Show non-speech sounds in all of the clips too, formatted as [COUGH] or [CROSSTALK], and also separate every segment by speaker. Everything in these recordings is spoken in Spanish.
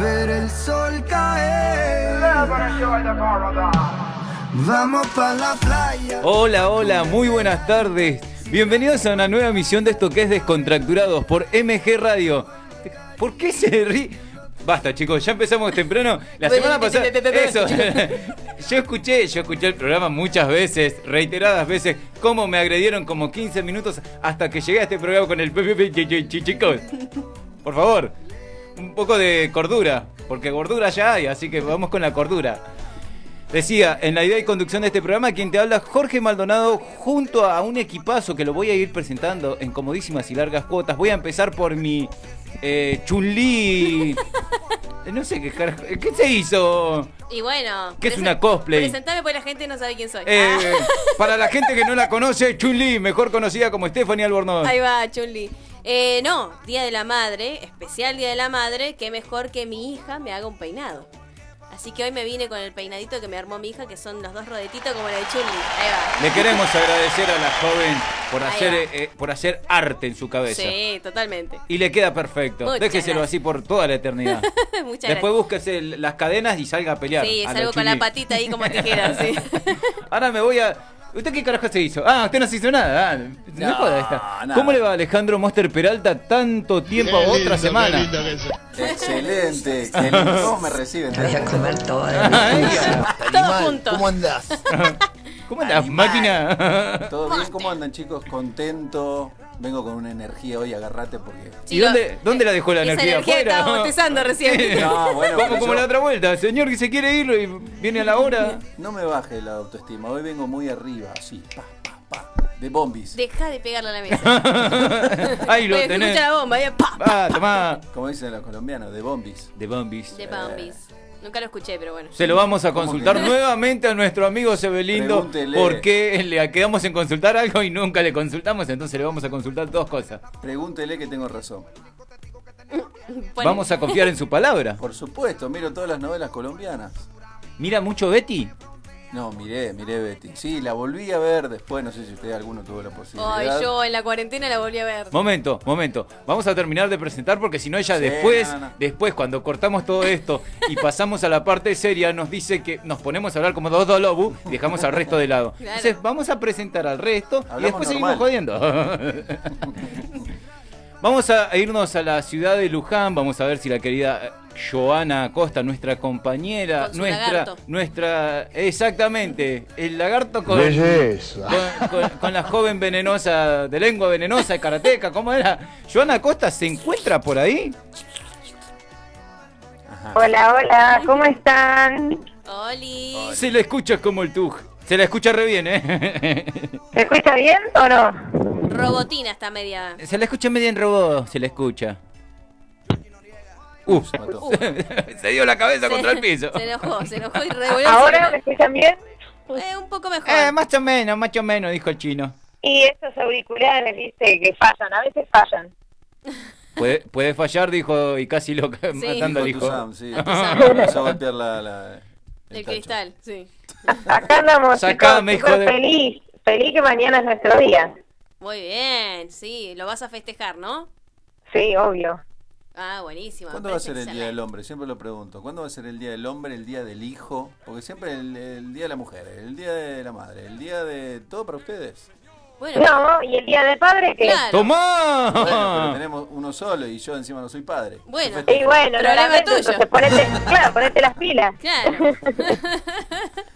Speaker 1: ver el sol caer. Vamos pa la playa.
Speaker 2: Hola, hola, muy buenas tardes. Bienvenidos a una nueva emisión de esto que es Descontracturados por MG Radio. ¿Por qué se ríe? Basta, chicos, ya empezamos temprano. La semana pasada. Eso. [LAUGHS] Yo escuché, yo escuché el programa muchas veces, reiteradas veces, cómo me agredieron como 15 minutos hasta que llegué a este programa con el pepe chicos. Por favor, un poco de cordura, porque gordura ya hay, así que vamos con la cordura. Decía, en la idea y conducción de este programa, quien te habla Jorge Maldonado junto a un equipazo que lo voy a ir presentando en comodísimas y largas cuotas. Voy a empezar por mi eh, Chun-Li. Eh, No sé qué carajo. ¿Qué se hizo?
Speaker 3: Y bueno.
Speaker 2: ¿Qué es
Speaker 3: presen-
Speaker 2: una cosplay?
Speaker 3: Presentame porque la gente no sabe quién soy. Ah,
Speaker 2: Eh,
Speaker 3: [LAUGHS]
Speaker 2: para la gente que no la conoce, Chun-Li, mejor conocida como Stephanie Albornoz.
Speaker 3: Ah, ahí va, Chunli. Eh, no, Día de la Madre, especial Día de la Madre, que mejor que mi hija me haga un peinado. Así que hoy me vine con el peinadito que me armó mi hija, que son los dos rodetitos como la de Chunli. Ahí va.
Speaker 2: Le queremos agradecer a la joven por
Speaker 3: Ahí
Speaker 2: hacer,
Speaker 3: va.
Speaker 2: eh, por hacer arte en su cabeza.
Speaker 3: Sí, totalmente. [LAUGHS]
Speaker 2: Y le queda perfecto.
Speaker 3: Muchas
Speaker 2: Déjeselo
Speaker 3: gracias.
Speaker 2: así por toda la eternidad.
Speaker 3: [LAUGHS] Muchas
Speaker 2: Después
Speaker 3: gracias.
Speaker 2: búsquese el- las cadenas y salga a pelear.
Speaker 3: Sí,
Speaker 2: a lo
Speaker 3: salgo con la
Speaker 2: Chun-Li.
Speaker 3: patita ahí como tijera, sí.
Speaker 2: [LAUGHS]
Speaker 3: [LAUGHS]
Speaker 2: Ahora me voy a. ¿Usted qué carajo se hizo? Ah, usted no se hizo nada. ah, no,
Speaker 4: No,
Speaker 2: joda esta.
Speaker 4: nada.
Speaker 2: ¿Cómo le va Alejandro Monster Peralta tanto tiempo a otra semana?
Speaker 4: Excelente, [LAUGHS] excelente. ¿Cómo me reciben? ¿eh?
Speaker 1: Voy a comer todo. ¿eh?
Speaker 2: Ay,
Speaker 3: Todos juntos.
Speaker 1: ¿Cómo andás?
Speaker 2: ¿Cómo andas, máquina? [LAUGHS]
Speaker 4: ¿Todo bien? ¿Cómo andan, chicos? Contento. Vengo con una energía hoy, agarrate porque.
Speaker 2: ¿Y dónde, dónde la dejó la
Speaker 3: Esa
Speaker 2: energía?
Speaker 3: energía
Speaker 2: ¿Afuera? [LAUGHS]
Speaker 3: estaba bostezando recién.
Speaker 4: No, bueno,
Speaker 2: como,
Speaker 4: pero
Speaker 2: como
Speaker 4: yo-
Speaker 2: la otra vuelta, señor que se quiere ir y viene a la
Speaker 3: [LAUGHS]
Speaker 2: hora.
Speaker 4: No me baje la autoestima. Hoy vengo muy arriba, así. Pa, pa, pa. De bombis.
Speaker 3: Deja de pegarle a la mesa.
Speaker 2: [LAUGHS] Ahí lo
Speaker 3: Oye, se
Speaker 2: tenés.
Speaker 3: Escucha la bomba, ahí, pa.
Speaker 2: Ah, tomá.
Speaker 4: Como dicen los colombianos, de bombis.
Speaker 2: De Bambis.
Speaker 3: De Bambis. Nunca lo escuché, pero bueno.
Speaker 2: Se lo vamos a
Speaker 4: ¿Cómo que
Speaker 2: consultar
Speaker 4: no?
Speaker 2: nuevamente a nuestro amigo Sebelindo
Speaker 4: Pregúntele.
Speaker 2: porque le quedamos en consultar algo y nunca le consultamos, entonces le vamos a consultar dos cosas.
Speaker 4: Pregúntele que tengo razón.
Speaker 3: Bueno,
Speaker 2: Vamos a confiar en su palabra.
Speaker 4: Por supuesto, miro todas las novelas colombianas.
Speaker 2: ¿Mira mucho Betty?
Speaker 4: No, miré, miré Betty. Sí, la volví a ver después. No sé si usted alguno tuvo la
Speaker 3: Ay,
Speaker 4: posibilidad.
Speaker 3: yo en la cuarentena la volví a ver.
Speaker 2: Momento, momento. Vamos a terminar de presentar porque si no ella
Speaker 4: Sí,
Speaker 2: después,
Speaker 4: no, no.
Speaker 2: después cuando cortamos todo esto y pasamos a la parte seria, nos dice que nos ponemos a hablar como dos dolobu y dejamos al resto de lado.
Speaker 3: Claro.
Speaker 2: Entonces vamos a presentar al resto y
Speaker 4: Hablamos
Speaker 2: después seguimos
Speaker 4: normal.
Speaker 2: jodiendo. vamos a irnos a la ciudad de Luján, vamos a ver si la querida eh, Joana Acosta, nuestra compañera,
Speaker 3: Con su
Speaker 2: nuestra,
Speaker 3: lagarto.
Speaker 2: nuestra, exactamente, el lagarto con,
Speaker 5: Belleza.
Speaker 2: con, con- con la joven venenosa, de lengua venenosa, karateca, ¿cómo era? Joana Costa se encuentra por ahí.
Speaker 6: Hola, hola, ¿cómo están?
Speaker 3: Oli.
Speaker 2: Se la escucha como el tuj. Se la escucha re bien, ¿eh?
Speaker 6: ¿Se escucha bien o no?
Speaker 3: Robotina está media.
Speaker 2: [LAUGHS] Se la escucha medio en robot, se la escucha. Uh,
Speaker 4: Se mató.
Speaker 2: se dio la cabeza contra el piso.
Speaker 3: Se enojó, se enojó y
Speaker 6: [LAUGHS]
Speaker 3: revolvió.
Speaker 6: ¿Ahora me escuchan bien?
Speaker 3: Eh, un poco mejor.
Speaker 2: Eh, más o menos, más o menos, dijo el chino.
Speaker 6: Y esos auriculares, viste, que fallan, a veces
Speaker 3: [LAUGHS]
Speaker 6: fallan.
Speaker 2: Puede, puede fallar, dijo, y casi lo [LAUGHS] matando al
Speaker 4: Con tu
Speaker 2: hijo.
Speaker 3: [LAUGHS]
Speaker 4: Sam, sí.
Speaker 3: Sam.
Speaker 4: Empezó a golpear la, la-
Speaker 3: El
Speaker 4: tacho.
Speaker 3: cristal, sí.
Speaker 6: Acá andamos,
Speaker 2: Sacame,
Speaker 6: chicos,
Speaker 2: hijo de-
Speaker 6: súper feliz, feliz que mañana es nuestro día.
Speaker 3: Muy bien, sí. Lo vas a festejar, ¿no?
Speaker 6: Sí, obvio.
Speaker 3: Ah, buenísimo. me
Speaker 4: ¿Cuándo va a
Speaker 3: parece
Speaker 4: ser el Día
Speaker 3: excelente.
Speaker 4: del Hombre? Siempre lo pregunto. ¿Cuándo va a ser el Día del Hombre, el Día del Hijo? Porque siempre el, el Día de la Mujer, el Día de la Madre, el Día de todo para ustedes.
Speaker 3: Bueno,
Speaker 6: No, y el día del padre que...
Speaker 3: claro.
Speaker 2: Ah.
Speaker 4: Bueno, pero
Speaker 2: ¡Tomá!
Speaker 4: tenemos uno solo y yo encima no soy padre.
Speaker 3: Bueno.
Speaker 6: Y bueno, no
Speaker 3: Problema
Speaker 6: lamento,
Speaker 3: tuyo.
Speaker 6: entonces ponete, claro, ponete las pilas.
Speaker 3: Claro.
Speaker 2: [LAUGHS]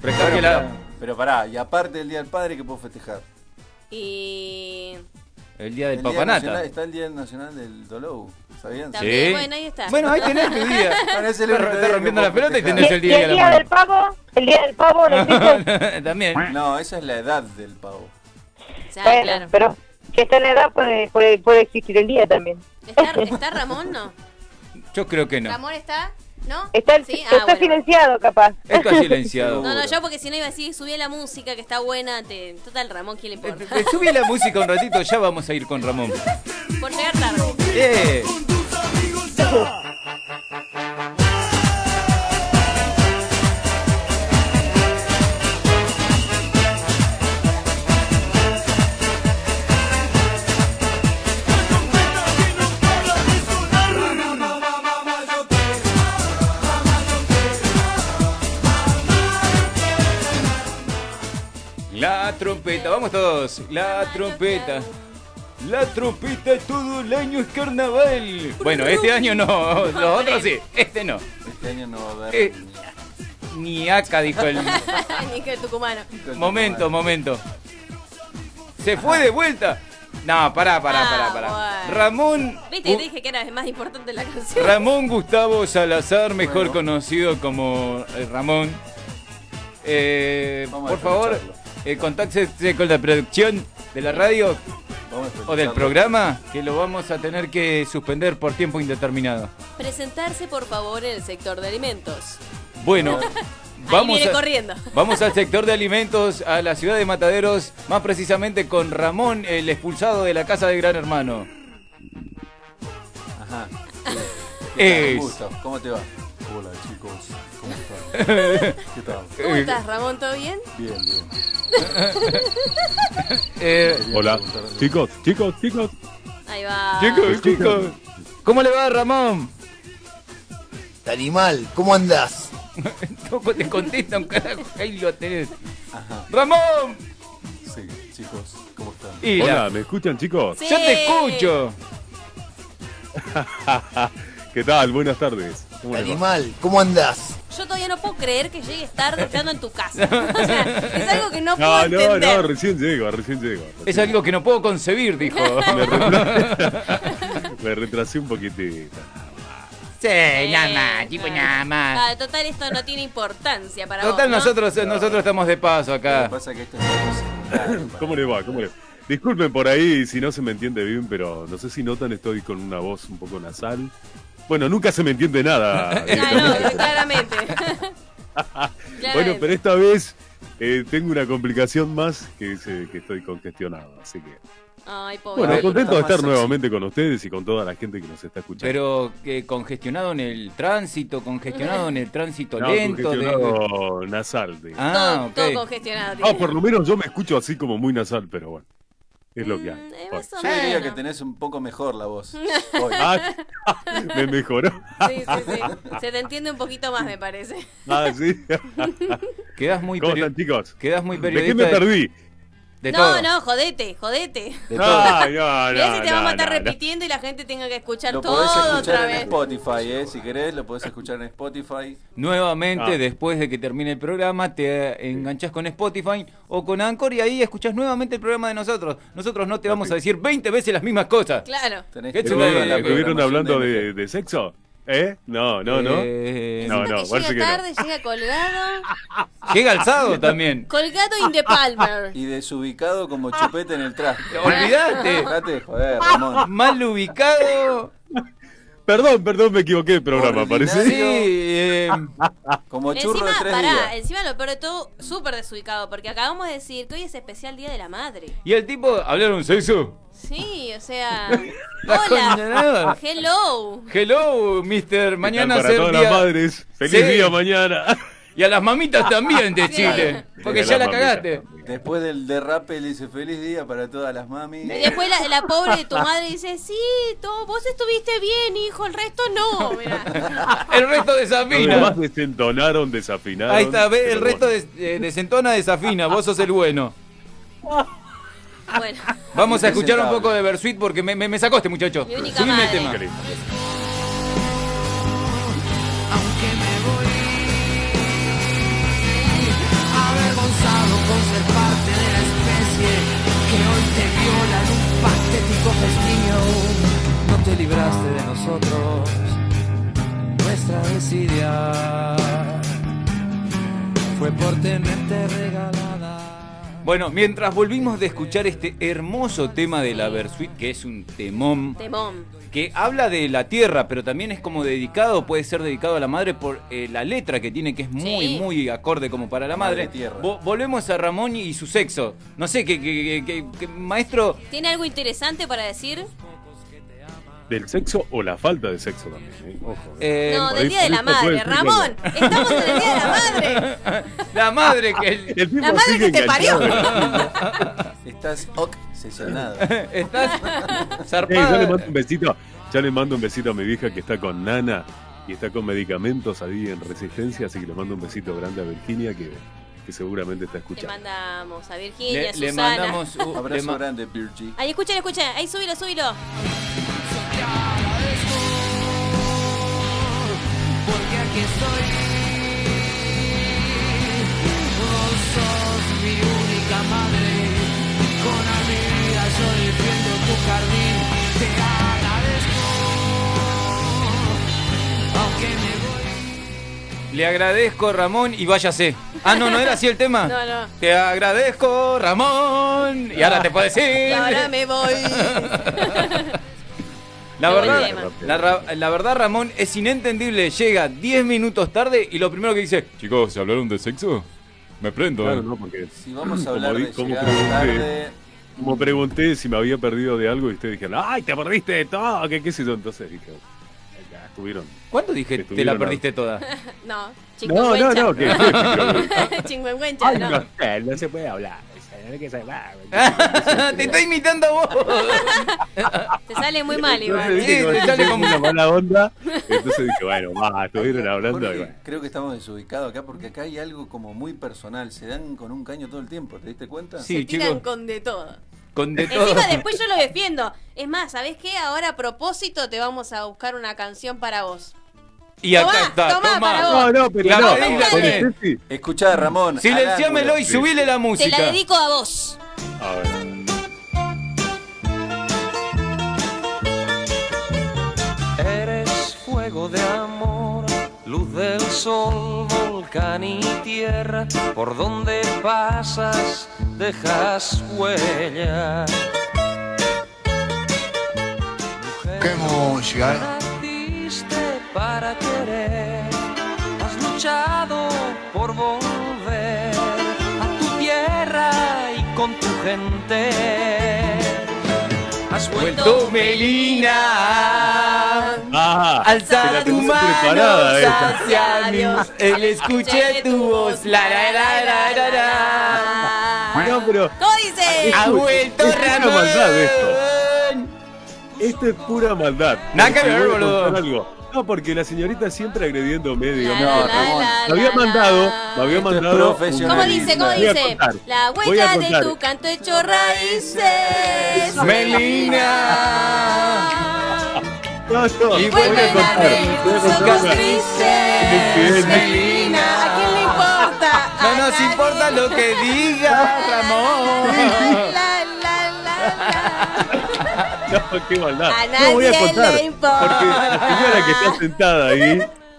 Speaker 2: Prestá que la-
Speaker 4: Pero pará, y aparte del Día del Padre que puedo festejar.
Speaker 3: Y.
Speaker 2: El día del
Speaker 4: El Día Nacional-
Speaker 2: papanata.
Speaker 4: está el Día Nacional del Dolou, ¿sabían?
Speaker 3: También. bueno, ahí está.
Speaker 2: Bueno, ahí tenés tu
Speaker 3: [LAUGHS]
Speaker 2: día. [LAUGHS]
Speaker 4: Ahora es el
Speaker 2: Está-
Speaker 4: único
Speaker 2: está
Speaker 4: día que
Speaker 2: rompiendo la
Speaker 4: puedo
Speaker 2: pelota y
Speaker 4: festejar.
Speaker 2: tenés
Speaker 6: Y,
Speaker 2: el
Speaker 6: y
Speaker 2: día de
Speaker 6: el
Speaker 2: la
Speaker 6: día
Speaker 2: madre.
Speaker 6: del pavo, el día
Speaker 3: [LAUGHS]
Speaker 6: del pavo no existe.
Speaker 2: También.
Speaker 4: No, esa es la edad del pavo.
Speaker 3: Ya,
Speaker 6: Bueno,
Speaker 3: claro.
Speaker 6: pero que está en la edad puede, puede, puede existir el día también.
Speaker 3: ¿Está, está Ramón, no?
Speaker 2: Yo creo que no.
Speaker 3: ¿Ramón está? ¿No?
Speaker 6: Está, el-
Speaker 3: Sí, ah,
Speaker 6: está
Speaker 3: bueno.
Speaker 6: silenciado, capaz.
Speaker 2: Está
Speaker 4: Uh.
Speaker 2: silenciado.
Speaker 3: No, no, yo porque si no iba a decir, subí la música que está buena, te... total Ramón, ¿quién le
Speaker 2: Eh,
Speaker 3: importa? [LAUGHS]
Speaker 2: eh, Subí la música un ratito, ya vamos a ir con Ramón.
Speaker 3: Por llegar tarde.
Speaker 2: Eh, la trompeta, vamos todos. La trompeta. La trompeta todo el año es carnaval. Bueno, este año no, los otros sí, este no.
Speaker 4: Este año no va a haber.
Speaker 2: Eh,
Speaker 4: ni-
Speaker 2: Ni acá dijo el
Speaker 3: [LAUGHS] Ni que el tucumano.
Speaker 2: Momento, momento. Se fue de vuelta. No, pará, pará,
Speaker 3: Ah,
Speaker 2: pará, pará.
Speaker 3: bueno.
Speaker 2: Ramón.
Speaker 3: Viste, que
Speaker 2: Gu-
Speaker 3: te dije que era más importante la canción.
Speaker 2: Ramón Gustavo Salazar, mejor
Speaker 4: Bueno.
Speaker 2: conocido como eh, Ramón. Eh,
Speaker 4: Vamos a
Speaker 2: por favor,
Speaker 4: escucharlo.
Speaker 2: eh, contáctese con la producción de la radio
Speaker 4: Vamos a
Speaker 2: o del
Speaker 4: escucharlo.
Speaker 2: programa, que lo vamos a tener que suspender por tiempo indeterminado.
Speaker 3: Presentarse, por favor, en el sector de alimentos.
Speaker 2: Bueno,
Speaker 3: Ahí
Speaker 2: vamos
Speaker 3: viene
Speaker 2: a-
Speaker 3: corriendo.
Speaker 2: Vamos al sector de alimentos, a la ciudad de Mataderos, más precisamente con Ramón, el expulsado de la casa de Gran Hermano.
Speaker 4: Ajá.
Speaker 2: Es-
Speaker 4: Es. ¿Cómo te va? Hola, chicos. ¿Cómo están? ¿Qué tal?
Speaker 3: ¿Cómo estás, Ramón? ¿Todo bien?
Speaker 4: Bien, bien.
Speaker 2: Eh,
Speaker 4: Quería
Speaker 5: Hola,
Speaker 4: preguntarle-
Speaker 5: chicos, chicos, chicos.
Speaker 3: Ahí va.
Speaker 2: chicos, chicos, ¿cómo le va Ramón?
Speaker 7: Animal, ¿cómo
Speaker 2: [LAUGHS]
Speaker 7: andás?
Speaker 2: Tampoco te pues contesta un carajo, ahí lo tenés. ¡Ramón!
Speaker 4: Sí, chicos, ¿cómo están?
Speaker 2: Y
Speaker 5: Hola,
Speaker 2: la-
Speaker 5: ¿me escuchan, chicos?
Speaker 3: Sí.
Speaker 2: ¡Yo te escucho!
Speaker 5: Ah, ¿Qué tal? Buenas tardes. Ah, ¿Cómo les va?
Speaker 7: Animal, ¿cómo andás?
Speaker 3: Yo todavía no puedo creer que llegues tarde estando en
Speaker 2: [LAUGHS]
Speaker 3: tu casa. O sea, es algo que no puedo
Speaker 5: No, no, no,
Speaker 3: entender.
Speaker 5: recién llego, recién llego. recién
Speaker 2: Es algo que no puedo concebir,
Speaker 3: [LAUGHS]
Speaker 2: dijo.
Speaker 5: llego. Me retrasé un poquitito.
Speaker 2: Sí, nada
Speaker 3: Eh,
Speaker 2: más, tipo nada más.
Speaker 3: Ah, total, esto no tiene importancia para
Speaker 2: Total,
Speaker 3: vos, ¿no? [LAUGHS]
Speaker 2: nosotros, nosotros estamos de paso
Speaker 4: Lo que
Speaker 2: acá.
Speaker 4: pasa es que esto es
Speaker 5: ¿Cómo le va? ¿Cómo le va? Disculpen por ahí si no se me entiende bien, pero no sé si notan, estoy con una voz un poco nasal. Bueno, nunca se me entiende nada.
Speaker 3: Ah, no,
Speaker 2: [LAUGHS]
Speaker 3: claramente.
Speaker 5: Bueno,
Speaker 3: Claramente.
Speaker 5: pero esta vez eh, tengo una complicación más que es, eh, que estoy congestionado, así que...
Speaker 3: Ay, pobre.
Speaker 5: Bueno,
Speaker 4: Bueno, pero
Speaker 5: contento de
Speaker 4: está
Speaker 5: estar
Speaker 4: más
Speaker 5: nuevamente con ustedes y con toda la gente que nos está escuchando.
Speaker 2: Pero que congestionado en el tránsito, congestionado en el tránsito
Speaker 5: No,
Speaker 2: lento. de-
Speaker 5: congestionado nasal. digo.
Speaker 2: Ah,
Speaker 3: todo, todo
Speaker 2: ok. Oh,
Speaker 3: congestionado.
Speaker 5: Ah,
Speaker 3: tiene.
Speaker 5: por lo menos yo me escucho así como muy nasal, pero bueno. Es lo que hay.
Speaker 3: Mm, eh,
Speaker 5: Bueno.
Speaker 3: más o
Speaker 4: Yo diría
Speaker 3: menos.
Speaker 4: que tenés un poco mejor
Speaker 3: [LAUGHS]
Speaker 4: la voz. Hoy.
Speaker 5: Ah, me mejoró.
Speaker 3: Sí, sí, sí. Se te entiende un poquito más, me parece.
Speaker 5: Ah, [LAUGHS] sí.
Speaker 2: Quedás muy,
Speaker 5: ¿Cómo
Speaker 2: perio-
Speaker 5: están, chicos?
Speaker 2: quedás muy
Speaker 5: ¿De qué
Speaker 2: periodista.
Speaker 5: me perdí?
Speaker 2: de
Speaker 3: no,
Speaker 2: todo.
Speaker 3: no, jodete, jodete.
Speaker 2: de todo.
Speaker 5: Ay, no,
Speaker 3: Mirá
Speaker 5: no,
Speaker 3: si te vamos a
Speaker 5: no,
Speaker 3: estar
Speaker 5: no, no.
Speaker 3: repitiendo y la gente tenga que escuchar
Speaker 4: Lo
Speaker 3: todo
Speaker 4: podés
Speaker 3: otra
Speaker 4: escuchar en
Speaker 3: vez.
Speaker 4: Spotify, eh. Si querés, lo podés escuchar en Spotify.
Speaker 2: Nuevamente,
Speaker 5: Ah.
Speaker 2: después de que termine el programa, te enganchás con Spotify o con Anchor y ahí escuchás nuevamente el programa de nosotros. Nosotros
Speaker 5: Ah,
Speaker 2: no te vamos a decir 20 veces las mismas cosas.
Speaker 3: Claro.
Speaker 4: Tenés
Speaker 2: Qué
Speaker 4: que
Speaker 2: chula
Speaker 4: ir a
Speaker 2: idea,
Speaker 4: la
Speaker 2: que
Speaker 5: Eh, ¿Estuvieron
Speaker 4: programación
Speaker 5: hablando
Speaker 4: de
Speaker 5: de, de sexo? ¿Eh? No, no, no.
Speaker 2: Eh,
Speaker 5: No,
Speaker 3: Siento
Speaker 5: no,
Speaker 3: que
Speaker 5: parece que
Speaker 3: llega
Speaker 5: no.
Speaker 3: tarde, llega colgado.
Speaker 2: Llega alzado también.
Speaker 3: Colgado in
Speaker 5: [LAUGHS]
Speaker 3: the Palmer.
Speaker 4: Y desubicado como chupete en el traste.
Speaker 2: ¿Te olvidaste?
Speaker 4: Dejate de joder, Ramón.
Speaker 2: Mal ubicado.
Speaker 5: Perdón, perdón, me equivoqué el programa,
Speaker 4: Ordinario.
Speaker 5: parece. [LAUGHS]
Speaker 2: Sí. eh,
Speaker 4: Como churro
Speaker 3: Encima,
Speaker 4: de tres
Speaker 3: pará, eh.
Speaker 4: días.
Speaker 3: encima lo peor de todo, súper desubicado, porque acabamos de decir que hoy es especial Día de la Madre.
Speaker 2: y el tipo, ¿hablaron sexo?
Speaker 3: Sí, o
Speaker 4: [LAUGHS]
Speaker 3: sea.
Speaker 2: La condenada.
Speaker 3: Hola. Hello.
Speaker 2: Hello, mister. Mañana
Speaker 5: para
Speaker 2: ser
Speaker 5: todas
Speaker 2: día-
Speaker 5: las madres. Feliz
Speaker 2: Sí.
Speaker 5: día mañana.
Speaker 2: Y a las [LAUGHS] mamitas también de
Speaker 3: Sí.
Speaker 2: Chile. [LAUGHS] Porque
Speaker 5: Sí,
Speaker 2: ya
Speaker 5: a
Speaker 2: la
Speaker 5: las mamitas.
Speaker 2: cagaste.
Speaker 4: Después del derrape le dice feliz día para todas las mamis.
Speaker 3: Y después la, la pobre de tu madre dice: Sí, todo, vos estuviste bien, hijo, el resto no. Mirá.
Speaker 2: El resto
Speaker 5: Los
Speaker 2: desafina.
Speaker 5: demás desentonaron, desafinaron.
Speaker 2: Ahí está, ve,
Speaker 5: pero
Speaker 2: el resto
Speaker 5: bueno.
Speaker 2: des- eh, desentona, desafina. Vos sos el bueno.
Speaker 3: Bueno,
Speaker 2: Vamos a escuchar un poco de Bersuit porque me, me, me sacó este muchacho.
Speaker 3: Mi única
Speaker 2: Subime el
Speaker 3: madre.
Speaker 2: tema.
Speaker 5: Qué lindo.
Speaker 1: Aunque me morí, avergonzado por ser parte de la especie que hoy te viola en un patético festín. No te libraste de nosotros, nuestra desidia fue por tenerte regalada.
Speaker 2: Bueno, mientras volvimos de escuchar este hermoso tema de la Versuit, que es un temón,
Speaker 3: Temón.
Speaker 2: que habla de la tierra, pero también es como dedicado, puede ser dedicado a la madre por eh, la letra que tiene, que es muy,
Speaker 3: Sí.
Speaker 2: muy acorde como para la
Speaker 4: Madre
Speaker 2: madre.
Speaker 4: tierra.
Speaker 2: Vo- volvemos a Ramón y su sexo. No sé, que, que- que- que- que- maestro,
Speaker 3: ¿Tiene algo interesante para decir?
Speaker 5: Del sexo o la falta de sexo también. ¿eh? Ojo. ¿eh?
Speaker 2: eh,
Speaker 3: no,
Speaker 5: por
Speaker 3: del
Speaker 5: ahí-
Speaker 3: Día de la
Speaker 5: por ahí
Speaker 3: Madre.
Speaker 5: puede ser
Speaker 3: Ramón, estamos en el Día de la Madre.
Speaker 2: la madre que...
Speaker 3: [LAUGHS]
Speaker 2: [LAUGHS]
Speaker 5: El tipo
Speaker 3: La madre
Speaker 5: sigue
Speaker 3: que te parió.
Speaker 5: enganchado.
Speaker 4: Estás
Speaker 5: [LAUGHS]
Speaker 4: obsesionado.
Speaker 2: Estás
Speaker 5: Ey, yo le
Speaker 2: zarpada.
Speaker 5: mando un besito, ya le mando un besito a mi vieja que está con Nana y está con medicamentos ahí en resistencia, así que le mando un besito grande a Virginia que, que seguramente está
Speaker 3: Le
Speaker 5: escuchando.
Speaker 3: mandamos a Virginia,
Speaker 2: Le,
Speaker 3: a
Speaker 2: le
Speaker 3: Susana.
Speaker 2: mandamos un le
Speaker 4: Abrazo
Speaker 2: ma-
Speaker 4: grande, Virgie.
Speaker 3: Ahí, escuchen, escuchen. Ahí, subilo, subilo.
Speaker 1: porque aquí estoy. Vos sos mi única madre, con la vida yo defiendo tu jardín, te agradezco, aunque me voy.
Speaker 2: Le agradezco, Ramón, y váyase. Ah, no, no era así el tema.
Speaker 3: [LAUGHS] No, no.
Speaker 2: Te agradezco, Ramón. Y ahora te puedo
Speaker 3: Y
Speaker 2: decir.
Speaker 3: ahora me voy. [LAUGHS]
Speaker 2: La
Speaker 3: Qué buen
Speaker 2: verdad,
Speaker 3: tema.
Speaker 2: la, ra- la verdad, Ramón, es inentendible. Llega 10 minutos tarde y lo primero que dice, chicos, ¿se hablaron de sexo? Me prendo.
Speaker 5: Claro, no, porque
Speaker 4: Si vamos a
Speaker 5: Como
Speaker 4: hablar
Speaker 5: di-
Speaker 4: de
Speaker 5: como
Speaker 4: llegar
Speaker 5: pregunté.
Speaker 4: tarde,
Speaker 5: como pregunté si me había perdido de algo y ustedes dijeron, ¡ay, te perdiste de todo! ¿Qué, qué sé yo? Entonces dije, "Acá estuvieron.
Speaker 2: ¿Cuándo dije te
Speaker 5: Que
Speaker 2: la
Speaker 5: tuvieron
Speaker 2: perdiste [LAUGHS] toda?
Speaker 3: No,
Speaker 5: No, no,
Speaker 3: chingüengüencha. [LAUGHS]
Speaker 5: no, que, que-
Speaker 3: Chingüengüencha,
Speaker 5: Ay,
Speaker 3: no. Ah,
Speaker 5: eh, no se puede hablar. no hay
Speaker 3: [LAUGHS]
Speaker 5: que saber.
Speaker 2: te está imitando a vos.
Speaker 3: Te sale muy mal, eh.
Speaker 5: Entonces,
Speaker 3: Iván.
Speaker 5: viste,
Speaker 2: Sí,
Speaker 5: como
Speaker 2: te
Speaker 5: yo
Speaker 2: sale
Speaker 5: tengo
Speaker 2: como-
Speaker 5: una
Speaker 3: [LAUGHS]
Speaker 5: mala onda. Entonces dije, bueno, va, estuvieron hablando.
Speaker 4: Jorge,
Speaker 5: y bueno.
Speaker 4: creo que estamos desubicados acá porque acá hay algo como muy personal. Se dan con un caño todo el tiempo, ¿te diste cuenta?
Speaker 2: Sí.
Speaker 3: Se tiran
Speaker 2: chicos.
Speaker 3: con de todo.
Speaker 2: Con de todo.
Speaker 3: Encima después yo lo defiendo. Es más, ¿sabés qué? Ahora a propósito te vamos a buscar una canción para vos.
Speaker 2: Y acá
Speaker 3: Tomá,
Speaker 2: está,
Speaker 3: tomá para vos.
Speaker 5: No, no, pero
Speaker 2: La
Speaker 5: no.
Speaker 2: pedí, la
Speaker 5: Ponete,
Speaker 2: pedí.
Speaker 5: sí.
Speaker 4: Escuchá, Ramón.
Speaker 2: Silenciámelo
Speaker 4: al
Speaker 2: y
Speaker 4: ángulo.
Speaker 2: subile la
Speaker 3: Te
Speaker 2: música.
Speaker 3: la dedico a vos.
Speaker 5: A ver, a ver.
Speaker 1: Eres fuego de amor, luz del sol, volcán y tierra. Por donde pasas, dejas huella.
Speaker 7: Queremos llegar
Speaker 1: Naciste para querer, has luchado por volver a tu tierra y con tu gente. Has
Speaker 2: Vuelto Melina.
Speaker 5: Ah, te la
Speaker 2: Alza tu
Speaker 5: tenés
Speaker 2: mano
Speaker 5: preparada
Speaker 2: eh.
Speaker 5: esta.
Speaker 2: hacia mí. El escuché tu voz. La, la, la, la, la, la.
Speaker 5: No, pero Ah,
Speaker 3: ¿Cómo dice?
Speaker 2: Ha vuelto
Speaker 5: Es una maldad
Speaker 2: Ramón.
Speaker 5: esto es pura maldad.
Speaker 2: Nada que
Speaker 5: Te
Speaker 2: ver,
Speaker 5: voy a contar
Speaker 2: boludo.
Speaker 5: algo. No, porque la señorita siempre agrediéndome, digo,
Speaker 3: La,
Speaker 5: no,
Speaker 3: la,
Speaker 5: Ramón.
Speaker 3: la,
Speaker 5: Me había
Speaker 3: la,
Speaker 5: mandado,
Speaker 3: la.
Speaker 5: me había
Speaker 4: Esto es
Speaker 5: mandado.
Speaker 4: profesional.
Speaker 3: ¿Cómo dice? ¿Cómo
Speaker 5: Voy a
Speaker 3: dice?
Speaker 5: contar,
Speaker 3: La
Speaker 5: voy a
Speaker 3: huella de
Speaker 5: contar.
Speaker 3: tu canto echó raíces.
Speaker 2: Melina.
Speaker 5: No, no,
Speaker 2: Y
Speaker 5: voy a
Speaker 3: Vuelven a
Speaker 5: contar,
Speaker 3: ver
Speaker 5: voy a
Speaker 3: tus
Speaker 5: contar
Speaker 3: ojos
Speaker 5: una-
Speaker 3: tristes.
Speaker 5: Bien.
Speaker 3: Melina, ¿a quién le importa?
Speaker 2: No nos importa lo que diga Ramón.
Speaker 3: La, la, la, la.
Speaker 5: No, qué maldad.
Speaker 3: A
Speaker 5: No voy a
Speaker 3: nadie
Speaker 5: contar.
Speaker 3: le importa.
Speaker 5: Porque la señora que está sentada ahí,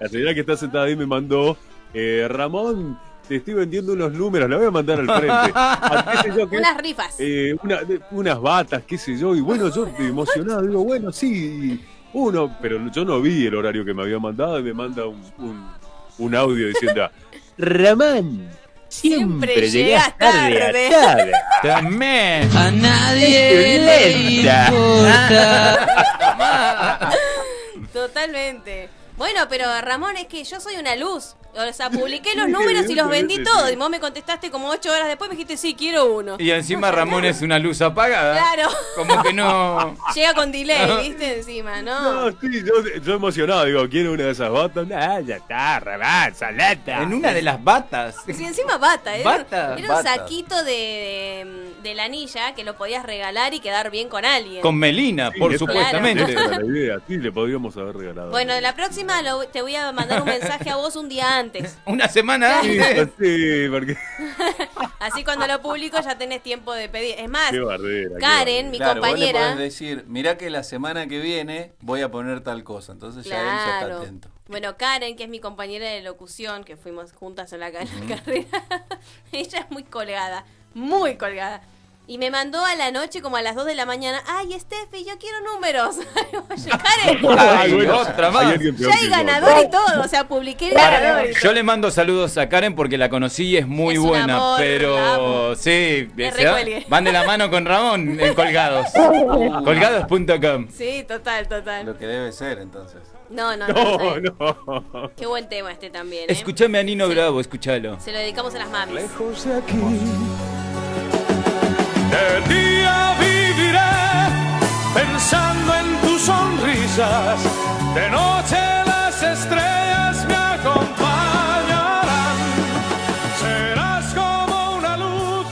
Speaker 5: la señora que está sentada ahí me mandó, eh, Ramón, te estoy vendiendo unos números, la voy a mandar al frente. A qué sé yo qué,
Speaker 3: Unas rifas.
Speaker 5: eh, una- de- unas batas, qué sé yo. Y bueno, yo emocionado, digo, bueno, sí, uno, pero yo no vi el horario que me había mandado y me manda un, un, un audio diciendo, Ramón, siempre,
Speaker 3: Siempre
Speaker 5: llegas
Speaker 3: llegas
Speaker 5: tarde, a
Speaker 3: tarde". [LAUGHS]
Speaker 5: tarde.
Speaker 2: También.
Speaker 1: A nadie le
Speaker 5: Violenta.
Speaker 1: importa.
Speaker 3: Totalmente. Bueno, pero Ramón, es que yo soy una luz. O sea, publiqué los números y los vendí todos. Y vos me contestaste como ocho horas después. Me dijiste, sí, quiero uno.
Speaker 2: Y encima Ramón es una luz apagada.
Speaker 3: Claro. [LAUGHS]
Speaker 2: Como que no.
Speaker 3: Llega con delay, ¿viste? Encima,
Speaker 5: No,
Speaker 3: ¿no?
Speaker 5: sí, yo, yo emocionado, digo, ¿quiero una de esas batas? Ah, ya está, Ramón, saleta.
Speaker 2: En una de las batas.
Speaker 3: Sí, encima bata. Era,
Speaker 2: Bata.
Speaker 3: era un
Speaker 4: Bata.
Speaker 3: saquito de, de, la anilla que lo podías regalar y quedar bien con alguien.
Speaker 2: Con Melina,
Speaker 5: Sí,
Speaker 2: por
Speaker 5: esa-
Speaker 2: supuestamente.
Speaker 5: esa era la idea, sí, le podríamos haber regalado.
Speaker 3: Bueno, la próxima lo- te voy a mandar un mensaje a vos un día antes.
Speaker 2: Una semana
Speaker 5: Sí,
Speaker 2: antes.
Speaker 5: sí, porque...
Speaker 3: Así cuando lo publico ya tenés tiempo de pedir. Es más,
Speaker 5: Qué bardera. qué
Speaker 3: Karen, mi
Speaker 4: Claro, Vos le
Speaker 3: compañera.
Speaker 4: podés decir, mirá que la semana que viene voy a poner tal cosa. Entonces ya él ya está
Speaker 3: Claro.
Speaker 4: atento.
Speaker 3: Bueno, Karen, que es mi [LAUGHS] compañera de locución, que fuimos juntas en la, ca- la carrera, ella es muy colgada. muy colgada. Y me mandó a la noche, como a las 2 de la mañana, ay, Estefi, yo quiero números. [LAUGHS] Yo, Karen,
Speaker 2: Ay,
Speaker 5: bueno,
Speaker 2: otra
Speaker 5: hay
Speaker 2: más.
Speaker 5: alguien peor
Speaker 3: ya hay
Speaker 5: que yo.
Speaker 3: ganador y todo, o sea, publiqué el
Speaker 6: Claro.
Speaker 3: ganador. y todo.
Speaker 2: Yo le mando saludos a Karen porque la conocí y es muy
Speaker 3: Es un
Speaker 2: buena,
Speaker 3: amor, la
Speaker 2: pero
Speaker 3: amo.
Speaker 2: sí,
Speaker 3: Me
Speaker 2: se va-
Speaker 3: recuelgue.
Speaker 2: van de la mano con Ramón en
Speaker 3: [LAUGHS]
Speaker 2: Colgados. Colgados.com.
Speaker 3: Sí, total, total.
Speaker 4: Lo que debe ser, entonces.
Speaker 3: No, no, no.
Speaker 5: No,
Speaker 3: no.
Speaker 5: Oh, no.
Speaker 3: Qué buen tema este también. ¿eh?
Speaker 2: Escúchame a Nino Bravo, escúchalo.
Speaker 3: Se lo dedicamos a las mamis.
Speaker 5: Lejos de aquí. De día viviré pensando en tus sonrisas. De noche las estrellas me acompañarán. Serás como una luz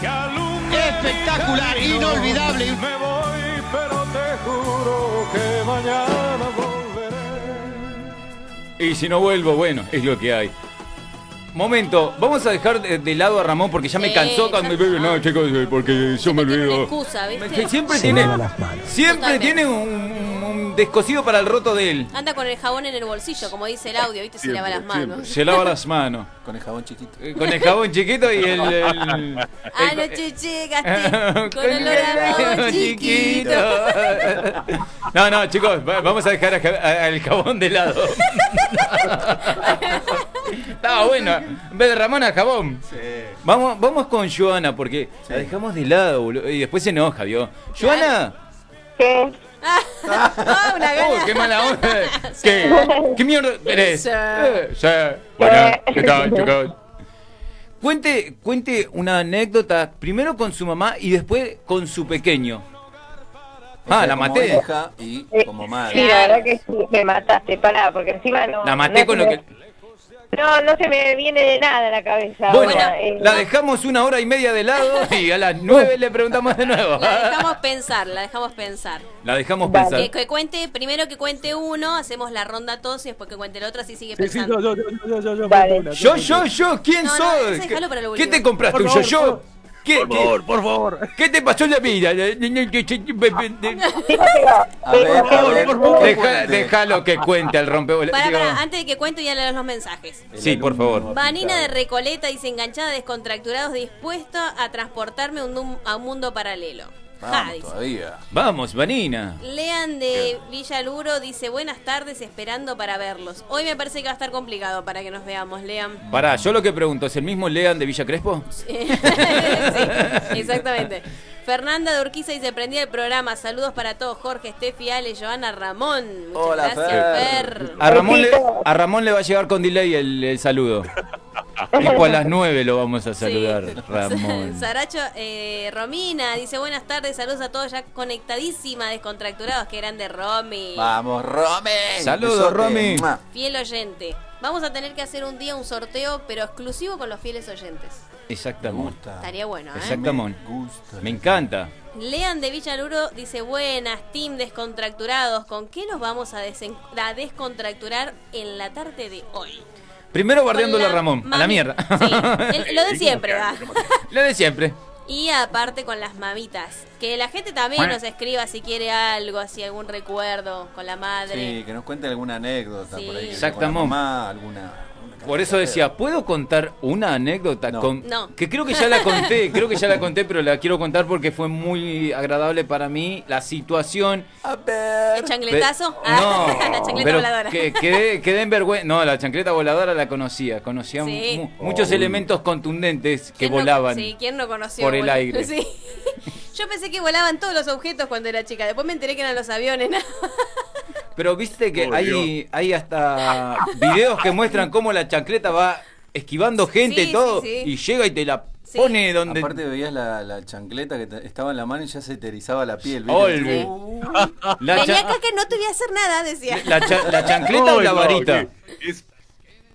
Speaker 5: que alumbra.
Speaker 8: Espectacular, inolvidable.
Speaker 5: Me voy, pero te juro que mañana volveré.
Speaker 2: Y si no vuelvo, bueno, es lo que hay. Momento, vamos a dejar de, de lado a Ramón porque ya me
Speaker 3: Sí,
Speaker 2: cansó
Speaker 3: ya
Speaker 2: cuando
Speaker 3: está.
Speaker 2: no, chicos, eh, porque yo me
Speaker 3: Tiene una
Speaker 2: olvido.
Speaker 3: excusa,
Speaker 2: Me- [LAUGHS]
Speaker 3: ¿viste?
Speaker 2: Siempre tiene, siempre tiene
Speaker 3: Totalmente.
Speaker 2: un, un descosido para el roto de él.
Speaker 3: Anda con el jabón en el bolsillo, como dice el audio, ¿viste? Se
Speaker 5: Siempre,
Speaker 3: lava las manos.
Speaker 2: Se lava las manos.
Speaker 4: Con el jabón chiquito.
Speaker 2: Eh, Con el jabón chiquito y el. el-
Speaker 3: Ah,
Speaker 2: el-
Speaker 3: Anoche
Speaker 2: [LAUGHS]
Speaker 3: [LAUGHS] llegaste con
Speaker 2: el
Speaker 3: olor a jabón chiquito. [LAUGHS]
Speaker 2: [LAUGHS] No, no, chicos, va- vamos a dejar a ja- a- al jabón de
Speaker 3: [LAUGHS]
Speaker 2: lado. Estaba bueno. En vez de Ramón, al jabón. Vamos, vamos con Joana, porque la dejamos de lado, boludo. Y después se enoja, ¿vio? Joana,
Speaker 6: ¿Qué?
Speaker 3: Ah, una
Speaker 2: oh,
Speaker 3: gana.
Speaker 2: qué mala onda. ¿Qué, qué mierda eres?
Speaker 3: Sí.
Speaker 2: Eh, sí. Bueno, ¿qué tal, chicos? Cuente, cuente una anécdota, primero con su mamá y después con su pequeño. Ah,
Speaker 4: Ella
Speaker 2: la
Speaker 4: como
Speaker 2: maté.
Speaker 4: hija y
Speaker 6: Eh,
Speaker 4: como
Speaker 6: Sí,
Speaker 4: madre.
Speaker 6: la verdad que sí, me mataste, pará, porque encima no...
Speaker 2: La maté
Speaker 6: no
Speaker 2: con
Speaker 6: se
Speaker 2: lo
Speaker 6: me-
Speaker 2: que.
Speaker 6: No, no se me viene de nada a la cabeza.
Speaker 2: Bueno,
Speaker 6: ahora, eh,
Speaker 2: la dejamos una hora y media de lado y a las nueve le preguntamos de nuevo.
Speaker 3: La dejamos pensar, la dejamos pensar.
Speaker 2: [LAUGHS] La dejamos
Speaker 6: Dale.
Speaker 2: pensar.
Speaker 3: Que, que cuente, primero que cuente uno, hacemos la ronda todos y después que cuente el otro, así sigue
Speaker 5: Sí, sí,
Speaker 3: pensando.
Speaker 5: yo, yo, yo, yo, yo, yo,
Speaker 6: Vale.
Speaker 5: yo,
Speaker 2: Yo, yo, yo, ¿quién
Speaker 3: No, no,
Speaker 2: soy?
Speaker 3: ese
Speaker 2: ¿Qué,
Speaker 3: dejalo para el
Speaker 2: qué
Speaker 3: último.
Speaker 2: te compraste
Speaker 5: Por
Speaker 2: un yo,
Speaker 5: favor,
Speaker 2: yo?
Speaker 5: por-
Speaker 2: ¿Qué,
Speaker 5: Por
Speaker 2: qué-
Speaker 5: favor, por favor.
Speaker 2: qué te pasó en la vida?
Speaker 4: A ver, a ver.
Speaker 5: Por favor,
Speaker 2: Deja- Déjalo que cuente el rompebolas.
Speaker 3: Para,
Speaker 2: Digo,
Speaker 3: para, antes de que cuente ya le das los mensajes.
Speaker 4: El
Speaker 2: Sí, por favor.
Speaker 4: alumno
Speaker 3: Vanina de
Speaker 4: aplicado.
Speaker 3: Recoleta dice enganchada, descontracturados, dispuesta a transportarme un dum- a un mundo paralelo. Ja,
Speaker 4: Vamos,
Speaker 3: dice.
Speaker 4: todavía.
Speaker 2: Vamos, Vanina.
Speaker 3: Lean de Villaluro dice buenas tardes esperando para verlos. Hoy me parece que va a estar complicado para que nos veamos, Lean.
Speaker 2: Pará, yo lo que pregunto, ¿es el mismo Lean de Villa Crespo?
Speaker 3: [LAUGHS] Sí, exactamente. Fernanda de Urquiza dice prendía el programa. Saludos para todos, Jorge, Estefi, Ale, Joana, Ramón. Muchas
Speaker 4: Hola,
Speaker 3: gracias,
Speaker 4: Fer. Ah,
Speaker 3: Fer.
Speaker 2: A Ramón, le, a Ramón le va a llegar con delay el, el saludo. Tipo a las 9 lo vamos a
Speaker 3: [LAUGHS]
Speaker 2: saludar,
Speaker 3: Sí.
Speaker 2: Ramón.
Speaker 3: Saracho eh, Romina dice buenas tardes, saludos a todos ya conectadísima, descontracturados, que grande Romy.
Speaker 4: Vamos, Romy.
Speaker 2: Saludos,
Speaker 4: Besote.
Speaker 2: Romy.
Speaker 4: Mua.
Speaker 3: Fiel oyente. Vamos a tener que hacer un día un sorteo, pero exclusivo con los fieles oyentes.
Speaker 4: Me
Speaker 2: Exactamente.
Speaker 4: gusta.
Speaker 3: Estaría bueno, ¿eh?
Speaker 2: Exacto. Tamón.
Speaker 4: Me gusta.
Speaker 2: Me encanta.
Speaker 3: Lean de Villaluro dice, buenas, team descontracturados, ¿con qué nos vamos a, desen- a descontracturar en la tarde de hoy?
Speaker 2: Primero bardeándole a
Speaker 3: Con la
Speaker 2: Ramón, a la
Speaker 3: mami-
Speaker 2: mierda. [LAUGHS]
Speaker 3: Sí, el- lo de siempre, va.
Speaker 2: Lo de siempre.
Speaker 3: Y aparte con las mamitas. Que la gente también nos escriba si quiere algo, así algún recuerdo con la
Speaker 4: Sí,
Speaker 3: madre.
Speaker 4: que nos cuente alguna anécdota
Speaker 3: Sí.
Speaker 4: por ahí. que
Speaker 2: Exactamente.
Speaker 4: con la mamá, alguna. alguna
Speaker 2: Por eso decía, ¿puedo contar una anécdota?
Speaker 4: No.
Speaker 2: Con,
Speaker 3: No.
Speaker 2: Que creo que ya la conté, creo que ya la conté, pero la quiero contar porque fue muy agradable para mí la situación.
Speaker 4: A ver.
Speaker 3: ¿El chancletazo?
Speaker 2: Pe-
Speaker 3: Ah, [LAUGHS]
Speaker 2: No,
Speaker 3: la chancleta
Speaker 2: pero
Speaker 3: voladora.
Speaker 2: que- quedé, quedé en vergüenza. No, la chancleta voladora la conocía. Conocía
Speaker 3: Sí.
Speaker 2: mu- muchos elementos contundentes que
Speaker 3: ¿Quién no-
Speaker 2: volaban.
Speaker 3: sí, ¿quién no conoció?
Speaker 2: por el
Speaker 3: Bueno,
Speaker 2: aire.
Speaker 3: [LAUGHS] sí. Yo pensé que volaban todos los objetos cuando era chica. Después me enteré que eran los aviones. [LAUGHS] ¿no?
Speaker 2: Pero viste que
Speaker 5: Oh,
Speaker 2: hay,
Speaker 5: Dios.
Speaker 2: hay hasta videos que muestran cómo la chancleta va esquivando gente
Speaker 3: Sí,
Speaker 2: y todo
Speaker 3: sí, sí.
Speaker 2: y llega y te la
Speaker 3: Sí.
Speaker 2: pone donde...
Speaker 4: Aparte veías la, la chancleta que te- estaba en la mano y ya se te erizaba la piel. ¿viste?
Speaker 2: Olvi. La,
Speaker 3: Venía
Speaker 2: cha-
Speaker 3: acá que no te voy a hacer nada, decía.
Speaker 2: la cha- la chancleta o
Speaker 5: Ay,
Speaker 2: la
Speaker 5: no,
Speaker 2: varita.
Speaker 5: que Es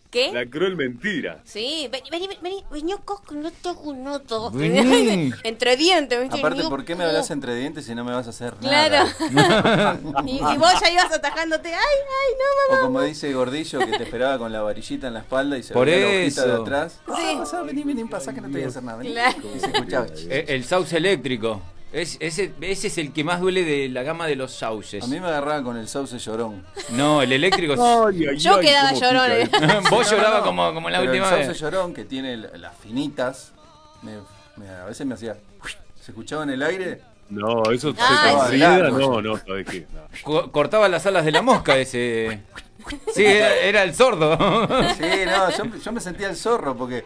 Speaker 3: ¿Qué?
Speaker 5: la cruel mentira.
Speaker 3: Sí, vení, vení, vení, vení, Cosco, no te hago un noto.
Speaker 2: Vení.
Speaker 3: [LAUGHS] Entre dientes, vení,
Speaker 4: Aparte,
Speaker 3: vení,
Speaker 4: ¿por qué me
Speaker 3: Cosco.
Speaker 4: hablas entre dientes si no me vas a hacer
Speaker 3: Claro.
Speaker 4: nada?
Speaker 3: y, y vos ya ibas atajándote. ¡Ay, ay, no,
Speaker 4: O como dice Gordillo, que te esperaba con la varillita en la espalda y se
Speaker 2: Por
Speaker 4: veía la hojita
Speaker 2: eso.
Speaker 4: de atrás. Ah, pasá, vení, vení, pasá que no te voy a hacer nada. Vení.
Speaker 3: Claro.
Speaker 4: Y se escuchaba. "Ch".
Speaker 2: Eh, El sauce eléctrico. Es- ese, ese es el que más duele de la gama de los sauces.
Speaker 4: A mí me agarraba con el sauce llorón.
Speaker 2: No, el
Speaker 4: [LAUGHS]
Speaker 2: eléctrico... [LAUGHS]
Speaker 5: Ay, ay,
Speaker 3: Yo
Speaker 5: ay,
Speaker 3: quedaba
Speaker 5: cómo
Speaker 3: llorona.
Speaker 5: pica, eh.
Speaker 2: Vos
Speaker 4: No,
Speaker 2: llorabas
Speaker 4: no,
Speaker 2: como, como la
Speaker 4: pero
Speaker 2: última
Speaker 4: El sauce
Speaker 2: vez.
Speaker 4: llorón que tiene l- las finitas. me- Mira, a veces me hacía. Se escuchaba en el aire.
Speaker 5: No, eso se
Speaker 3: Ah,
Speaker 5: considera.
Speaker 4: sí.
Speaker 5: No, no, sabes qué. No.
Speaker 2: Co- cortaba las alas de la mosca ese. Sí, era, era el
Speaker 3: [LAUGHS]
Speaker 2: sordo.
Speaker 4: Sí, no, yo, yo me sentía el zorro porque.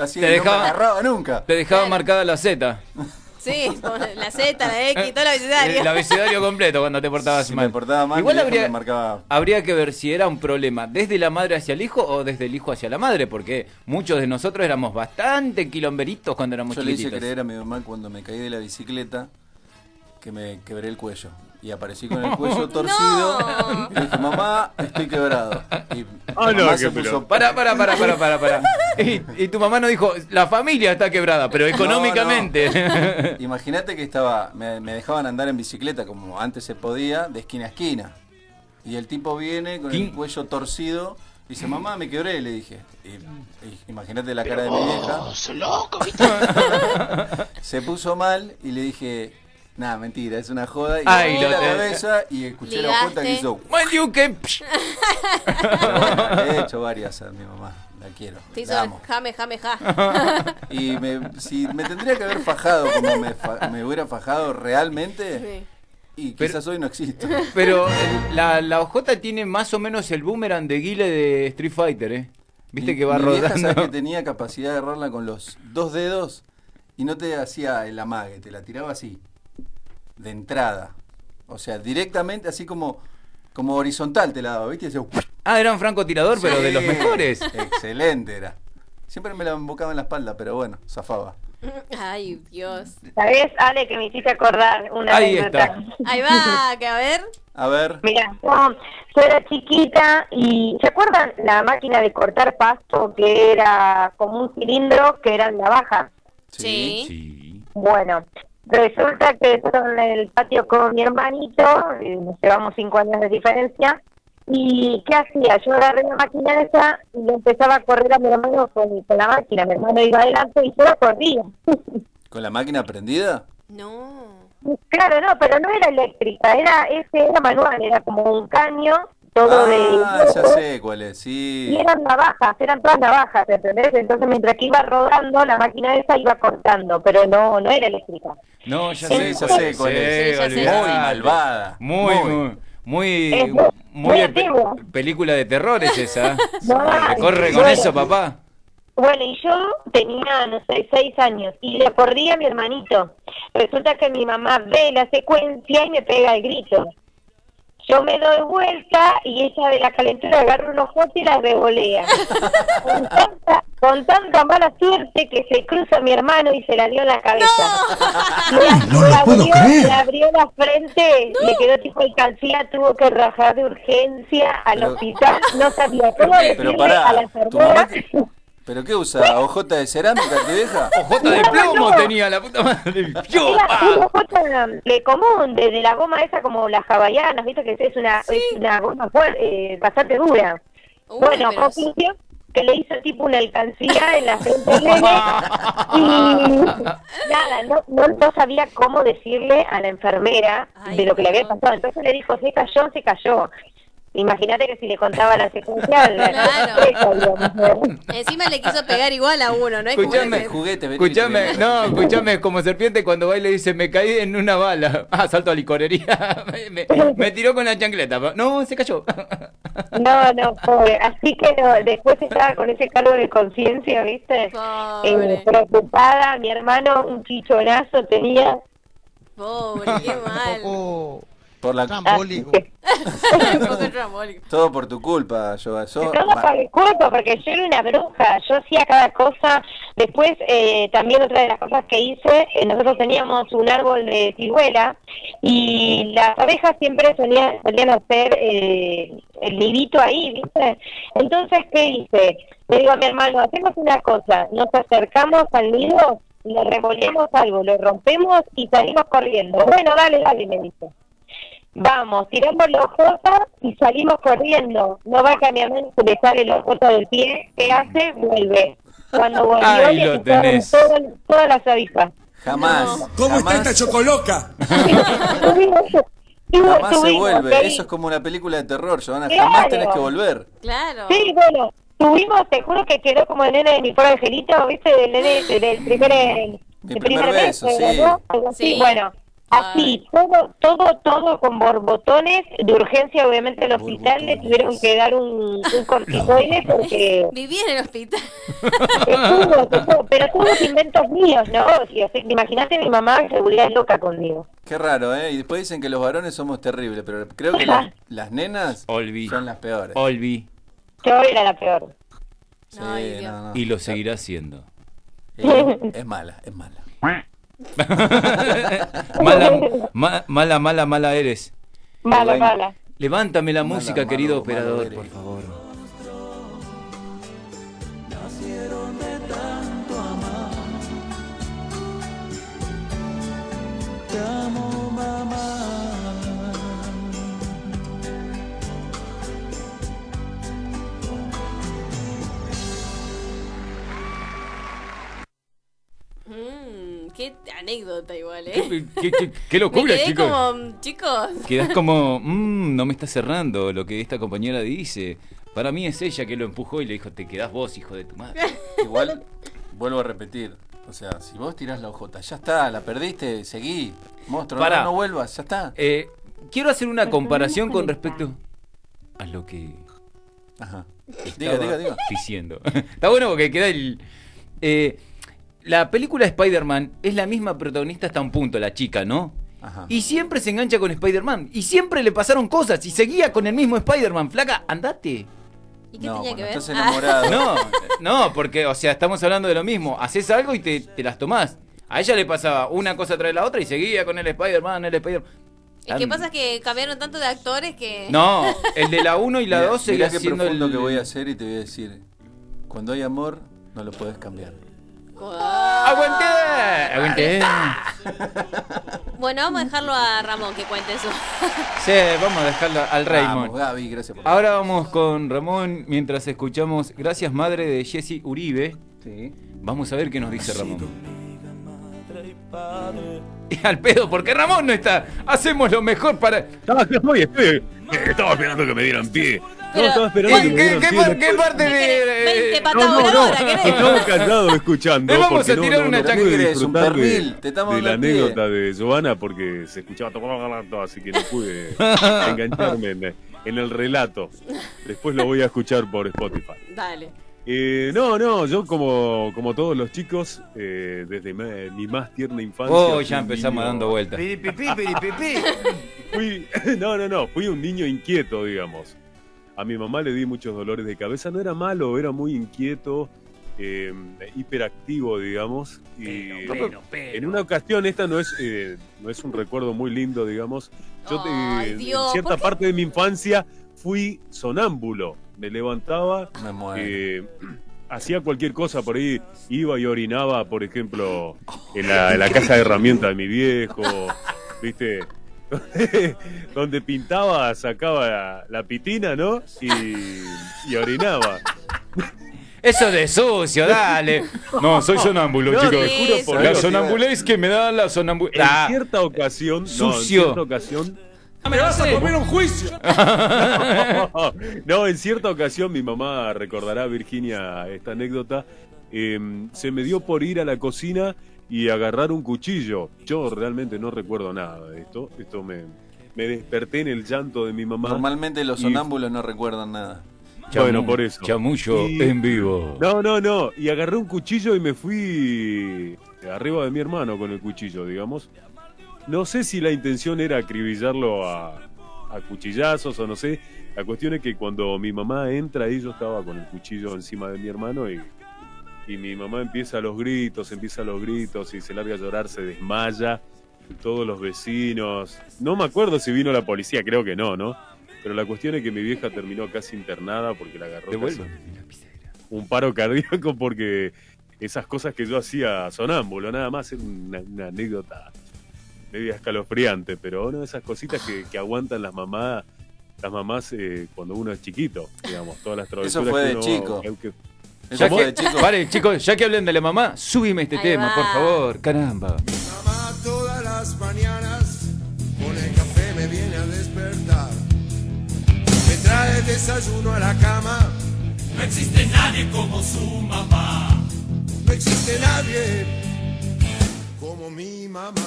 Speaker 4: Así
Speaker 2: Te
Speaker 4: no
Speaker 2: dejaba-
Speaker 4: me agarraba nunca.
Speaker 2: Te dejaba marcada la Z.
Speaker 3: [LAUGHS] Sí, con la Z, la
Speaker 2: Eh,
Speaker 3: X, todo el abecedario.
Speaker 2: El abecedario completo cuando te portabas
Speaker 4: Si
Speaker 2: mal.
Speaker 4: me portaba mal,
Speaker 2: Igual
Speaker 4: mi viejo
Speaker 2: habría,
Speaker 4: me marcaba.
Speaker 2: habría que ver si era un problema desde la madre hacia el hijo o desde el hijo hacia la madre, porque muchos de nosotros éramos bastante quilomberitos cuando éramos
Speaker 4: Yo le hice
Speaker 2: chiquititos.
Speaker 4: creer a mi mamá cuando me caí de la bicicleta que me quebré el cuello. Y aparecí con el cuello torcido.
Speaker 3: No.
Speaker 4: Y le dije, mamá, estoy quebrado. Y
Speaker 5: Ah,
Speaker 4: mi
Speaker 5: no,
Speaker 4: mamá
Speaker 5: qué
Speaker 4: se
Speaker 5: pelota.
Speaker 4: puso
Speaker 2: Para, para, para, para, para, para. Y, y tu mamá no dijo, la familia está quebrada,
Speaker 4: [LAUGHS]
Speaker 2: pero económicamente. [LAUGHS]
Speaker 4: Imagínate que estaba, me, me dejaban andar en bicicleta como antes se podía, de esquina a esquina. Y el tipo viene con
Speaker 2: ¿Quién?
Speaker 4: el cuello torcido. Dice, mamá, me quebré, le dije. Y, y imagínate la cara de mi vieja. [LAUGHS] se puso mal y le dije, nada, mentira, es una joda. Y le
Speaker 2: Ay, eh.
Speaker 4: metí
Speaker 2: lo
Speaker 4: la
Speaker 2: te-
Speaker 4: cabeza y escuché la puerta que
Speaker 3: Ligaste.
Speaker 4: hizo.
Speaker 2: Mayuke.
Speaker 4: Pero bueno, le he hecho varias a mi mamá. La quiero.
Speaker 3: Te hizo
Speaker 4: la
Speaker 3: el
Speaker 4: amo.
Speaker 3: jame, jame,
Speaker 4: [LAUGHS]
Speaker 3: ja.
Speaker 4: Y me, si me tendría que haber fajado como me, fa- me hubiera fajado realmente.
Speaker 3: Sí.
Speaker 4: Y
Speaker 2: Pero-
Speaker 4: quizás hoy no existe.
Speaker 2: Pero eh, la, la ojota tiene más o menos el boomerang de Guile de Street Fighter, ¿eh? [LAUGHS] Viste que va
Speaker 4: mi vieja, ¿sabes
Speaker 2: rodando.
Speaker 4: que tenía capacidad de agarrarla con los dos dedos y no te hacía el amague, te la tiraba así, de entrada. O sea, directamente así como, como horizontal te la daba, ¿viste? Y hacía ¡push!
Speaker 2: Ah, era un francotirador, pero de los
Speaker 4: Sí.
Speaker 2: mejores.
Speaker 4: Excelente era. Siempre me la embocaba en la espalda, pero bueno, zafaba.
Speaker 3: Ay, Dios.
Speaker 6: ¿Sabés, Ale, que me hiciste acordar una
Speaker 2: Ahí
Speaker 6: anécdota?
Speaker 2: está.
Speaker 6: [LAUGHS]
Speaker 3: Ahí va, que a ver.
Speaker 4: A ver,
Speaker 6: Mira, yo, yo era chiquita y ¿se acuerdan la máquina de cortar pasto que era como un cilindro que eran navajas?
Speaker 3: Sí.
Speaker 6: Bueno, resulta que yo en el patio con mi hermanito, eh, nos llevamos cinco años de diferencia, y ¿qué hacía? Yo agarré la máquina esa y le empezaba a correr a mi hermano con, con la máquina, mi hermano iba adelante y yo la corría. [LAUGHS]
Speaker 4: ¿con la máquina prendida?
Speaker 3: No.
Speaker 6: Claro, no, pero no era eléctrica, era ese era manual, era como un caño, todo
Speaker 4: Ah,
Speaker 6: de...
Speaker 4: ya sé cuál es, sí.
Speaker 6: Y eran navajas, eran todas navajas, ¿entendés? Entonces mientras que iba rodando, la máquina esa iba cortando, pero no, no era eléctrica.
Speaker 2: No, ya
Speaker 4: Sí,
Speaker 2: sé,
Speaker 4: ya
Speaker 2: cuál
Speaker 4: sé
Speaker 2: es.
Speaker 4: cuál es.
Speaker 3: Sí, ya sé.
Speaker 4: Muy
Speaker 2: olvidate.
Speaker 4: malvada.
Speaker 2: Muy, muy, muy,
Speaker 6: Es muy- muy
Speaker 2: pe-
Speaker 6: antigua.
Speaker 2: película de terror es
Speaker 6: [LAUGHS]
Speaker 2: esa.
Speaker 6: No,
Speaker 2: Te corre con
Speaker 6: bueno.
Speaker 2: eso, papá.
Speaker 6: Bueno, y yo tenía, no sé, seis años y le corrí a mi hermanito. Resulta que mi mamá ve la secuencia y me pega el grito. Yo me doy vuelta y ella de la calentura agarra un ojote y la revolea. Con tanta, con tanta mala suerte que se cruza mi hermano y se la dio en la cabeza.
Speaker 7: No lo puedo
Speaker 6: abrió,
Speaker 7: creer.
Speaker 6: le abrió la frente, le quedó tipo alcancía, tuvo que rajar de urgencia al
Speaker 4: Pero-
Speaker 6: hospital. No sabía cómo
Speaker 4: Pero
Speaker 6: decirle a la
Speaker 4: pará, tu mamá
Speaker 6: enfermera.
Speaker 4: que- ¿Pero qué usa? ¿Ojota de cerámica
Speaker 2: [LAUGHS]
Speaker 4: tu vieja?
Speaker 2: Ojota de
Speaker 6: No,
Speaker 2: plomo
Speaker 6: no.
Speaker 2: tenía la puta madre. ¡Yo,
Speaker 3: Ah.
Speaker 6: Era
Speaker 2: pa!
Speaker 6: una gota de común, de, de la goma esa como las hawaianas, viste que es una, es una goma fuerte, eh, bastante dura.
Speaker 3: Uy,
Speaker 6: bueno,
Speaker 3: pero-
Speaker 6: conclusión que le hizo tipo una alcancía en la frente
Speaker 3: [LAUGHS]
Speaker 6: al nene y nada, no, no, no sabía cómo decirle a la enfermera
Speaker 3: Ay,
Speaker 6: de lo que le había
Speaker 3: no.
Speaker 6: pasado. Entonces le dijo, se cayó, se cayó. Imagínate que si le contaba la secuencia, la-
Speaker 3: Claro.
Speaker 6: esa, digamos, ¿no?
Speaker 3: Encima le quiso pegar igual a uno, ¿no? Es como
Speaker 2: Escuchame,
Speaker 3: que-
Speaker 4: Juguete, vení,
Speaker 2: Escuchame,
Speaker 4: vení.
Speaker 2: no, escuchame, como serpiente cuando va y le dice, me caí en una bala. [LAUGHS] Ah, salto a licorería. [LAUGHS] Me, me- me tiró con la chancleta. pa- No, se cayó.
Speaker 6: No, no, pobre. Así que no, después estaba con ese cargo de conciencia, ¿viste?
Speaker 3: Pobre.
Speaker 6: Eh, preocupada, mi hermano un chichonazo tenía.
Speaker 3: Pobre, qué mal.
Speaker 8: Oh,
Speaker 4: Por la,
Speaker 6: Ah,
Speaker 8: trambólico.
Speaker 3: [LAUGHS] Un poco trambólico.
Speaker 4: todo por tu culpa, yo.
Speaker 6: Todo por mi culpa, porque yo era una bruja, yo hacía cada cosa. Después, eh, también otra de las cosas que hice, eh, nosotros teníamos un árbol de ciruela y las abejas siempre solían, solían hacer eh, el nidito ahí, ¿viste? Entonces, ¿qué hice? Le digo a mi hermano, hacemos una cosa, nos acercamos al nido, le revolvemos algo, lo rompemos y salimos corriendo. Bueno, dale, dale, me dice. Vamos, tiramos la ojota y salimos corriendo. No va a mi hermano se le sale la ojota del pie. ¿Qué hace? Vuelve. Cuando volvió,
Speaker 2: Ahí
Speaker 6: le
Speaker 2: lo
Speaker 6: picaron
Speaker 2: tenés.
Speaker 6: todo- todas
Speaker 2: [LAUGHS]
Speaker 6: las avispas. [LAUGHS]
Speaker 4: Jamás. jamás,
Speaker 9: chocoloca?
Speaker 6: Y
Speaker 4: jamás se
Speaker 6: subimos,
Speaker 4: vuelve.
Speaker 6: ahí.
Speaker 4: Eso es como una película de terror, Giovanna. Jamás
Speaker 6: Claro.
Speaker 4: tenés que volver.
Speaker 3: Claro.
Speaker 6: Sí, bueno, Tuvimos, te juro que quedó como el nene de mi pobre angelito, ¿viste?
Speaker 4: [GASPS]
Speaker 6: Del nene del, del primer, el
Speaker 4: Mi
Speaker 6: primer,
Speaker 4: primer beso, sí.
Speaker 6: ¿no? Algo así,
Speaker 3: Sí.
Speaker 6: Bueno, así, todo, todo, todo con borbotones. De urgencia, obviamente, al hospital le
Speaker 4: Borbotones.
Speaker 6: tuvieron que dar un,
Speaker 4: [LAUGHS]
Speaker 6: un corticoide porque.
Speaker 3: Viví en el hospital. [LAUGHS]
Speaker 6: Te juro, te juro, pero todos inventos míos, ¿no? O sea, te- Imagínate mi mamá en seguridad loca conmigo.
Speaker 4: Qué raro, ¿eh? Y después dicen que los varones somos terribles, pero creo que las, las nenas
Speaker 2: Olví.
Speaker 4: son las
Speaker 2: [LAUGHS]
Speaker 4: peores.
Speaker 2: Olvi.
Speaker 6: Yo era la peor.
Speaker 4: Sí,
Speaker 3: Ay, Dios.
Speaker 4: no, no.
Speaker 2: Y lo seguirá [LAUGHS] haciendo.
Speaker 4: Eh, es mala, es mala.
Speaker 2: mala, ma- mala, mala, mala eres.
Speaker 6: Mala,
Speaker 4: Bueno.
Speaker 6: mala.
Speaker 2: Levántame la
Speaker 4: Mala,
Speaker 2: música,
Speaker 4: malo,
Speaker 2: querido
Speaker 4: malo
Speaker 2: operador,
Speaker 4: eres.
Speaker 2: por favor.
Speaker 3: Mm, qué anécdota igual, ¿eh?
Speaker 2: Qué, qué- qué- qué
Speaker 3: Me
Speaker 2: locura,
Speaker 3: quedé
Speaker 2: chicos.
Speaker 3: como, mm, chicos,
Speaker 2: Quedás como, "Mm, no me está cerrando lo que esta compañera dice. Para mí es ella que lo empujó y le dijo, te quedás vos, hijo de tu
Speaker 3: [LAUGHS]
Speaker 2: madre.
Speaker 4: Igual, vuelvo a repetir. O sea, si vos tirás la ojota, ya está, la perdiste, seguí. Monstruo,
Speaker 2: Pará.
Speaker 4: no, no vuelvas, ya está.
Speaker 2: Eh, quiero hacer una comparación con respecto a lo que Eh,
Speaker 4: Ajá. Diga,
Speaker 2: estaba
Speaker 4: diga, diga.
Speaker 2: diciendo. [LAUGHS] está bueno porque queda el... eh, la película Spider-Man es la misma protagonista hasta un punto, la chica, ¿no?
Speaker 4: Ajá.
Speaker 2: Y siempre se engancha con Spider-Man. Y siempre le pasaron cosas. Y seguía con el mismo Spider-Man. Flaca, andate.
Speaker 3: ¿y qué
Speaker 4: no,
Speaker 3: tenía que
Speaker 4: cuando
Speaker 3: ver?
Speaker 4: estás
Speaker 3: Ah,
Speaker 4: enamorado.
Speaker 2: No, no, porque, o sea, estamos hablando de lo mismo. Haces algo y te, te las tomás. A ella le pasaba una cosa tras la otra y seguía con el Spider-Man, el Spider-Man.
Speaker 3: Ah, es que pasa que cambiaron tanto de actores que...
Speaker 2: No, el de la 1 y la
Speaker 4: Mirá-
Speaker 2: 2 seguía
Speaker 4: mirá qué
Speaker 2: haciendo
Speaker 4: profundo
Speaker 2: el...
Speaker 4: que voy a hacer y te voy a decir. Cuando hay amor, no lo puedes cambiar.
Speaker 3: Ah.
Speaker 2: ¡Aguanté! ¡Aguanté!
Speaker 3: Bueno, vamos a dejarlo a Ramón que cuente eso. [LAUGHS]
Speaker 2: Sí, vamos a dejarlo al
Speaker 4: Vamos,
Speaker 2: Raymond. Ah.
Speaker 4: Gaby, gracias por
Speaker 2: Ahora vamos con Ramón mientras escuchamos Gracias Madre de Jesse Uribe.
Speaker 4: Sí.
Speaker 2: Vamos a ver qué nos dice Ramón. [LAUGHS] Y al pedo, porque Ramón no está. Hacemos lo mejor para.
Speaker 5: Estaba, no, y estoy- eh, estaba esperando que me dieran pie. No,
Speaker 3: Pero-
Speaker 5: estaba
Speaker 2: ¿Qué,
Speaker 5: esperando que me
Speaker 2: qué-
Speaker 5: dieran
Speaker 2: qué
Speaker 5: pie.
Speaker 2: par- qué parte de.?
Speaker 3: 20
Speaker 5: No,
Speaker 3: patas
Speaker 5: no, no.
Speaker 3: voladoras, ¿querés?
Speaker 5: Estaba callado escuchando.
Speaker 2: Te vamos
Speaker 5: porque
Speaker 2: a
Speaker 5: no-
Speaker 2: tirar
Speaker 5: no-
Speaker 2: una
Speaker 5: no pude
Speaker 4: chancleta, es un
Speaker 5: disfrutar de-
Speaker 4: pernil, te estamos
Speaker 5: De la
Speaker 4: dando pie.
Speaker 5: anécdota de Giovanna porque se escuchaba todo, así que no pude engancharme en, en el relato. Después lo voy a escuchar por Spotify.
Speaker 3: Dale.
Speaker 5: Eh, no, no, yo como, como todos los chicos, eh, desde ma- mi más tierna infancia.
Speaker 2: Oh,
Speaker 5: fui
Speaker 2: ya
Speaker 5: un
Speaker 2: empezamos
Speaker 5: niño-
Speaker 2: dando vueltas.
Speaker 5: Fui, [LAUGHS] no, no, no, fui un niño inquieto, digamos. A mi mamá le di muchos dolores de cabeza, no era malo, era muy inquieto, eh, hiperactivo, digamos. Y en una ocasión, esta no es, eh, no es un recuerdo muy lindo, digamos. Yo te-
Speaker 3: Ay, Dios,
Speaker 5: en
Speaker 3: ¿por
Speaker 5: cierta
Speaker 3: qué?
Speaker 5: parte de mi infancia fui sonámbulo. Me levantaba,
Speaker 4: Me muero.
Speaker 5: eh, hacía cualquier cosa por ahí, iba y orinaba, por ejemplo, en
Speaker 2: [LAUGHS]
Speaker 5: la, en la casa de herramientas de mi viejo, ¿viste? [LAUGHS] Donde pintaba, sacaba la, la pitina, ¿no? Y, y orinaba.
Speaker 2: Eso de sucio, [LAUGHS] dale. No, soy sonámbulo,
Speaker 5: No,
Speaker 2: chicos.
Speaker 5: te juro por
Speaker 2: La
Speaker 5: Dios.
Speaker 2: sonambulez que me da la Ah.
Speaker 5: En
Speaker 2: sonambulez.
Speaker 5: cierta ocasión, no, en
Speaker 2: sucio.
Speaker 5: cierta ocasión,
Speaker 2: Ah.
Speaker 5: [LAUGHS] no, en cierta ocasión, mi mamá recordará, Virginia, esta anécdota. eh, se me dio por ir a la cocina y agarrar un cuchillo. Yo realmente no recuerdo nada de esto. Esto me, me desperté en el llanto de mi mamá.
Speaker 4: Normalmente los
Speaker 5: Y-
Speaker 4: sonámbulos no recuerdan nada.
Speaker 5: Bueno,
Speaker 2: Chamu-
Speaker 5: por eso.
Speaker 2: Chamullo
Speaker 5: Y-
Speaker 2: en vivo.
Speaker 5: No, no, no. Y agarré un cuchillo y me fui eh, arriba de mi hermano con el cuchillo, digamos. No sé si la intención era acribillarlo a, a cuchillazos o no sé. La cuestión es que cuando mi mamá entra ahí yo estaba con el cuchillo encima de mi hermano y, y mi mamá empieza los gritos, empieza los gritos y se larga a llorar, se desmaya. Y todos los vecinos. No me acuerdo si vino la policía, creo que no, ¿no? Pero la cuestión es que mi vieja terminó casi internada porque la agarró casi
Speaker 2: Devuélvame mi lapicera.
Speaker 5: un paro cardíaco porque esas cosas que yo hacía sonámbulo, nada más, era una, una anécdota media escalofriante, pero una de esas cositas que, que aguantan las mamás, las mamás eh, cuando uno es chiquito, digamos, todas las travesuras
Speaker 4: fue
Speaker 5: que
Speaker 4: de
Speaker 5: uno-
Speaker 4: chico.
Speaker 5: que-
Speaker 4: Eso
Speaker 2: Ya
Speaker 4: fue
Speaker 2: que,
Speaker 10: [LAUGHS]
Speaker 4: de chico.
Speaker 2: Pare, chicos, ya que hablan de la mamá, subime este
Speaker 3: Ahí
Speaker 2: tema,
Speaker 3: va.
Speaker 2: por favor. Caramba.
Speaker 9: Mamá todas las mañanas con el café me viene a despertar. Me trae el desayuno a la cama
Speaker 11: No existe nadie como su mamá.
Speaker 12: No existe nadie como mi mamá.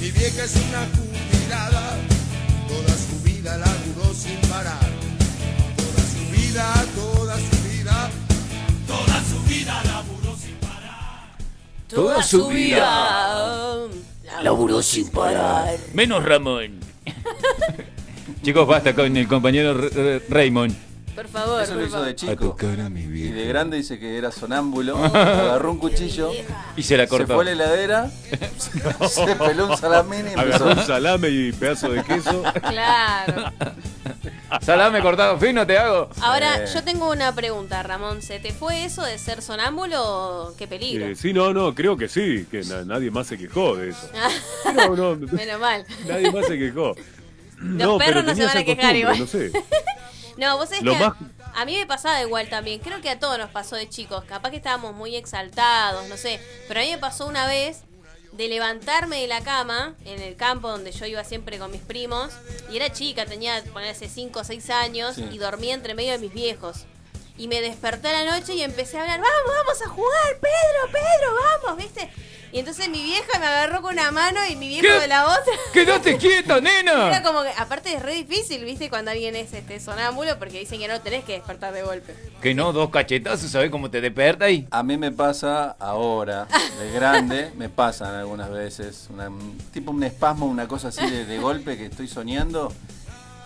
Speaker 12: Mi vieja es una jubilada, toda su vida laburó sin parar. Toda su vida, toda su vida,
Speaker 11: toda su vida laburó sin
Speaker 10: Toda su
Speaker 3: vida.
Speaker 10: Laburó sin parar. Menos Ramón. [LAUGHS] Chicos, basta con el compañero R- R- Raymond.
Speaker 3: Por favor,
Speaker 4: Eso lo
Speaker 3: por
Speaker 4: hizo de
Speaker 3: favor.
Speaker 4: chico. Y de grande dice que
Speaker 2: [LAUGHS]
Speaker 4: era sonámbulo,
Speaker 10: Oh.
Speaker 4: agarró un cuchillo,
Speaker 10: Y se la
Speaker 4: se
Speaker 10: cortó.
Speaker 4: fue a
Speaker 10: [LAUGHS]
Speaker 4: la heladera, se [LAUGHS] peló un salamín y empezó.
Speaker 5: [LAUGHS] Agarró un salame y pedazo de queso.
Speaker 3: Claro.
Speaker 10: Salame cortado fino te hago.
Speaker 3: Ahora,
Speaker 5: Sí.
Speaker 3: yo tengo una pregunta, Ramón. ¿Se te fue eso de ser sonámbulo? o Qué peligro.
Speaker 5: Eh, sí, no, no, creo que sí, que na- nadie más se quejó de eso. No, no,
Speaker 3: [LAUGHS] Menos mal.
Speaker 5: [LAUGHS] nadie más se quejó.
Speaker 3: Los
Speaker 5: no,
Speaker 3: perros
Speaker 5: pero
Speaker 3: no se
Speaker 5: tenía
Speaker 3: van a
Speaker 5: esa
Speaker 3: quejar
Speaker 5: costumbre,
Speaker 3: igual.
Speaker 5: No sé.
Speaker 3: [LAUGHS] No, vos sabés
Speaker 5: Lo
Speaker 3: que
Speaker 5: más-
Speaker 3: a, a mí me pasaba igual también. Creo que a todos nos pasó de chicos. Capaz que estábamos muy exaltados, no sé. Pero a mí me pasó una vez de levantarme de la cama en el campo donde yo iba siempre con mis primos. Y era chica, tenía, ponerse 5 o 6 años
Speaker 13: Sí.
Speaker 3: y dormía entre medio de mis viejos. Y me desperté a la noche y empecé a hablar, vamos, vamos a jugar, Pedro, Pedro, vamos, ¿viste? Y entonces mi vieja me agarró con una mano y mi viejo
Speaker 10: ¿Qué?
Speaker 3: de la otra. [LAUGHS]
Speaker 10: ¡Quédate quieto,
Speaker 3: Era
Speaker 4: Ah.
Speaker 10: nena!
Speaker 3: como que, aparte es re difícil, viste, cuando alguien es este sonámbulo, porque dicen que no tenés que despertar de golpe.
Speaker 10: Que no, dos cachetazos, ¿sabes cómo te desperta ahí?
Speaker 4: A mí me pasa ahora, de grande, me pasan algunas veces, una- tipo un espasmo, una cosa así de, de golpe que estoy soñando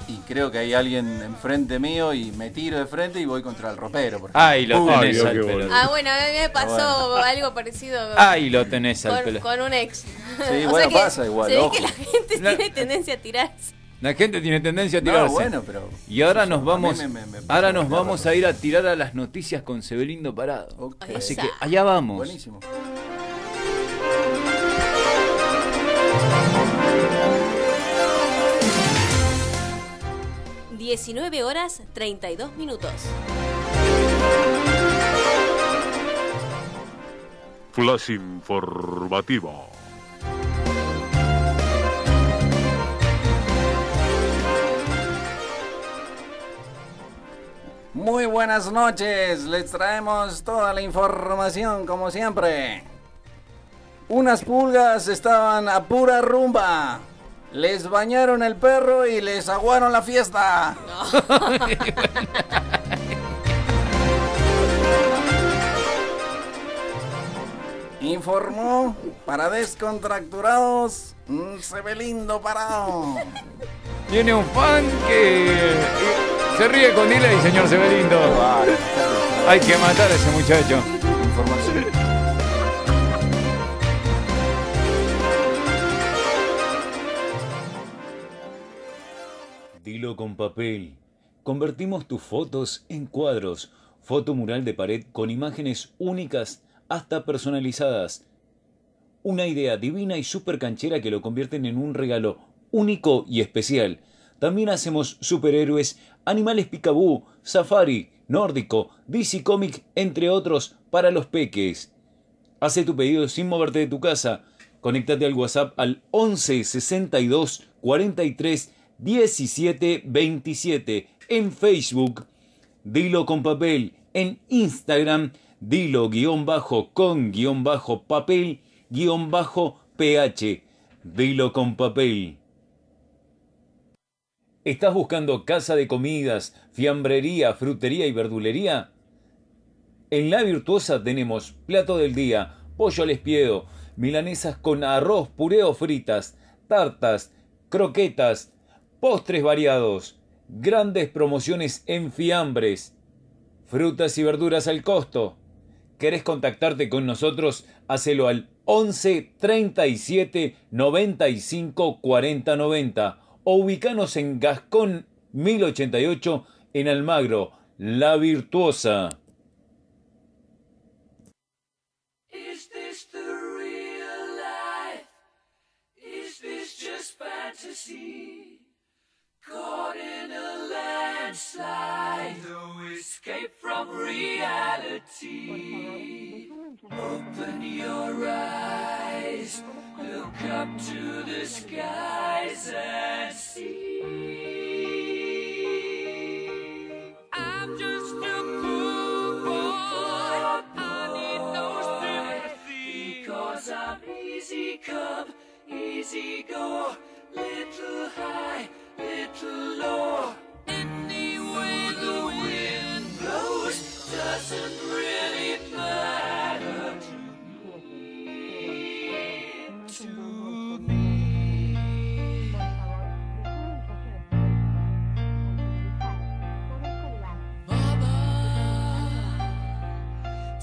Speaker 4: y creo que hay alguien enfrente mío y me tiro de frente y voy contra el ropero. Por ejemplo.
Speaker 10: Ay, lo
Speaker 4: Uy,
Speaker 10: tenés
Speaker 4: Dios,
Speaker 10: al
Speaker 4: qué
Speaker 10: pelo.
Speaker 4: boludo.
Speaker 3: Ah, bueno, a mí me pasó [LAUGHS]
Speaker 4: Bueno. Ah,
Speaker 3: algo parecido con,
Speaker 10: Ay, lo tenés al
Speaker 3: con,
Speaker 10: pelo.
Speaker 3: con un ex. [LAUGHS] Sí,
Speaker 4: bueno, pasa igual,
Speaker 3: Se ve
Speaker 4: ojo.
Speaker 3: que la gente tiene tendencia a tirarse.
Speaker 10: La gente tiene tendencia a
Speaker 4: No,
Speaker 10: tirarse.
Speaker 4: bueno, pero-
Speaker 10: y ahora nos vamos,
Speaker 4: me- me- me-
Speaker 10: ahora nos vamos a ir a tirar a las noticias con Sebelindo Parado. Así que
Speaker 4: Exacto.
Speaker 10: allá vamos.
Speaker 4: Buenísimo.
Speaker 3: Claro. 19 horas 32 minutos.
Speaker 5: Flash informativo.
Speaker 4: Muy buenas noches, les traemos toda la información como siempre. Unas pulgas estaban a pura rumba. Les bañaron el perro y les aguaron la fiesta. Informó para descontracturados mm, Sebelindo Parado.
Speaker 10: Tiene un fan que eh, se ríe con Dile y señor Sebelindo. Hay que matar a ese muchacho.
Speaker 4: Información.
Speaker 2: Dilo con papel. Convertimos tus fotos en cuadros, foto mural de pared con imágenes únicas hasta personalizadas. Una idea divina y super canchera que lo convierten en un regalo único y especial. También hacemos superhéroes, animales picabú, safari, nórdico, DC Comic, entre otros, para los peques. Hace tu pedido sin moverte de tu casa. Conéctate al WhatsApp al 11 62 43 17 27 en Facebook. Dilo con papel en Instagram. Dilo guión bajo con guión bajo papel guión bajo ph. Dilo con papel. ¿Estás buscando casa de comidas, fiambrería, frutería y verdulería? En La Virtuosa tenemos plato del día, pollo al espiedo, milanesas con arroz, puré o fritas, tartas, croquetas, postres variados, grandes promociones en fiambres, frutas y verduras al costo. ¿Querés contactarte con nosotros? Hacelo al 11 37 95 40 90 o ubicanos en Gascón 1088 en Almagro, La Virtuosa.
Speaker 11: Is this the real life? Is this just fantasy? Caught in a landslide, no escape from reality. Open your eyes, look up to the skies and see.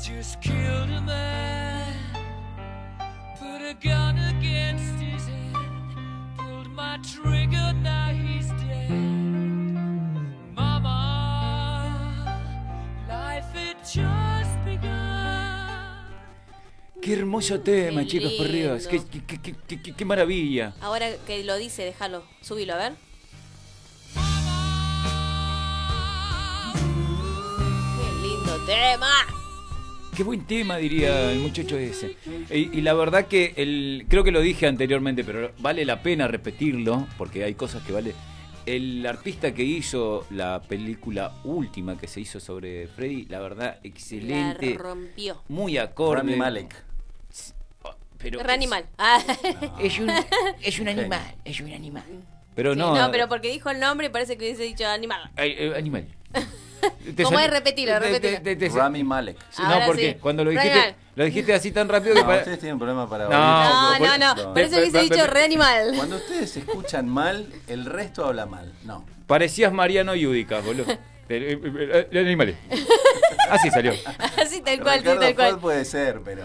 Speaker 14: just killed a man, put a gun against his head, pulled my trigger, now he's dead. Mama, life had just begun.
Speaker 2: Qué hermoso tema,
Speaker 3: Qué
Speaker 2: chicos, por Dios. Qué,
Speaker 3: lindo.
Speaker 2: qué- qué- qué- qué- qué maravilla.
Speaker 3: Ahora que lo dice, déjalo, subilo, a ver. Qué lindo tema.
Speaker 2: Qué buen tema, diría el muchacho ese. Y, y la verdad que el, creo que lo dije anteriormente, pero vale la pena repetirlo, porque hay cosas que vale. El artista que hizo la película última que se hizo sobre Freddy, la verdad, excelente.
Speaker 3: La rompió.
Speaker 2: Muy acorde.
Speaker 4: Rami Malek.
Speaker 2: Pero
Speaker 3: Reanimal. [LAUGHS] Ah.
Speaker 2: Es un, es un
Speaker 4: animal,
Speaker 2: es un animal. Pero
Speaker 3: No,
Speaker 2: no. eh.
Speaker 3: pero porque dijo el nombre parece que hubiese dicho animal.
Speaker 2: Ay, eh, animal.
Speaker 3: [LAUGHS] ¿Cómo
Speaker 2: sal-
Speaker 3: es? Repetilo,
Speaker 2: te-
Speaker 3: repetilo.
Speaker 2: te- te- te-
Speaker 4: Rami Malek.
Speaker 2: Sí, no,
Speaker 3: Ahora
Speaker 2: porque
Speaker 3: sí.
Speaker 2: cuando lo dijiste,
Speaker 3: Real.
Speaker 2: lo dijiste así tan rápido que
Speaker 4: No,
Speaker 2: para-
Speaker 4: ustedes tienen problemas para
Speaker 2: No,
Speaker 3: No,
Speaker 4: oír.
Speaker 3: no, no.
Speaker 4: Perdón.
Speaker 3: Por eso hubiese
Speaker 2: pe- pe-
Speaker 3: dicho
Speaker 2: pe-
Speaker 3: reanimal.
Speaker 4: Cuando ustedes escuchan mal, el resto habla mal. No.
Speaker 2: parecías Mariano Yudica, [LAUGHS] boludo. Pero, eh, eh, eh, Animales. Así salió.
Speaker 3: [LAUGHS] Así tal cual, sí,
Speaker 4: Ricardo
Speaker 3: tal cual.
Speaker 4: Ford puede ser, pero.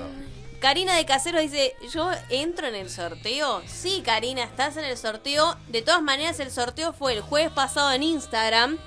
Speaker 3: Karina de Casero dice, ¿yo entro en el sorteo? Sí, Karina, estás en el sorteo. De todas maneras, el sorteo fue el jueves pasado en Instagram,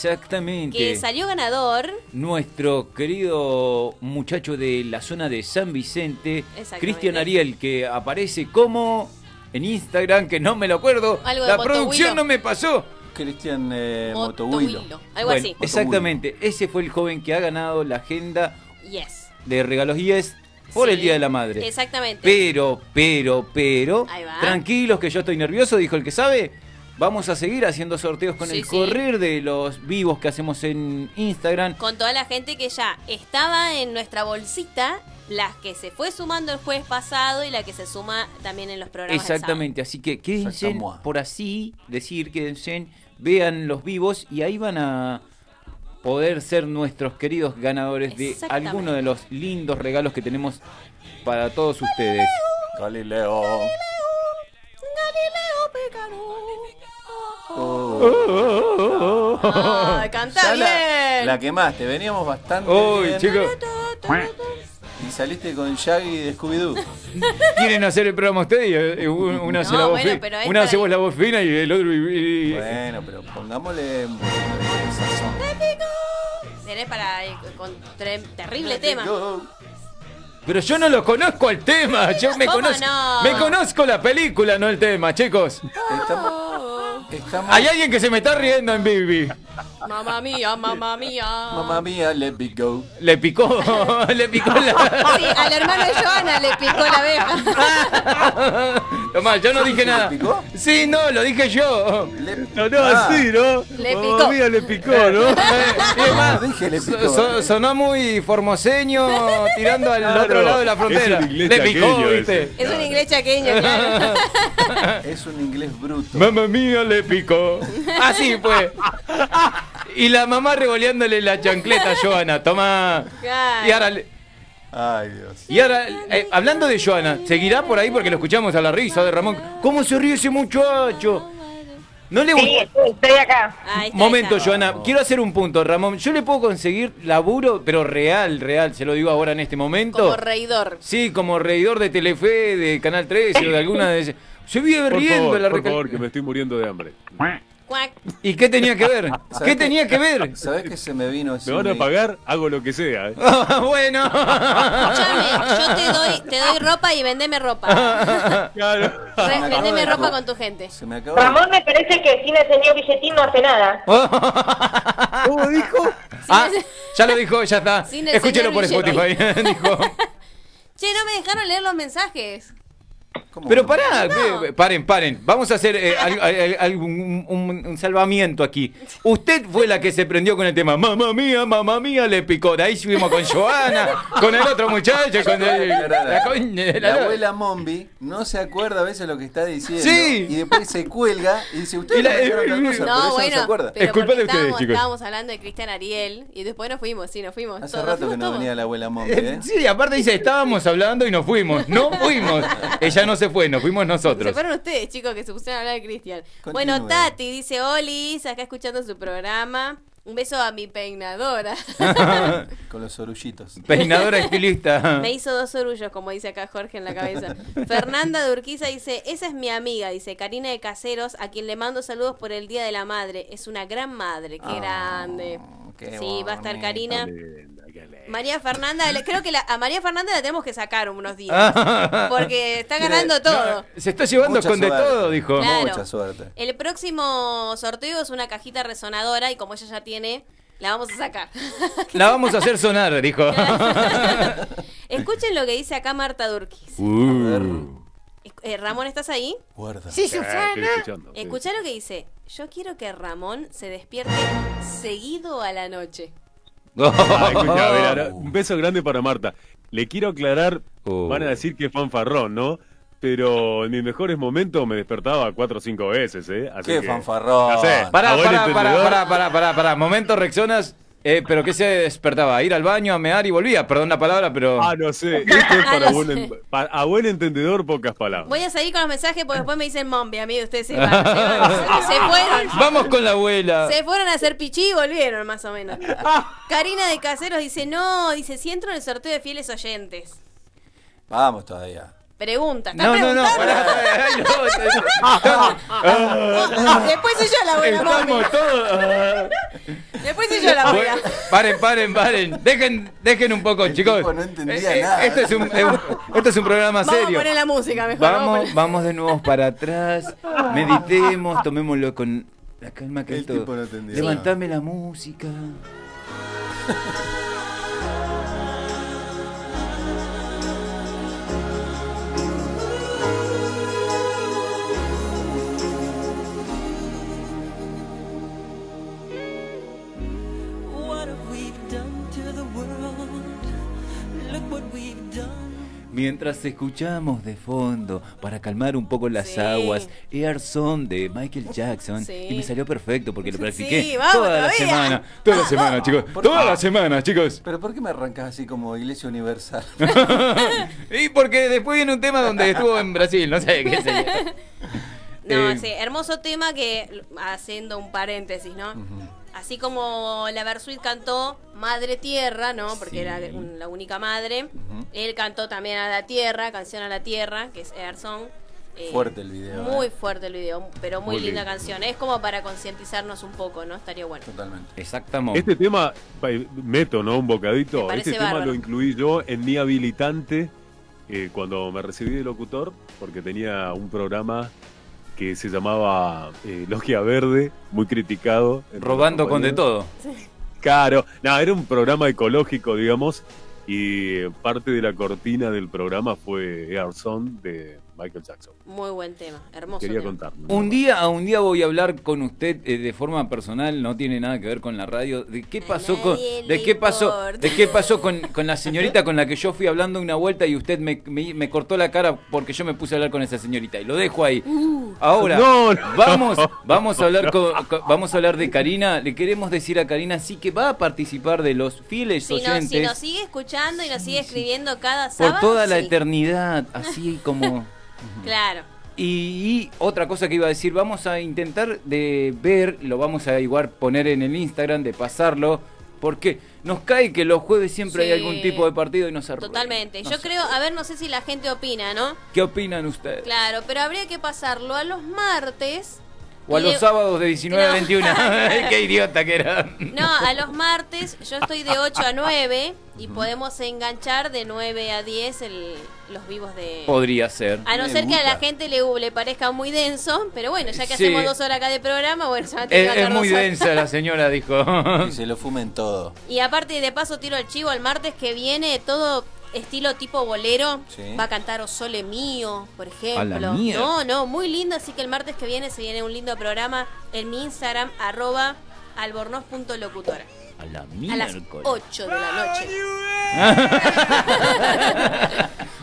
Speaker 2: Exactamente.
Speaker 3: que salió ganador.
Speaker 2: Nuestro querido muchacho de la zona de San Vicente,
Speaker 3: Exactamente.
Speaker 2: Cristian Ariel, que aparece como en Instagram, que no me lo acuerdo.
Speaker 3: Algo de
Speaker 2: la
Speaker 3: Motobuilo.
Speaker 2: producción no me pasó.
Speaker 4: Cristian eh,
Speaker 3: Motobuilo.
Speaker 4: Motobuilo.
Speaker 3: Algo
Speaker 2: Bueno,
Speaker 3: así.
Speaker 2: Exactamente. Ese fue el joven que ha ganado la agenda
Speaker 3: Yes.
Speaker 2: de regalos 10 por
Speaker 3: Sí.
Speaker 2: el Día de la Madre.
Speaker 3: Exactamente.
Speaker 2: Pero, pero, pero,
Speaker 3: Ahí va.
Speaker 2: tranquilos que yo estoy nervioso, dijo el que sabe. Vamos a seguir haciendo sorteos con
Speaker 3: Sí,
Speaker 2: el
Speaker 3: sí.
Speaker 2: correr de los vivos que hacemos en Instagram.
Speaker 3: Con toda la gente que ya estaba en nuestra bolsita, las que se fue sumando el jueves pasado y la que se suma también en los programas. del
Speaker 2: Exactamente, así que quédense,
Speaker 4: Exactamo.
Speaker 2: por así decir, quédense, vean los vivos y ahí van a poder ser nuestros queridos ganadores de
Speaker 3: Exactamente.
Speaker 2: alguno de los lindos regalos que tenemos para todos ustedes.
Speaker 4: Galileo.
Speaker 3: sábado. Ah, cantá
Speaker 4: Oh. Ya la,
Speaker 3: bien.
Speaker 4: la quemaste, veníamos bastante.
Speaker 2: Uy,
Speaker 4: bien ¿eh?
Speaker 2: chicos,
Speaker 4: Y saliste con Shaggy de Scooby-Doo.
Speaker 2: quieren hacer el programa ustedes y eh, un- una hace
Speaker 3: No,
Speaker 2: la voz
Speaker 3: bueno,
Speaker 2: fi-
Speaker 3: pero es
Speaker 2: una hace
Speaker 3: para-
Speaker 2: vos la voz fina y el otro y- y-
Speaker 4: Bueno, pero pongámosle un poco de sazón.
Speaker 3: Seré para eh, con tre- terrible tema.
Speaker 4: Go.
Speaker 2: Pero yo no lo conozco el
Speaker 3: [LAUGHS]
Speaker 2: tema, yo me
Speaker 3: ¿Cómo
Speaker 2: conozco,
Speaker 3: no?
Speaker 2: me conozco la película, no el tema, chicos.
Speaker 4: Estamos.
Speaker 3: Oh.
Speaker 4: estamos
Speaker 2: Hay alguien que se me está riendo en Bibi.
Speaker 3: Mamá mía, mamá mía.
Speaker 4: Mamá mía, let me go.
Speaker 2: Le picó, [LAUGHS] le picó la.
Speaker 3: Sí,
Speaker 2: [LAUGHS]
Speaker 3: al hermano de Joana le picó la abeja.
Speaker 2: Tomás, yo no dije
Speaker 4: ¿Sí le
Speaker 2: nada.
Speaker 4: picó?
Speaker 2: Sí, no, lo dije yo.
Speaker 4: Let-
Speaker 5: No, no,
Speaker 4: Ah,
Speaker 5: así, ¿no?
Speaker 3: Le
Speaker 5: Oh,
Speaker 3: picó.
Speaker 5: mira, le
Speaker 2: [LAUGHS]
Speaker 3: [LAUGHS]
Speaker 5: picó, ¿no?
Speaker 2: Y es más,
Speaker 4: No Ah, dije le
Speaker 2: so-
Speaker 4: picó.
Speaker 2: Eh, so- sonó muy formoseño tirando al
Speaker 5: Claro.
Speaker 2: otro lado de la
Speaker 5: Es
Speaker 2: frontera.
Speaker 5: un inglés
Speaker 2: Le picó,
Speaker 5: chaqueño
Speaker 2: viste.
Speaker 5: ese.
Speaker 3: Es un inglés chaqueño, claro.
Speaker 4: [LAUGHS] Es un inglés bruto.
Speaker 2: Mamá mía le picó. Así
Speaker 5: [LAUGHS]
Speaker 2: fue. Y la mamá revoleándole la chancleta a Joana. Tomá.
Speaker 3: Claro.
Speaker 2: Y ahora, le-
Speaker 4: Ay, Dios.
Speaker 2: y ahora eh, hablando de Joana, seguirá por ahí porque lo escuchamos a la risa de Ramón. ¿Cómo se ríe ese muchacho? No le
Speaker 6: Sí,
Speaker 2: gustó.
Speaker 6: estoy estoy acá.
Speaker 3: Ahí está,
Speaker 2: Momento,
Speaker 3: ahí está.
Speaker 2: Joana. Quiero hacer un punto, Ramón. Yo le puedo conseguir laburo, pero real, real. Se lo digo ahora en este momento.
Speaker 3: Como reidor.
Speaker 2: sí, como reidor de Telefe, de Canal 13 o de alguna de esas. Se vive
Speaker 5: Por
Speaker 2: riendo
Speaker 5: favor,
Speaker 2: la
Speaker 5: por
Speaker 2: recal-
Speaker 5: favor, que me estoy muriendo de hambre.
Speaker 3: Cuac.
Speaker 2: ¿Y qué tenía que
Speaker 5: [LAUGHS]
Speaker 2: ver?
Speaker 4: ¿Sabés
Speaker 2: ¿Qué tenía que ver?
Speaker 4: ¿Sabés que se me vino así?
Speaker 5: Me van a
Speaker 4: mi-
Speaker 5: pagar, hago lo que sea.
Speaker 2: [LAUGHS]
Speaker 5: ¿eh?
Speaker 2: bueno. [LAUGHS]
Speaker 3: Escuchame, yo te doy, te doy ropa y vendeme
Speaker 4: [LAUGHS]
Speaker 3: ropa.
Speaker 5: [LAUGHS] Claro.
Speaker 3: Re-
Speaker 4: me
Speaker 3: vendeme
Speaker 4: acabo de-
Speaker 3: ropa con tu gente.
Speaker 4: Se me acaba
Speaker 6: Ramón me parece que sin el señor billetín no hace nada.
Speaker 2: ¿Cómo dijo? Ah, ya lo dijo, ya está.
Speaker 3: Sin el
Speaker 2: Escúchelo por
Speaker 3: señor
Speaker 2: Spotify. [LAUGHS] dijo.
Speaker 3: Che, no me dejaron leer los mensajes.
Speaker 4: ¿Cómo
Speaker 2: Pero
Speaker 4: no?
Speaker 2: pará,
Speaker 3: No.
Speaker 2: eh, paren, paren. Vamos a hacer eh, al- al- al- un, un- un salvamiento aquí. Usted fue la que se prendió con el tema. Mamá mía, mamá mía, le picó. De ahí subimos con Joana, con el otro muchacho, con el- la coña de la-
Speaker 4: La abuela Mombi no se acuerda a veces lo que está diciendo.
Speaker 2: Sí.
Speaker 4: Y después se cuelga y dice, ustedes
Speaker 2: Y la-
Speaker 4: no dijeron
Speaker 2: [LAUGHS]
Speaker 4: tal cosa, por
Speaker 3: No,
Speaker 4: eso no se
Speaker 3: bueno,
Speaker 4: acuerda.
Speaker 3: pero
Speaker 2: Es culpa
Speaker 3: porque
Speaker 2: de ustedes,
Speaker 3: estábamos,
Speaker 2: chicos.
Speaker 3: estábamos hablando de Cristian Ariel y después nos fuimos, sí, nos fuimos.
Speaker 4: Hace
Speaker 3: todos,
Speaker 4: rato
Speaker 3: nos
Speaker 4: que no
Speaker 3: fuimos
Speaker 4: venía la abuela Mombi,
Speaker 2: Eh, [LAUGHS]
Speaker 4: ¿eh?
Speaker 2: Sí, aparte dice, estábamos hablando y nos fuimos. No fuimos. Ella no se fue, nos fuimos
Speaker 3: Se
Speaker 2: nosotros.
Speaker 3: fueron ustedes, chicos, que se pusieron a hablar de Cristian.
Speaker 4: Continúe.
Speaker 3: Bueno, Tati dice, Olis, acá escuchando su programa. Un beso a mi
Speaker 4: [LAUGHS]
Speaker 3: peinadora.
Speaker 4: Con los orullitos.
Speaker 2: Peinadora estilista.
Speaker 3: [LAUGHS] Me hizo dos orullos, como dice acá Jorge en la
Speaker 4: [LAUGHS]
Speaker 3: cabeza. Fernanda de Urquiza dice, esa es mi amiga, dice Karina de Caseros, a quien le mando saludos por el Día de la Madre. Es una gran madre, qué
Speaker 4: Ah,
Speaker 3: grande.
Speaker 4: qué
Speaker 3: sí, va a estar
Speaker 4: bonito.
Speaker 3: Karina. María Fernanda, le- creo que la- a María Fernanda la tenemos que sacar unos
Speaker 4: [LAUGHS]
Speaker 3: días.
Speaker 2: [LAUGHS] Ah.
Speaker 3: Porque está ganando todo.
Speaker 2: Se está llevando
Speaker 4: Mucha
Speaker 2: con de
Speaker 4: suerte.
Speaker 2: todo, dijo.
Speaker 3: Claro.
Speaker 4: Mucha suerte.
Speaker 3: El próximo sorteo es una cajita resonadora y como ella ya tiene, la vamos a sacar. [LAUGHS]
Speaker 2: La vamos a hacer sonar, dijo.
Speaker 3: Escuchen lo que dice acá Marta Durki.
Speaker 2: Uh.
Speaker 3: Eh, Ramón, ¿estás ahí?
Speaker 4: Guarda.
Speaker 3: Sí, Susana. Escucha lo que dice. Yo quiero que Ramón se despierte seguido a la noche.
Speaker 5: Ah,
Speaker 2: [LAUGHS]
Speaker 5: escucha, a ver, ahora, un beso grande para Marta. Le quiero aclarar,
Speaker 2: Oh.
Speaker 5: van a decir que es fanfarrón, ¿no? Pero en mis mejores momentos me despertaba cuatro o cinco veces, ¿eh? Así
Speaker 4: ¡Qué
Speaker 5: que,
Speaker 4: fanfarrón!
Speaker 5: ya sé, a
Speaker 2: Pará,
Speaker 5: buen
Speaker 2: pará, pará,
Speaker 5: entendedor,
Speaker 2: pará, pará, pará, pará. Momento, Rexonas. Eh, pero que se despertaba, ir al baño, a mear y volvía. Perdón la palabra, pero. [LAUGHS]
Speaker 5: Ah, no sé. Esto es
Speaker 3: Ah,
Speaker 5: para
Speaker 3: no
Speaker 5: buen
Speaker 3: sé.
Speaker 5: en- pa- a buen entendedor, pocas palabras.
Speaker 3: Voy a salir con los mensajes porque después me dicen mombi, amigo. Ustedes se van. Se, van.
Speaker 2: [LAUGHS]
Speaker 3: Se fueron.
Speaker 2: Vamos con la abuela.
Speaker 3: Se fueron a hacer pichí y volvieron, más o menos.
Speaker 5: Ah,
Speaker 3: Karina de Caseros dice: No, dice, si entro en el sorteo de fieles oyentes.
Speaker 4: Vamos todavía.
Speaker 3: Pregunta. ¿Estás
Speaker 2: No, no, no.
Speaker 3: preguntando?
Speaker 2: pará, pará, ay, no,
Speaker 3: [LAUGHS]
Speaker 2: te-
Speaker 3: Ah, Después soy yo la abuela, mami.
Speaker 2: Estamos todos. ah.
Speaker 3: Después soy yo la abuela.
Speaker 2: Bueno, Paren, paren, paren. Dejen, dejen un poco, chicos.
Speaker 4: tipo no entendía
Speaker 2: Eh, eh,
Speaker 4: nada.
Speaker 2: Este es un, eh, un- este es un programa
Speaker 3: Vamos a
Speaker 2: serio.
Speaker 3: poner la música mejor. vamos a
Speaker 2: Vamos,
Speaker 3: poner-
Speaker 2: vamos de nuevo para atrás. Meditemos, tomémoslo con la calma que
Speaker 4: El
Speaker 2: esto.
Speaker 4: tipo no entendió
Speaker 2: Levantame la música.
Speaker 14: What have we done to the world? Look what we've done.
Speaker 2: Mientras escuchamos de fondo, para calmar un poco las
Speaker 3: Sí.
Speaker 2: aguas, Air Song de Michael Jackson.
Speaker 3: Sí.
Speaker 2: Y me salió perfecto porque lo practiqué
Speaker 3: Sí, vamos
Speaker 2: toda la
Speaker 3: todavía.
Speaker 2: semana. Toda la semana, chicos. Toda la semana, chicos.
Speaker 4: Pero ¿por qué me arrancas así como Iglesia Universal? [LAUGHS]
Speaker 2: Y porque después viene un tema donde estuvo en Brasil, no sé qué sé yo.
Speaker 3: [LAUGHS] No,
Speaker 2: Eh,
Speaker 3: sí, hermoso tema que, haciendo un paréntesis, ¿no? Así como la Versuit cantó Madre Tierra, ¿no? Porque era un- la única madre. Él cantó también a la Tierra, Canción a la Tierra, que es Erzón.
Speaker 4: Fuerte el video,
Speaker 3: Muy
Speaker 4: eh.
Speaker 3: fuerte el video, pero muy,
Speaker 5: Muy
Speaker 3: linda
Speaker 5: lindo.
Speaker 3: canción. Es como para concientizarnos un poco, ¿no? Estaría bueno.
Speaker 4: Totalmente.
Speaker 2: Exactamente.
Speaker 5: Este tema, pa- meto, ¿no? Un bocadito.
Speaker 3: Me parece
Speaker 5: Este tema
Speaker 3: bárbaro.
Speaker 5: lo incluí yo en mi habilitante eh, cuando me recibí de locutor, porque tenía un programa que se llamaba eh, Logia Verde, muy criticado. entre
Speaker 2: Robando
Speaker 5: los
Speaker 2: con de
Speaker 5: compañeros.
Speaker 2: todo.
Speaker 5: Claro, no, era un programa ecológico, digamos, y eh, parte de la cortina del programa fue Air Song de Michael Jackson.
Speaker 3: Muy buen tema, hermoso.
Speaker 5: Quería
Speaker 3: tema.
Speaker 5: contar.
Speaker 2: Un día, a un día voy a hablar con usted eh, de forma personal, no tiene nada que ver con la radio. ¿De qué pasó con,
Speaker 3: nadie le
Speaker 2: de qué pasó,
Speaker 3: importa.
Speaker 2: de qué pasó con, con la señorita con la que yo fui hablando una vuelta y usted me, me- me cortó la cara porque yo me puse a hablar con esa señorita y lo dejo ahí.
Speaker 3: Uh.
Speaker 2: Ahora
Speaker 5: No, no.
Speaker 2: vamos, vamos a hablar con- con- vamos a hablar de Karina. Le queremos decir a Karina sí que va a participar de los fieles
Speaker 3: Si, no-
Speaker 2: oyentes
Speaker 3: si nos sigue escuchando y nos sigue escribiendo cada sábado.
Speaker 2: por toda la
Speaker 3: sí.
Speaker 2: eternidad, así como.
Speaker 3: Claro.
Speaker 2: Y, y otra cosa que iba a decir, vamos a intentar de ver, lo vamos a igual poner en el Instagram, de pasarlo, porque nos cae que los jueves siempre
Speaker 3: Sí.
Speaker 2: hay algún tipo de partido y nos arruinan.
Speaker 3: Totalmente.
Speaker 2: No
Speaker 3: Yo
Speaker 2: sé.
Speaker 3: creo, a ver, no sé si la gente opina, ¿no?
Speaker 2: ¿Qué opinan ustedes?
Speaker 3: Claro, pero habría que pasarlo a los martes.
Speaker 2: O a
Speaker 3: y
Speaker 2: los
Speaker 3: de-
Speaker 2: sábados de 19 a
Speaker 3: No. [LAUGHS]
Speaker 2: 21. [LAUGHS] ¡Qué idiota que era!
Speaker 3: No, a los martes yo estoy de 8 a 9 y podemos enganchar de 9 a 10 el- los vivos de...
Speaker 2: Podría ser.
Speaker 3: A no
Speaker 4: Me
Speaker 3: ser que a la
Speaker 4: gusta.
Speaker 3: gente le, le parezca muy denso, pero bueno, ya que
Speaker 2: Sí.
Speaker 3: hacemos dos horas acá de programa, bueno, ya te
Speaker 2: Es,
Speaker 3: va a
Speaker 2: es
Speaker 3: dar
Speaker 2: muy
Speaker 3: dos horas.
Speaker 2: densa la señora, dijo. [LAUGHS]
Speaker 4: Y se lo fumen todo.
Speaker 3: Y aparte, de paso, tiro el chivo el martes que viene, todo estilo tipo bolero.
Speaker 4: Sí.
Speaker 3: Va a cantar O Sole Mío, por ejemplo.
Speaker 2: A la mierda.
Speaker 3: no, no, muy lindo. Así que el martes que viene se viene un lindo programa en mi Instagram, arroba albornoz.locutora.
Speaker 15: A la
Speaker 3: A las
Speaker 15: miércoles.
Speaker 3: 8 de la noche. [LAUGHS]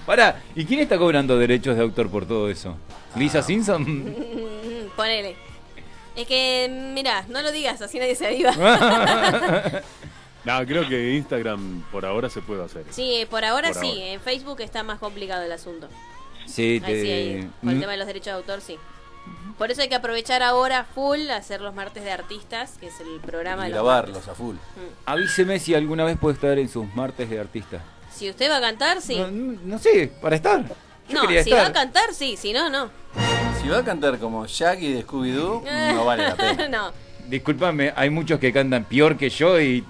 Speaker 2: Pará, ¿y quién está cobrando derechos de autor por todo eso?
Speaker 15: Ah.
Speaker 2: ¿Lisa Simpson? [LAUGHS]
Speaker 3: [LAUGHS] Mm, Ponele. Es que, mira, no lo digas, así nadie se aviva.
Speaker 2: Ah.
Speaker 5: No, creo que Instagram por ahora se puede hacer.
Speaker 3: sí, por ahora
Speaker 5: Por
Speaker 3: sí.
Speaker 5: ahora.
Speaker 3: En Facebook está más complicado el asunto.
Speaker 2: sí,
Speaker 3: Ahí sí,
Speaker 2: te... mm.
Speaker 3: ahí, por el tema de los derechos de autor, sí. Por eso hay que aprovechar ahora full, hacer los martes de artistas, que es el programa
Speaker 4: Y
Speaker 3: de los
Speaker 4: grabarlos a full.
Speaker 2: Avíseme si alguna vez puede estar en sus martes de artista.
Speaker 3: martes. Si usted va a cantar, sí.
Speaker 2: No, no sé, para estar. Yo
Speaker 3: No, si
Speaker 2: quería
Speaker 3: va a
Speaker 2: estar.
Speaker 3: cantar, sí, si no, no.
Speaker 4: Si va a cantar como Shaggy de Scooby-Doo, no vale
Speaker 2: [LAUGHS]
Speaker 4: la pena.
Speaker 3: [LAUGHS] no.
Speaker 2: Discúlpame, hay muchos que cantan peor que yo y
Speaker 4: Ya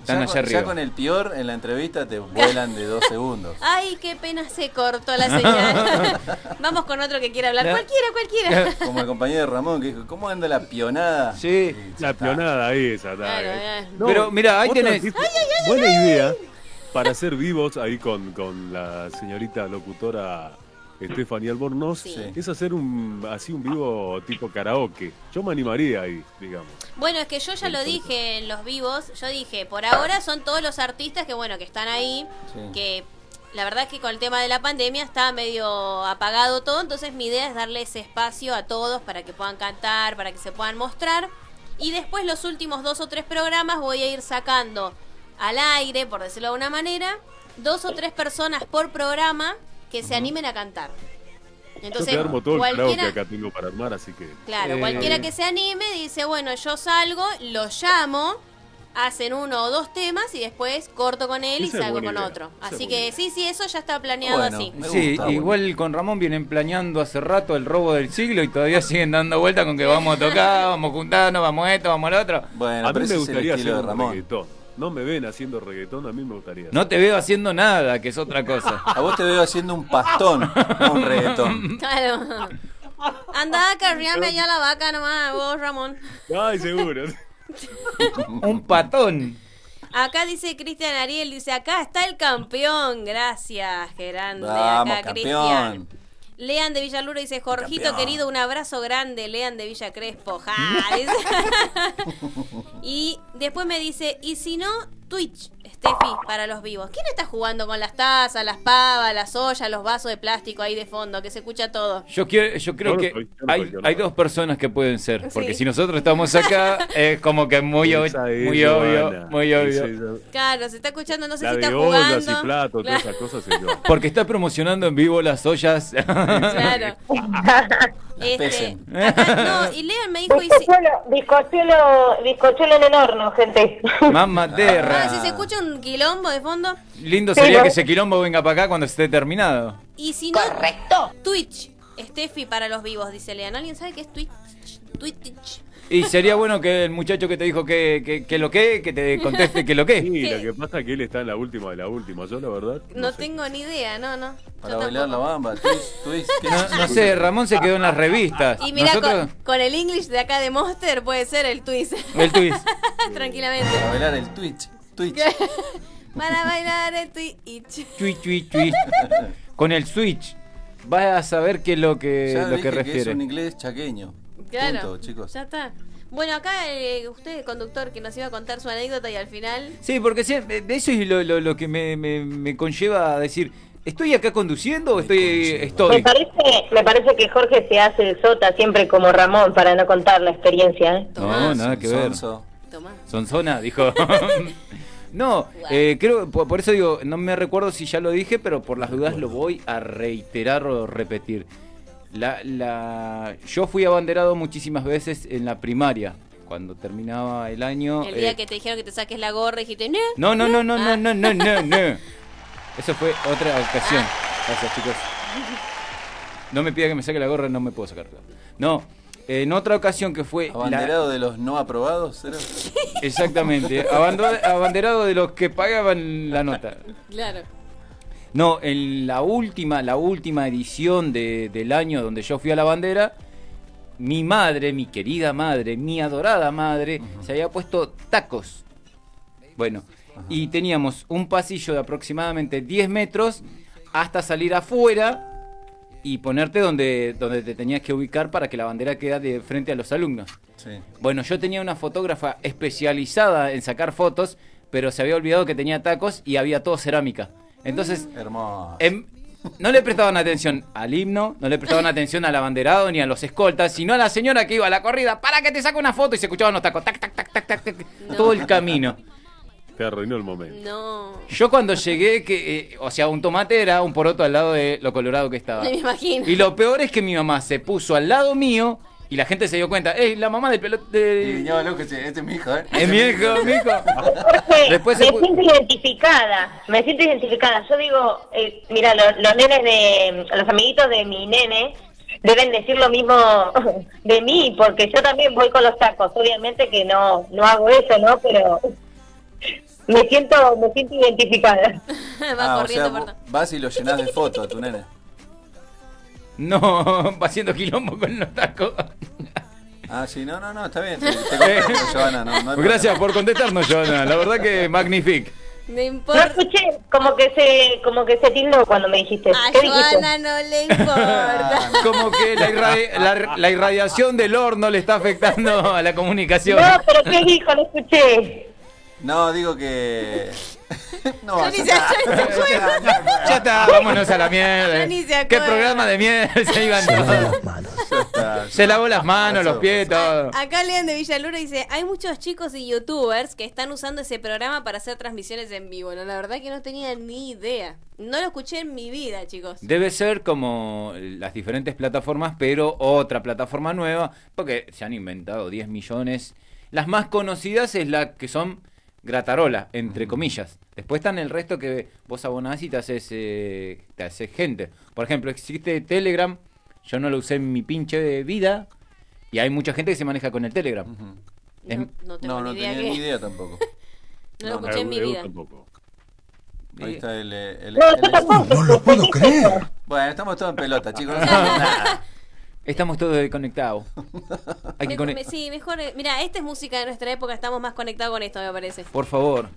Speaker 2: están
Speaker 4: con,
Speaker 2: allá
Speaker 4: ya
Speaker 2: arriba.
Speaker 4: con el peor en la entrevista te vuelan de dos segundos.
Speaker 3: Ay, qué pena se cortó la señal. Vamos con otro que quiera hablar.
Speaker 4: No.
Speaker 3: Cualquiera,
Speaker 4: [LAUGHS]
Speaker 3: cualquiera.
Speaker 4: Como el compañero Ramón que dijo, ¿cómo anda la pionada?
Speaker 2: Sí,
Speaker 5: la pionada ahí esa. está.
Speaker 3: Claro, eh, claro.
Speaker 2: Pero mira, ahí
Speaker 5: otro
Speaker 2: tenés-
Speaker 5: tipo-
Speaker 3: Ay, ay, ay,
Speaker 5: buena
Speaker 3: ay, ay.
Speaker 5: idea para ser vivos ahí con, con la señorita locutora Estefanía Albornoz
Speaker 3: Sí.
Speaker 5: es hacer un así un vivo tipo karaoke. Yo me animaría ahí, digamos.
Speaker 3: Bueno, es que yo ya lo dije en los vivos. Yo dije, por ahora son todos los artistas que, bueno, que están ahí. Que la verdad es que con el tema de la pandemia está medio apagado todo. Entonces, mi idea es darle ese espacio a todos para que puedan cantar, para que se puedan mostrar. Y después, los últimos dos o tres programas, voy a ir sacando al aire, por decirlo de una manera, dos o tres personas por programa que se animen a cantar. Entonces,
Speaker 5: Yo te armo todo el
Speaker 3: cualquiera-
Speaker 5: karaoke acá tengo para armar, así que.
Speaker 3: Claro, cualquiera que se anime dice, bueno, yo salgo, lo llamo, hacen uno o dos temas y después corto con él y
Speaker 2: Esa es
Speaker 3: salgo
Speaker 2: buena
Speaker 3: con
Speaker 2: idea,
Speaker 3: otro.
Speaker 2: esa es
Speaker 3: Así
Speaker 2: buena
Speaker 3: que sí, sí, eso ya está planeado así. [LAUGHS]
Speaker 2: sí,
Speaker 4: gusta,
Speaker 2: igual con Ramón vienen planeando hace rato el robo del siglo y todavía [LAUGHS] siguen dando vueltas con que vamos a
Speaker 3: [LAUGHS]
Speaker 2: tocar, vamos a juntarnos, vamos a esto, vamos a lo otro.
Speaker 4: Bueno,
Speaker 5: a mí
Speaker 4: pero ese
Speaker 5: me
Speaker 4: es el
Speaker 5: gustaría hacer
Speaker 4: estilo de
Speaker 5: un
Speaker 4: Ramón.
Speaker 5: reggaetón. No me ven haciendo reggaetón, a mí me gustaría.
Speaker 2: No te veo haciendo nada, que es otra cosa.
Speaker 4: A vos te veo haciendo un pastón, no un
Speaker 2: [LAUGHS]
Speaker 4: reggaetón.
Speaker 3: Claro. Anda, carriame allá la vaca nomás, vos, Ramón.
Speaker 5: Ay, seguro.
Speaker 2: Un patón.
Speaker 3: Acá dice Cristian Ariel, dice, acá está el campeón. Gracias, qué grande.
Speaker 4: Vamos,
Speaker 3: acá, Cristian.
Speaker 4: campeón.
Speaker 3: Lean de Villaluro dice, Jorgito
Speaker 4: Campeón.
Speaker 3: querido, un abrazo grande, Lean de Villa
Speaker 4: [LAUGHS]
Speaker 3: Crespo. Ja, dice. [LAUGHS] y después me dice, y si no, Twitch, Steffi, para los vivos. ¿Quién está jugando con las tazas, las pavas, las ollas, los vasos de plástico ahí de fondo, que se escucha todo?
Speaker 2: Yo, quiero, yo creo
Speaker 5: Yo no
Speaker 2: que
Speaker 5: soy, yo no soy,
Speaker 2: hay,
Speaker 5: yo no
Speaker 2: hay
Speaker 5: soy.
Speaker 2: dos personas que pueden ser, porque
Speaker 3: Sí.
Speaker 2: si nosotros estamos
Speaker 3: [LAUGHS]
Speaker 2: acá, es como que [LAUGHS] muy, ob-
Speaker 5: Esa es,
Speaker 2: muy obvio,
Speaker 5: Joana.
Speaker 2: muy
Speaker 5: Esa
Speaker 2: obvio.
Speaker 5: es
Speaker 3: Claro, se está escuchando, no sé
Speaker 5: la
Speaker 3: si está
Speaker 5: de ollas
Speaker 3: jugando.
Speaker 5: y platos, todas esas
Speaker 3: Claro. [LAUGHS]
Speaker 5: cosas, señor.
Speaker 2: Porque está promocionando en vivo las ollas. [LAUGHS]
Speaker 3: Claro. Este,
Speaker 4: Pesen.
Speaker 3: acá- no, y Lean me dijo, y si-
Speaker 6: Bizcochuelo, bizcochuelo, bizcochuelo en el horno, gente.
Speaker 2: Mamá
Speaker 3: Ah,
Speaker 2: terra.
Speaker 3: si se escucha un quilombo de fondo.
Speaker 2: Lindo
Speaker 6: Pero-
Speaker 2: sería que ese quilombo venga para acá cuando esté terminado.
Speaker 3: Y si no, Correcto. Twitch, Steffi para los vivos, dice Lean. ¿Alguien sabe qué es Twitch? Twitch.
Speaker 2: Y sería bueno que el muchacho que te dijo que, que, que lo que, que te conteste que lo que.
Speaker 5: Sí,
Speaker 3: ¿Qué?
Speaker 5: lo que pasa es que él está en la última de la última. Yo, la verdad.
Speaker 3: No tengo ni idea, no, no.
Speaker 4: Para
Speaker 3: Yo
Speaker 4: bailar la
Speaker 3: tampoco.
Speaker 4: bamba, twist, twist. ¿qué es eso?
Speaker 2: No, no sé, Ramón se quedó en las revistas.
Speaker 3: Y mira,
Speaker 2: Nosotros,
Speaker 3: con, con el English de acá de Monster puede ser el twist.
Speaker 2: el twist.
Speaker 4: Para
Speaker 3: [LAUGHS] Tranquilamente.
Speaker 4: bailar el Twitch, Twitch.
Speaker 3: Para bailar el Twitch.
Speaker 2: Chui, chui, chui. Con el switch. Vas a saber qué es lo que, Eh,
Speaker 4: Ya
Speaker 2: lo que
Speaker 4: dije que, es
Speaker 2: refiere.
Speaker 4: un inglés chaqueño.
Speaker 3: Claro.
Speaker 4: Punto, chicos.
Speaker 3: Ya está. Bueno, acá eh, usted, conductor, que nos iba a contar su anécdota y al final.
Speaker 2: Sí, porque siempre- de eso es lo, lo- lo que me, me- me conlleva a decir, ¿estoy acá conduciendo o estoy,
Speaker 6: Me
Speaker 2: estoy?
Speaker 6: parece, me parece que Jorge se hace el sota siempre como Ramón para no contar la experiencia. ¿eh?
Speaker 2: No, nada que ver.
Speaker 4: Sonso.
Speaker 3: Tomás.
Speaker 2: Sonsona, dijo. [LAUGHS] No, eh, creo, por, por eso digo, no me recuerdo si ya lo dije, pero por las dudas lo voy a reiterar o repetir. La, la- yo fui abanderado muchísimas veces en la primaria, cuando terminaba el año.
Speaker 3: El día
Speaker 2: eh,
Speaker 3: que te dijeron que te saques la gorra, dijiste, no.
Speaker 2: No, no, no, no, no, no, no, no, no. Eso fue otra ocasión. Gracias, chicos. No me pida que me saque la gorra, no me puedo sacar. No, en otra ocasión que fue... Eh, la-
Speaker 4: Abanderado de los no aprobados, ¿era?
Speaker 2: Exactamente, abando- abanderado de los que pagaban la nota.
Speaker 3: Claro.
Speaker 2: No, en la última, la última edición de- del año donde yo fui a la bandera, mi madre, mi querida madre, mi adorada madre, se había puesto tacos. Bueno, y teníamos un pasillo de aproximadamente 10 metros hasta salir afuera y ponerte donde, donde te tenías que ubicar para que la bandera quede de frente a los alumnos.
Speaker 4: Sí.
Speaker 2: Bueno, yo tenía una fotógrafa especializada en sacar fotos, pero se había olvidado que tenía tacos y había todo cerámica. Entonces,
Speaker 4: Hermoso.
Speaker 2: em, no le prestaban atención al himno, no le prestaban atención al abanderado ni a los escoltas, sino a la señora que iba a la corrida para que te saque una foto y se escuchaban los tacos, tac, tac, tac, tac, tac, tac,
Speaker 3: No.
Speaker 2: todo el camino.
Speaker 5: Te arruinó el
Speaker 3: Eh,
Speaker 5: momento.
Speaker 3: No.
Speaker 2: Yo cuando llegué, que, eh, o sea, un tomate era
Speaker 3: [LAUGHS]
Speaker 4: Ah.
Speaker 2: un poroto al lado de lo colorado que estaba.
Speaker 3: Me imagino.
Speaker 2: Y lo peor es que mi mamá se puso al lado mío Y la gente se dio cuenta, ¡Ey, la mamá del pelot... de-
Speaker 4: Y guiñaba el ojo, che, este es mi hijo, ¿eh?
Speaker 2: Es mi hijo, mi hijo. Después se
Speaker 6: me
Speaker 2: pu-
Speaker 6: siento identificada, me siento identificada. Yo digo, eh, mira, lo- los nenes de, los amiguitos de mi nene deben decir lo mismo [LAUGHS] de mí, porque yo también voy con los tacos. Obviamente que no, no hago eso, ¿no? Pero me siento, me siento identificada.
Speaker 4: Ah, o sea, vos vas y lo llenás de fotos a tu nene.
Speaker 2: No, [LAUGHS] va haciendo quilombo con los tacos.
Speaker 4: Ah, sí, no, no, no, está bien. Te,
Speaker 2: [LAUGHS]
Speaker 4: te comprendo, Joana, no, no hay
Speaker 2: Gracias por contestarnos, Joana. La verdad que magnífico.
Speaker 6: No escuché, como que se, como que se tildó cuando me dijiste.
Speaker 3: A
Speaker 6: ¿Qué dijiste?
Speaker 3: Joana no le importa.
Speaker 2: Como que la, irradi- la- la irradiación del horno le está afectando a la comunicación.
Speaker 6: pero ¿qué dijo? Lo escuché.
Speaker 2: [LAUGHS]
Speaker 4: No, digo que. [LAUGHS] [LAUGHS] no,
Speaker 3: Yo
Speaker 4: ya
Speaker 3: ni sé,
Speaker 4: está.
Speaker 3: yo ni sé.
Speaker 2: Ya está, vámonos a la mierda.
Speaker 3: Ya ni se
Speaker 2: Qué
Speaker 3: acuerda.
Speaker 2: programa de mierda se iban todos. Se lavó las manos, los pies, todo.
Speaker 3: [LAUGHS] Acá Lean de Villaluro dice, hay muchos chicos y youtubers que están usando ese programa para hacer transmisiones en vivo. No, la verdad que no tenía ni idea. No lo escuché en mi vida, chicos.
Speaker 2: Debe ser como las diferentes plataformas, pero otra plataforma nueva, porque se han inventado 10 millones. Las más conocidas es la que son gratarola, entre comillas. Después están el resto que vos abonás y te haces, eh, te haces gente. Por ejemplo, existe Telegram, yo no lo usé en mi pinche vida, y hay mucha gente que se maneja con el Telegram. Em, Es-
Speaker 3: No, no tengo
Speaker 4: No, no
Speaker 3: ni idea.
Speaker 4: tenía
Speaker 3: qué-
Speaker 4: ni idea tampoco.
Speaker 3: [LAUGHS] No lo
Speaker 5: Eh,
Speaker 3: escuché en mi vida.
Speaker 2: [LAUGHS]
Speaker 4: Ahí está el. eh, el-
Speaker 3: No, yo
Speaker 4: el-
Speaker 3: tampoco. No
Speaker 2: lo puedo creer.
Speaker 4: Bueno, estamos todos en pelota, chicos.
Speaker 2: Estamos todos desconectados. Hay que
Speaker 3: Me-
Speaker 4: e-
Speaker 2: conect-
Speaker 3: me- sí, mejor... eh, Mira, esta es música de nuestra época, estamos más conectados con esto, me parece.
Speaker 2: Por favor.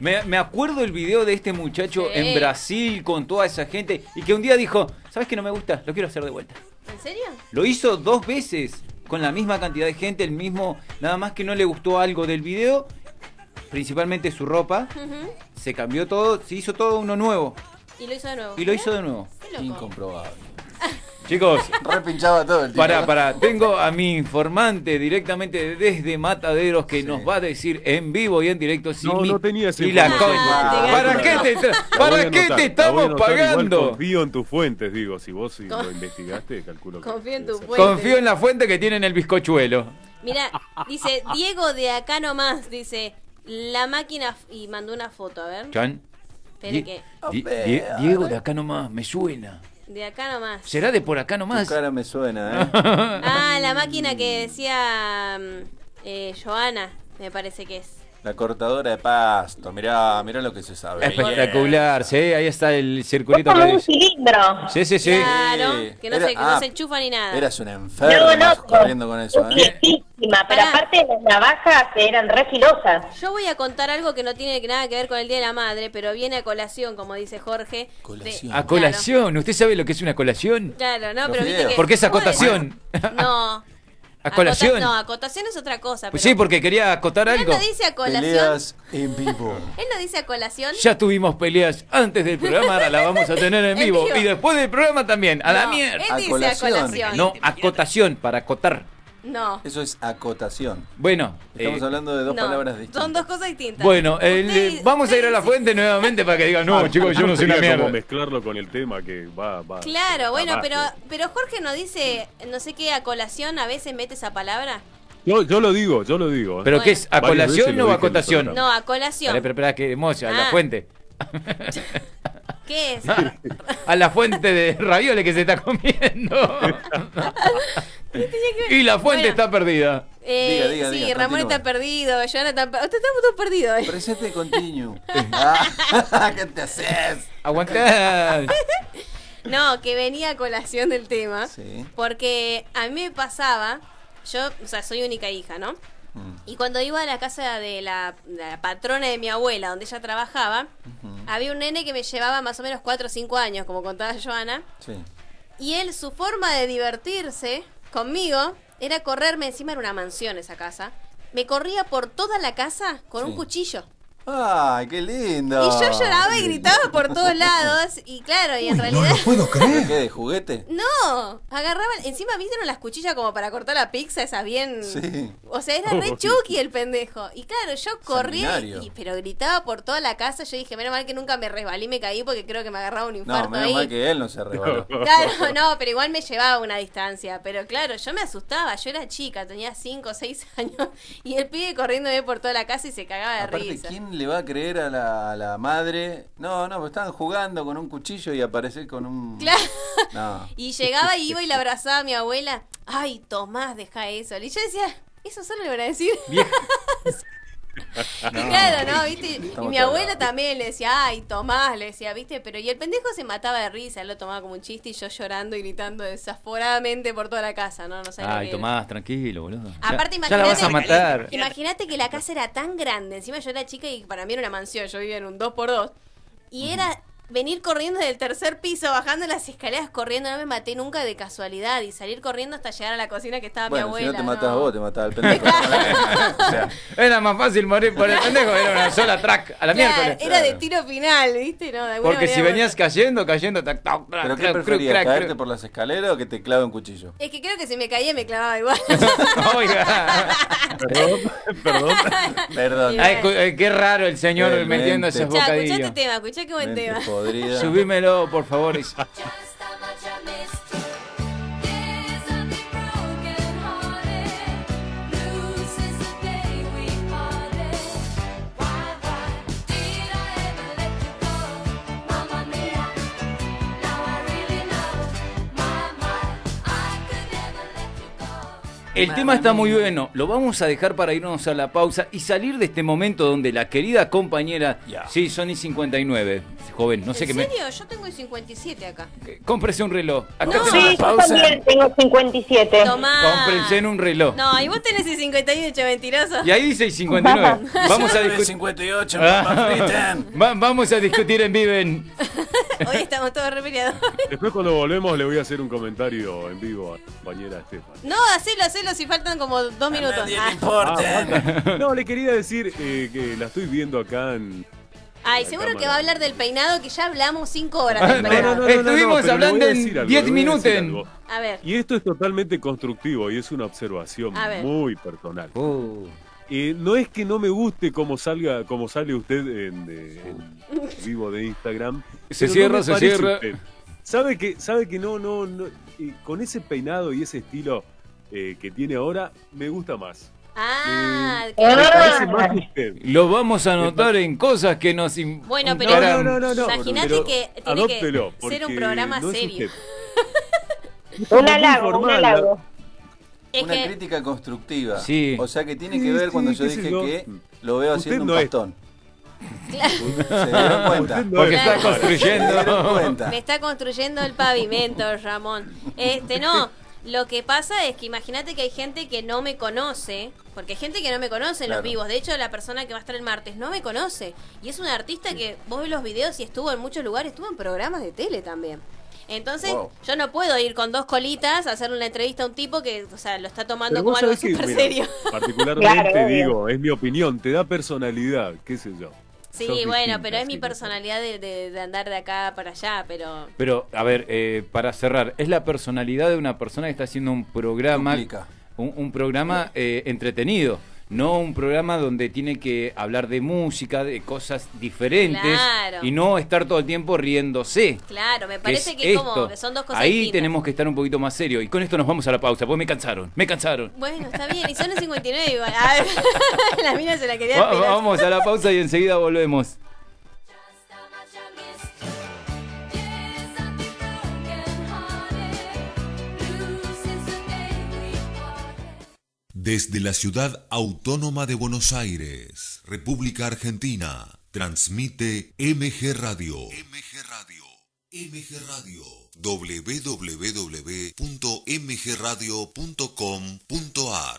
Speaker 2: Me, me acuerdo el video de este muchacho
Speaker 3: Sí.
Speaker 2: en Brasil con toda esa gente y que un día dijo, ¿sabes que no me gusta? Lo quiero hacer de vuelta.
Speaker 3: ¿En serio?
Speaker 2: Lo hizo dos veces con la misma cantidad de gente, el mismo, nada más que no le gustó algo del video, principalmente su ropa,
Speaker 3: Ujú.
Speaker 2: se cambió todo, se hizo todo uno nuevo
Speaker 3: Y lo hizo de nuevo.
Speaker 2: y lo hizo de nuevo.
Speaker 3: Qué loco.
Speaker 4: Incomprobable.
Speaker 2: Chicos,
Speaker 4: Repinchaba todo el tiempo.
Speaker 2: Pará, pará. Tengo a mi informante directamente desde Mataderos que nos va a decir en vivo y en directo si
Speaker 5: No,
Speaker 2: mi-
Speaker 5: no tenía esa
Speaker 2: y la
Speaker 5: información.
Speaker 2: coña.
Speaker 5: Ah,
Speaker 2: ¿Para
Speaker 5: la-
Speaker 2: qué te, tra-
Speaker 5: La voy a
Speaker 2: ¿para qué te
Speaker 5: anotar, la voy a
Speaker 2: estamos
Speaker 5: anotar. Igual
Speaker 2: pagando?
Speaker 5: confío en tus fuentes, digo. Si vos si
Speaker 3: Con-
Speaker 5: lo investigaste, calculo que.
Speaker 3: Confío en tu fuente.
Speaker 2: Confío en la fuente que tiene en el bizcochuelo.
Speaker 3: Mira, dice Diego de acá nomás, dice la máquina f- y mandó una foto, a ver.
Speaker 2: Chan.
Speaker 3: Espere que
Speaker 2: Di- Die- Diego, de acá nomás, me suena.
Speaker 3: de acá nomás.
Speaker 2: ¿Será de por acá nomás?
Speaker 4: Tu cara me suena,
Speaker 2: [LAUGHS]
Speaker 4: ¿eh?
Speaker 3: Ah, la máquina que decía mm, eh, Joana, me parece que es.
Speaker 4: La cortadora de pasto. Mirá, mirá lo que se sabe.
Speaker 2: Espectacular, sí, ahí está el circulito
Speaker 6: Como
Speaker 2: que
Speaker 6: un
Speaker 2: dice.
Speaker 6: cilindro.
Speaker 2: Sí, sí, sí.
Speaker 3: Claro, que no,
Speaker 4: Era-
Speaker 3: se, que no
Speaker 4: ah,
Speaker 3: se enchufa ni nada.
Speaker 4: Eras una enferma
Speaker 6: No, no,
Speaker 4: corriendo con eso, ¿eh?
Speaker 6: Finísima, pero aparte las navajas eran re filosas.
Speaker 3: Yo voy a contar algo que no tiene que- nada que ver con el Día de la Madre, pero viene a colación, como dice Jorge. de-
Speaker 2: A colación, ¿usted sabe lo que es una colación?
Speaker 3: Claro, no, pero viste que...
Speaker 2: Porque es acotación. [LAUGHS]
Speaker 3: No.
Speaker 2: A colación. Pues
Speaker 3: acota- No, acotación es otra cosa. Pero
Speaker 2: Sí, porque quería acotar
Speaker 3: Él
Speaker 2: algo.
Speaker 3: no dice a colación.
Speaker 4: Peleas en vivo.
Speaker 3: Él no dice a colación.
Speaker 2: Ya tuvimos peleas antes del programa, ahora la vamos a tener en
Speaker 3: En
Speaker 2: vivo.
Speaker 3: vivo.
Speaker 2: Y después del programa también. A la
Speaker 3: No,
Speaker 2: mierda.
Speaker 3: él dice a Acolación. colación.
Speaker 2: No, acotación, para acotar.
Speaker 3: No.
Speaker 4: Eso es acotación.
Speaker 2: Bueno,
Speaker 4: Estamos
Speaker 2: eh,
Speaker 4: hablando de dos
Speaker 3: No,
Speaker 4: palabras distintas.
Speaker 3: Son dos cosas distintas.
Speaker 2: bueno el- eh, vamos a ir a la fuente nuevamente para que digan, no, chicos, yo no soy una
Speaker 5: Sería como
Speaker 2: mierda.
Speaker 5: mezclarlo con el tema que va, va.
Speaker 4: Ah,
Speaker 3: Claro, bueno,
Speaker 5: va,
Speaker 3: pero
Speaker 5: va.
Speaker 3: pero Jorge no dice, no sé qué, a colación a veces mete esa palabra.
Speaker 5: Yo, yo lo digo, yo lo digo. ¿eh?
Speaker 2: ¿Pero qué es, a
Speaker 5: Varias veces
Speaker 2: colación
Speaker 5: lo
Speaker 2: o a
Speaker 5: dije en el
Speaker 2: acotación?
Speaker 5: programa.
Speaker 3: No, a colación.
Speaker 2: Espera, espera, que emoción, a la
Speaker 3: Ah.
Speaker 2: fuente.
Speaker 3: ¿Qué
Speaker 2: Ah.
Speaker 3: es?
Speaker 2: A la fuente de ravioles que se está comiendo. y la fuente
Speaker 3: Bueno.
Speaker 2: está perdida.
Speaker 3: Eh,
Speaker 4: Diga, diga,
Speaker 3: sí,
Speaker 4: diga,
Speaker 3: Ramón
Speaker 4: continúa.
Speaker 3: está perdido, Jonathan... per- Usted está todo perdido. eh.
Speaker 4: Presente [LAUGHS] continuo. Ah, [LAUGHS] ¿Qué te haces?
Speaker 2: Aguantá.
Speaker 3: No, que venía a colación del tema.
Speaker 4: Sí.
Speaker 3: Porque a mí me pasaba, yo, o sea, soy única hija, ¿no?
Speaker 4: Mm.
Speaker 3: Y cuando iba a la casa de la, de la patrona de mi abuela, donde ella trabajaba, había un nene que me llevaba más o menos 4 o 5 años, como contaba Joana.
Speaker 4: Sí.
Speaker 3: Y él, su forma de divertirse conmigo era correrme. Encima era una mansión esa casa. Me corría por toda la casa con un
Speaker 4: Sí.
Speaker 3: cuchillo.
Speaker 4: ¡Ay, qué lindo!
Speaker 3: Y yo lloraba y gritaba por todos lados. Y claro, y en realidad.
Speaker 4: puedo creer. [LAUGHS] ¿Qué, de juguete?
Speaker 3: Mm. No, agarraban. Encima vieron las cuchillas como para cortar la pizza, esas bien.
Speaker 4: Sí.
Speaker 3: O sea,
Speaker 4: [LAUGHS]
Speaker 3: era re Chucky el pendejo. Y claro, yo corrí,
Speaker 4: Sanguinario.
Speaker 3: y- pero gritaba por toda la casa. Yo dije, menos mal que nunca me resbalé y me caí porque creo que me agarraba un
Speaker 4: No,
Speaker 3: infarto
Speaker 4: menos
Speaker 3: ahí.
Speaker 4: mal que él [LAUGHS] no se rebaló.
Speaker 3: Claro, [LAUGHS] no, pero igual me llevaba una distancia. Pero claro, yo me asustaba. Yo era chica, tenía 5 o 6 [LAUGHS] años. Y el pibe corriéndome por toda la casa y se cagaba de
Speaker 4: Aparte,
Speaker 3: risa.
Speaker 4: ¿quién le va a creer a la, a la madre? No, no, pues estaban jugando con un cuchillo y aparecer con un...
Speaker 3: Claro.
Speaker 4: No.
Speaker 3: Y llegaba y iba y la abrazaba a mi abuela. Ay, Tomás, deja eso. Y yo decía, eso solo le van a decir. [LAUGHS] Y claro, ¿no? ¿Viste? Y
Speaker 4: Estamos
Speaker 3: mi
Speaker 4: todos
Speaker 3: abuela
Speaker 4: locos.
Speaker 3: también le decía, ay, Tomás, le decía, ¿viste? Pero y el pendejo se mataba de risa, él lo tomaba como un chiste y yo llorando y gritando desaforadamente por toda la casa, ¿no? No sé
Speaker 2: Ay, Tomás, tranquilo, boludo. Ya-
Speaker 3: Aparte,
Speaker 2: ya, la vas a
Speaker 3: imagínate-
Speaker 2: matar.
Speaker 3: Imagínate que la casa era tan grande, encima yo era chica y para mí era una mansión, yo vivía en un 2x2. Y era venir corriendo del tercer piso, bajando las escaleras, corriendo, no me maté nunca de casualidad y salir corriendo hasta llegar a la cocina que estaba mi
Speaker 4: Bueno, si
Speaker 3: abuela.
Speaker 4: no te
Speaker 3: ¿no?
Speaker 4: matabas vos, te mataba el pendejo. [LAUGHS] O sea,
Speaker 2: Era más fácil morir por el pendejo, era una sola track a la
Speaker 3: Claro,
Speaker 2: miércoles.
Speaker 3: era de tiro final, ¿viste? No, de alguna
Speaker 2: Porque si
Speaker 3: manera-
Speaker 2: venías cayendo, cayendo, tac, tac, tac,
Speaker 4: ¿Pero qué
Speaker 2: crac,
Speaker 4: preferías,
Speaker 2: crac,
Speaker 4: caerte
Speaker 2: crac.
Speaker 4: por las escaleras o que te clave
Speaker 3: [LAUGHS]
Speaker 4: un cuchillo?
Speaker 3: Es que creo que si me caía me clavaba [LAUGHS] igual.
Speaker 2: [LAUGHS] Oiga.
Speaker 5: Perdón, perdón.
Speaker 4: Perdón.
Speaker 2: ah, Ay, escu- eh, qué raro el señor
Speaker 4: Realmente.
Speaker 2: metiendo esos
Speaker 4: Chá,
Speaker 3: Escuchá este
Speaker 2: bocadillos.
Speaker 3: tema, escuchá qué buen
Speaker 4: Mente
Speaker 3: tema.
Speaker 4: podrida.
Speaker 2: Subímelo, por favor. y- El tema está muy bueno, lo vamos a dejar para irnos a la pausa y salir de este momento donde la querida compañera, sí, Sony 59, joven, no sé qué
Speaker 3: ¿En
Speaker 2: me... eh,
Speaker 3: serio? Yo tengo el 57 acá.
Speaker 2: Cómprese un reloj. Acá
Speaker 3: No.
Speaker 2: hacemos
Speaker 3: Sí,
Speaker 6: Yo
Speaker 2: pausa.
Speaker 6: también tengo 57.
Speaker 3: Tomá.
Speaker 2: Cómprense en un reloj.
Speaker 3: No, y vos tenés el 58, mentiroso.
Speaker 2: Y ahí dice el 59. Vamos a discutir.
Speaker 4: 58,
Speaker 2: Ah, [LAUGHS] va- vamos a discutir en Viven.
Speaker 3: [LAUGHS] Hoy estamos todos repeleados.
Speaker 5: Después cuando volvemos le voy a hacer un comentario en vivo a la compañera Estefan.
Speaker 3: No, hacelo, hacelo, si faltan como dos minutos. Ah.
Speaker 5: ¿eh? No, le quería decir eh, que la estoy viendo acá en...
Speaker 3: Ay, seguro que va a hablar del peinado, que ya hablamos cinco horas
Speaker 5: No,
Speaker 3: del
Speaker 5: no, no, no,
Speaker 3: peinado.
Speaker 5: no, no,
Speaker 2: Estuvimos
Speaker 5: pero le
Speaker 2: hablando
Speaker 5: voy a
Speaker 2: en
Speaker 5: decir algo,
Speaker 2: 10
Speaker 5: le voy a
Speaker 2: minutos.
Speaker 5: decir algo.
Speaker 3: A ver.
Speaker 5: Y esto es totalmente constructivo y es una observación
Speaker 3: A ver.
Speaker 5: muy personal.
Speaker 2: Oh.
Speaker 5: Eh, no es que no me guste cómo salga, como sale usted en, eh, en vivo de Instagram.
Speaker 2: Se
Speaker 5: pero no
Speaker 2: cierra,
Speaker 5: me
Speaker 2: se
Speaker 5: parece
Speaker 2: cierra.
Speaker 5: usted. Sabe que, sabe que no, no, no, eh, con ese peinado y ese estilo eh, que tiene ahora, me gusta más.
Speaker 3: Ah,
Speaker 5: Me parece
Speaker 3: que...
Speaker 5: más que usted.
Speaker 2: Lo vamos a anotar en cosas que nos im-
Speaker 3: Bueno, pero
Speaker 2: Para-
Speaker 5: No, no, no, no,
Speaker 3: imagínate
Speaker 5: pero
Speaker 3: que tiene que
Speaker 5: adóptelo,
Speaker 3: ser un
Speaker 5: porque
Speaker 3: programa
Speaker 5: no es
Speaker 3: serio.
Speaker 5: usted.
Speaker 6: Un halago, un
Speaker 5: Informal,
Speaker 6: halago.
Speaker 3: Es
Speaker 4: Una
Speaker 3: que
Speaker 4: crítica constructiva.
Speaker 2: Sí.
Speaker 4: O sea que tiene
Speaker 5: Sí,
Speaker 4: que ver cuando
Speaker 5: sí,
Speaker 4: yo
Speaker 5: qué sé
Speaker 4: dije
Speaker 5: yo.
Speaker 4: que lo veo
Speaker 5: Usted
Speaker 4: haciendo
Speaker 5: no
Speaker 4: un
Speaker 5: es.
Speaker 4: bastón.
Speaker 5: Usted
Speaker 4: Se dieron cuenta.
Speaker 5: no
Speaker 2: Porque
Speaker 5: es
Speaker 2: está
Speaker 5: normal.
Speaker 4: Se dieron
Speaker 2: construyendo.
Speaker 4: cuenta.
Speaker 3: me está construyendo el pavimento, Ramón. Este, no. Lo que pasa es que imagínate que hay gente que no me conoce, porque hay gente que no me conoce en
Speaker 4: Claro.
Speaker 3: los vivos. De hecho, la persona que va a estar el martes no me conoce. Y es un artista que vos ves los videos y estuvo en muchos lugares, estuvo en programas de tele también. Entonces,
Speaker 4: Wow.
Speaker 3: yo no puedo ir con dos colitas a hacer una entrevista a un tipo que, o sea, lo está tomando
Speaker 5: Pero
Speaker 3: como
Speaker 5: vos
Speaker 3: algo
Speaker 5: sabés que,
Speaker 3: súper
Speaker 5: mira,
Speaker 3: serio.
Speaker 5: Particularmente
Speaker 6: Claro, obvio.
Speaker 5: digo, es mi opinión, te da personalidad, qué sé yo.
Speaker 3: Sí,
Speaker 5: Sos
Speaker 3: bueno,
Speaker 5: distinta,
Speaker 3: pero es
Speaker 5: sí,
Speaker 3: mi
Speaker 5: no sé.
Speaker 3: personalidad de, de- de andar de acá para allá, pero...
Speaker 2: Pero, a ver, eh, para cerrar, es la personalidad de una persona que está haciendo un programa,
Speaker 4: Duplica.
Speaker 2: un, un programa eh, entretenido, no un programa donde tiene que hablar de música, de cosas diferentes
Speaker 3: Claro.
Speaker 2: y no estar todo el tiempo riéndose.
Speaker 3: Claro, me
Speaker 2: que
Speaker 3: parece
Speaker 2: es
Speaker 3: que, es
Speaker 2: esto.
Speaker 3: como que son dos cosas
Speaker 2: Ahí
Speaker 3: distintas.
Speaker 2: tenemos que estar un poquito más serio. Y con esto nos vamos a la pausa, porque me cansaron, me cansaron.
Speaker 3: Bueno, está bien, y son los 59 igual. A ver, [LAUGHS] la mina se la quería
Speaker 2: Va-
Speaker 3: esperar.
Speaker 2: vamos a la pausa y enseguida volvemos.
Speaker 16: Desde la ciudad autónoma de Buenos Aires, República Argentina, transmite MG Radio. MG Radio. MG Radio. www.mgradio.com.ar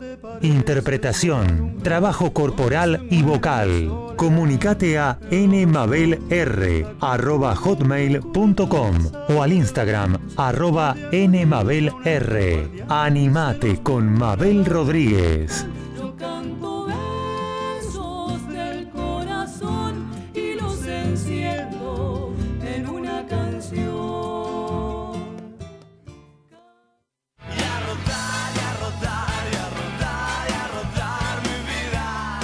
Speaker 11: interpretación, trabajo corporal y vocal. Comunicate a nmabelr@hotmail.com o al Instagram arroba nmabelr. Animate con Mabel Rodríguez.
Speaker 14: Yo canto versos del corazón y los enciendo en una canción.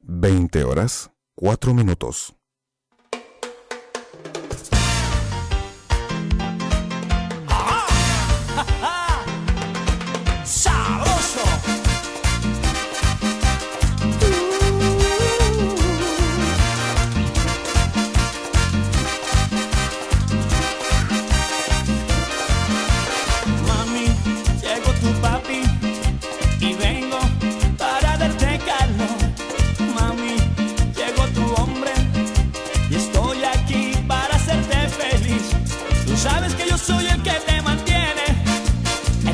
Speaker 17: Veinte horas, cuatro minutos.
Speaker 14: ¡Sabroso!
Speaker 18: Mami, llegó tu papi y vengo para darte calor. Mami, llegó tu hombre y estoy aquí para hacerte feliz. Tú sabes que yo soy el que te mantiene,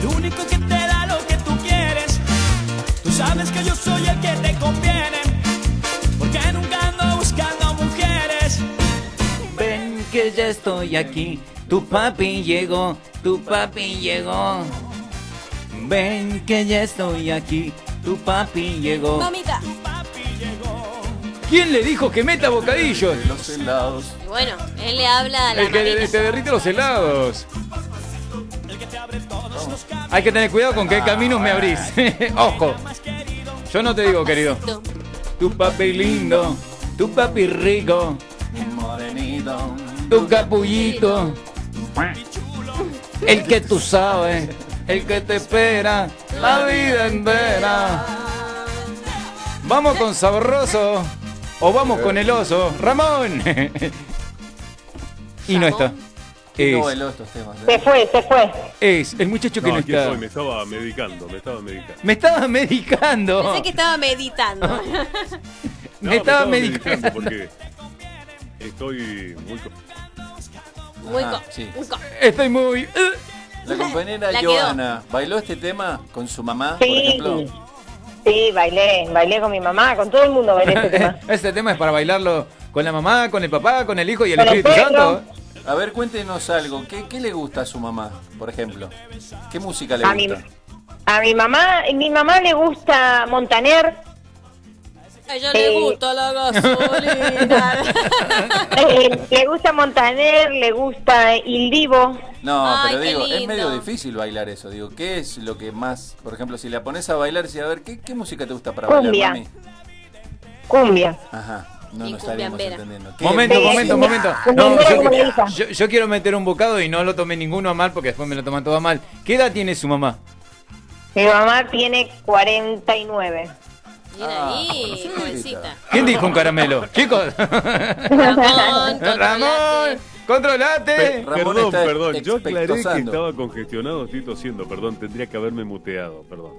Speaker 18: el único que te da lo que tú quieres. Tú sabes que yo soy el que te conviene, porque nunca ando buscando mujeres.
Speaker 2: Ven que ya estoy aquí. Tu papi llegó, tu papi llegó. Ven que ya estoy aquí. Tu papi llegó.
Speaker 3: Mamita.
Speaker 2: ¿Quién le dijo que meta bocadillos?
Speaker 4: Los helados.
Speaker 3: Y bueno, él le habla a la
Speaker 2: El que
Speaker 3: mamita.
Speaker 2: le- te derrite los helados. Hay que tener cuidado con qué caminos me abrís. [LAUGHS] Ojo. Yo no te digo, querido. Tu papi lindo, tu papi rico,
Speaker 4: Morenito.
Speaker 2: tu capullito. El que tú sabes, el que te espera la vida entera. Vamos con sabroso. O vamos con el oso. ¡Ramón! [LAUGHS] y no está.
Speaker 4: Qué
Speaker 2: Es,
Speaker 4: novelo estos temas. ¿eh?
Speaker 6: Se fue, se fue.
Speaker 2: es el muchacho que no,
Speaker 5: aquí
Speaker 2: está.
Speaker 5: estoy, me estaba medicando, me estaba medicando.
Speaker 2: Me estaba medicando.
Speaker 3: Pensé que estaba meditando.
Speaker 2: Ah,
Speaker 5: No,
Speaker 2: me estaba
Speaker 5: medicando
Speaker 2: medicando.
Speaker 5: porque estoy muy... co-
Speaker 3: [LAUGHS] Muy
Speaker 4: Ajá,
Speaker 3: co-
Speaker 4: ah, sí.
Speaker 3: muy co-
Speaker 2: Estoy muy.
Speaker 4: La
Speaker 3: [LAUGHS]
Speaker 4: compañera
Speaker 3: La quedó.
Speaker 4: Joana, ¿bailó este tema con su mamá, por
Speaker 6: Sí.
Speaker 4: ejemplo?
Speaker 6: Sí, bailé, bailé con mi mamá, con todo el mundo
Speaker 4: [LAUGHS]
Speaker 6: bailé este
Speaker 2: [LAUGHS]
Speaker 6: tema.
Speaker 2: Este tema es para bailarlo con la mamá, con el papá, con el hijo y el
Speaker 6: Con el
Speaker 2: Espíritu Santo.
Speaker 6: perro.
Speaker 4: A ver, cuéntenos algo. ¿Qué, qué le gusta a su mamá, por ejemplo? ¿Qué música le
Speaker 6: A mi-
Speaker 4: gusta?
Speaker 6: A mi mamá, mi mamá le gusta Montaner,
Speaker 3: A ella le
Speaker 6: Eh.
Speaker 3: gusta
Speaker 2: [LAUGHS]
Speaker 3: la gasolina.
Speaker 6: eh, le gusta Montaner, le gusta Il Divo.
Speaker 4: No,
Speaker 3: Ay,
Speaker 4: pero
Speaker 3: qué
Speaker 4: digo, es
Speaker 3: lindo.
Speaker 4: medio difícil bailar eso. Digo, ¿qué es lo que más, por ejemplo, si la pones a bailar, si a ver, ¿qué, qué música te gusta para
Speaker 6: Cumbia.
Speaker 4: bailar, mami?
Speaker 6: Cumbia.
Speaker 4: Ajá, no
Speaker 3: Y
Speaker 4: nos estaríamos
Speaker 3: cumbiambera.
Speaker 4: entendiendo. ¿Qué-
Speaker 2: Momento,
Speaker 6: Sí,
Speaker 2: momento,
Speaker 6: sí.
Speaker 2: momento.
Speaker 6: Un
Speaker 2: No,
Speaker 6: hombre
Speaker 2: yo,
Speaker 6: comunista.
Speaker 2: yo- yo quiero meter un bocado y no lo tomé ninguno a mal porque después me lo toman todo a mal. ¿Qué edad tiene su mamá?
Speaker 6: Mi mamá tiene 49.
Speaker 3: Mira ahí,
Speaker 4: Ah,
Speaker 3: jovencita.
Speaker 2: ¿Quién dijo un caramelo? Chicos.
Speaker 6: [LAUGHS]
Speaker 3: Ramón,
Speaker 2: Ramón, controlate.
Speaker 4: Pe- Ramón
Speaker 5: perdón,
Speaker 4: está
Speaker 5: perdón, yo aclaré que
Speaker 4: expectosando.
Speaker 5: estaba congestionado, estoy tosiendo, perdón, tendría que haberme muteado, perdón.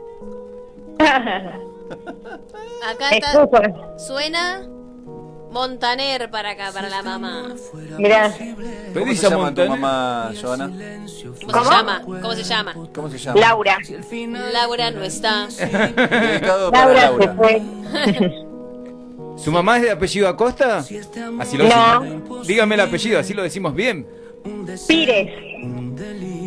Speaker 3: Acá está,
Speaker 6: Escucha,
Speaker 3: suena Montaner para acá, para la mamá.
Speaker 6: mirá.
Speaker 4: ¿Cómo
Speaker 2: Pedís
Speaker 4: se
Speaker 2: a
Speaker 4: llama tu
Speaker 2: Montaner.
Speaker 4: mamá, Joana?
Speaker 3: ¿Cómo,
Speaker 6: ¿Cómo?
Speaker 3: se llama? ¿Cómo se llama?
Speaker 4: ¿Cómo se llama?
Speaker 6: Laura.
Speaker 3: Laura no está. [LAUGHS]
Speaker 4: Dedicado para
Speaker 6: Laura se
Speaker 4: Laura.
Speaker 6: fue.
Speaker 2: ¿Su mamá es de apellido Acosta? Así lo
Speaker 6: No.
Speaker 2: decimos. Dígame el apellido, así lo decimos bien.
Speaker 6: Pires.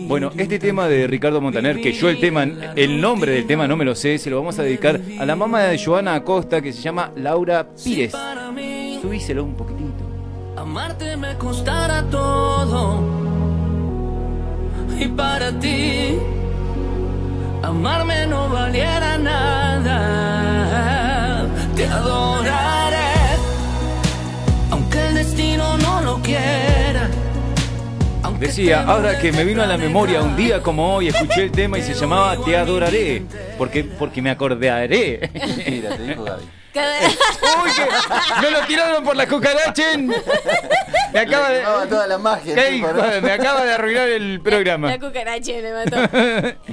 Speaker 2: Bueno, este tema de Ricardo Montaner, que yo el tema, el nombre del tema no me lo sé, se lo vamos a dedicar a la mamá de Joana Acosta, que se llama Laura Pires. Subíselo un poquitito.
Speaker 14: Amarte me costará todo. Y para ti, amarme no valiera nada. Te adoraré, aunque el destino no lo quiera. aunque
Speaker 2: Decía,
Speaker 14: te
Speaker 2: ahora que me vino a la
Speaker 14: detenga
Speaker 2: memoria un día como hoy, escuché el tema y se llamaba Te adoraré, porque, porque me acordaré.
Speaker 4: Mentira, te dijo Gaby.
Speaker 2: [LAUGHS] ¡Uy, que me lo tiraron por la cucarachen! Me acaba
Speaker 4: Le
Speaker 2: de...
Speaker 4: quemaba toda la magia.
Speaker 2: ¿Qué
Speaker 4: tipo,
Speaker 2: hijo
Speaker 4: ¿no?
Speaker 2: de- Me acaba de arruinar el programa. [LAUGHS]
Speaker 3: [LAUGHS] La cucaracha me mató.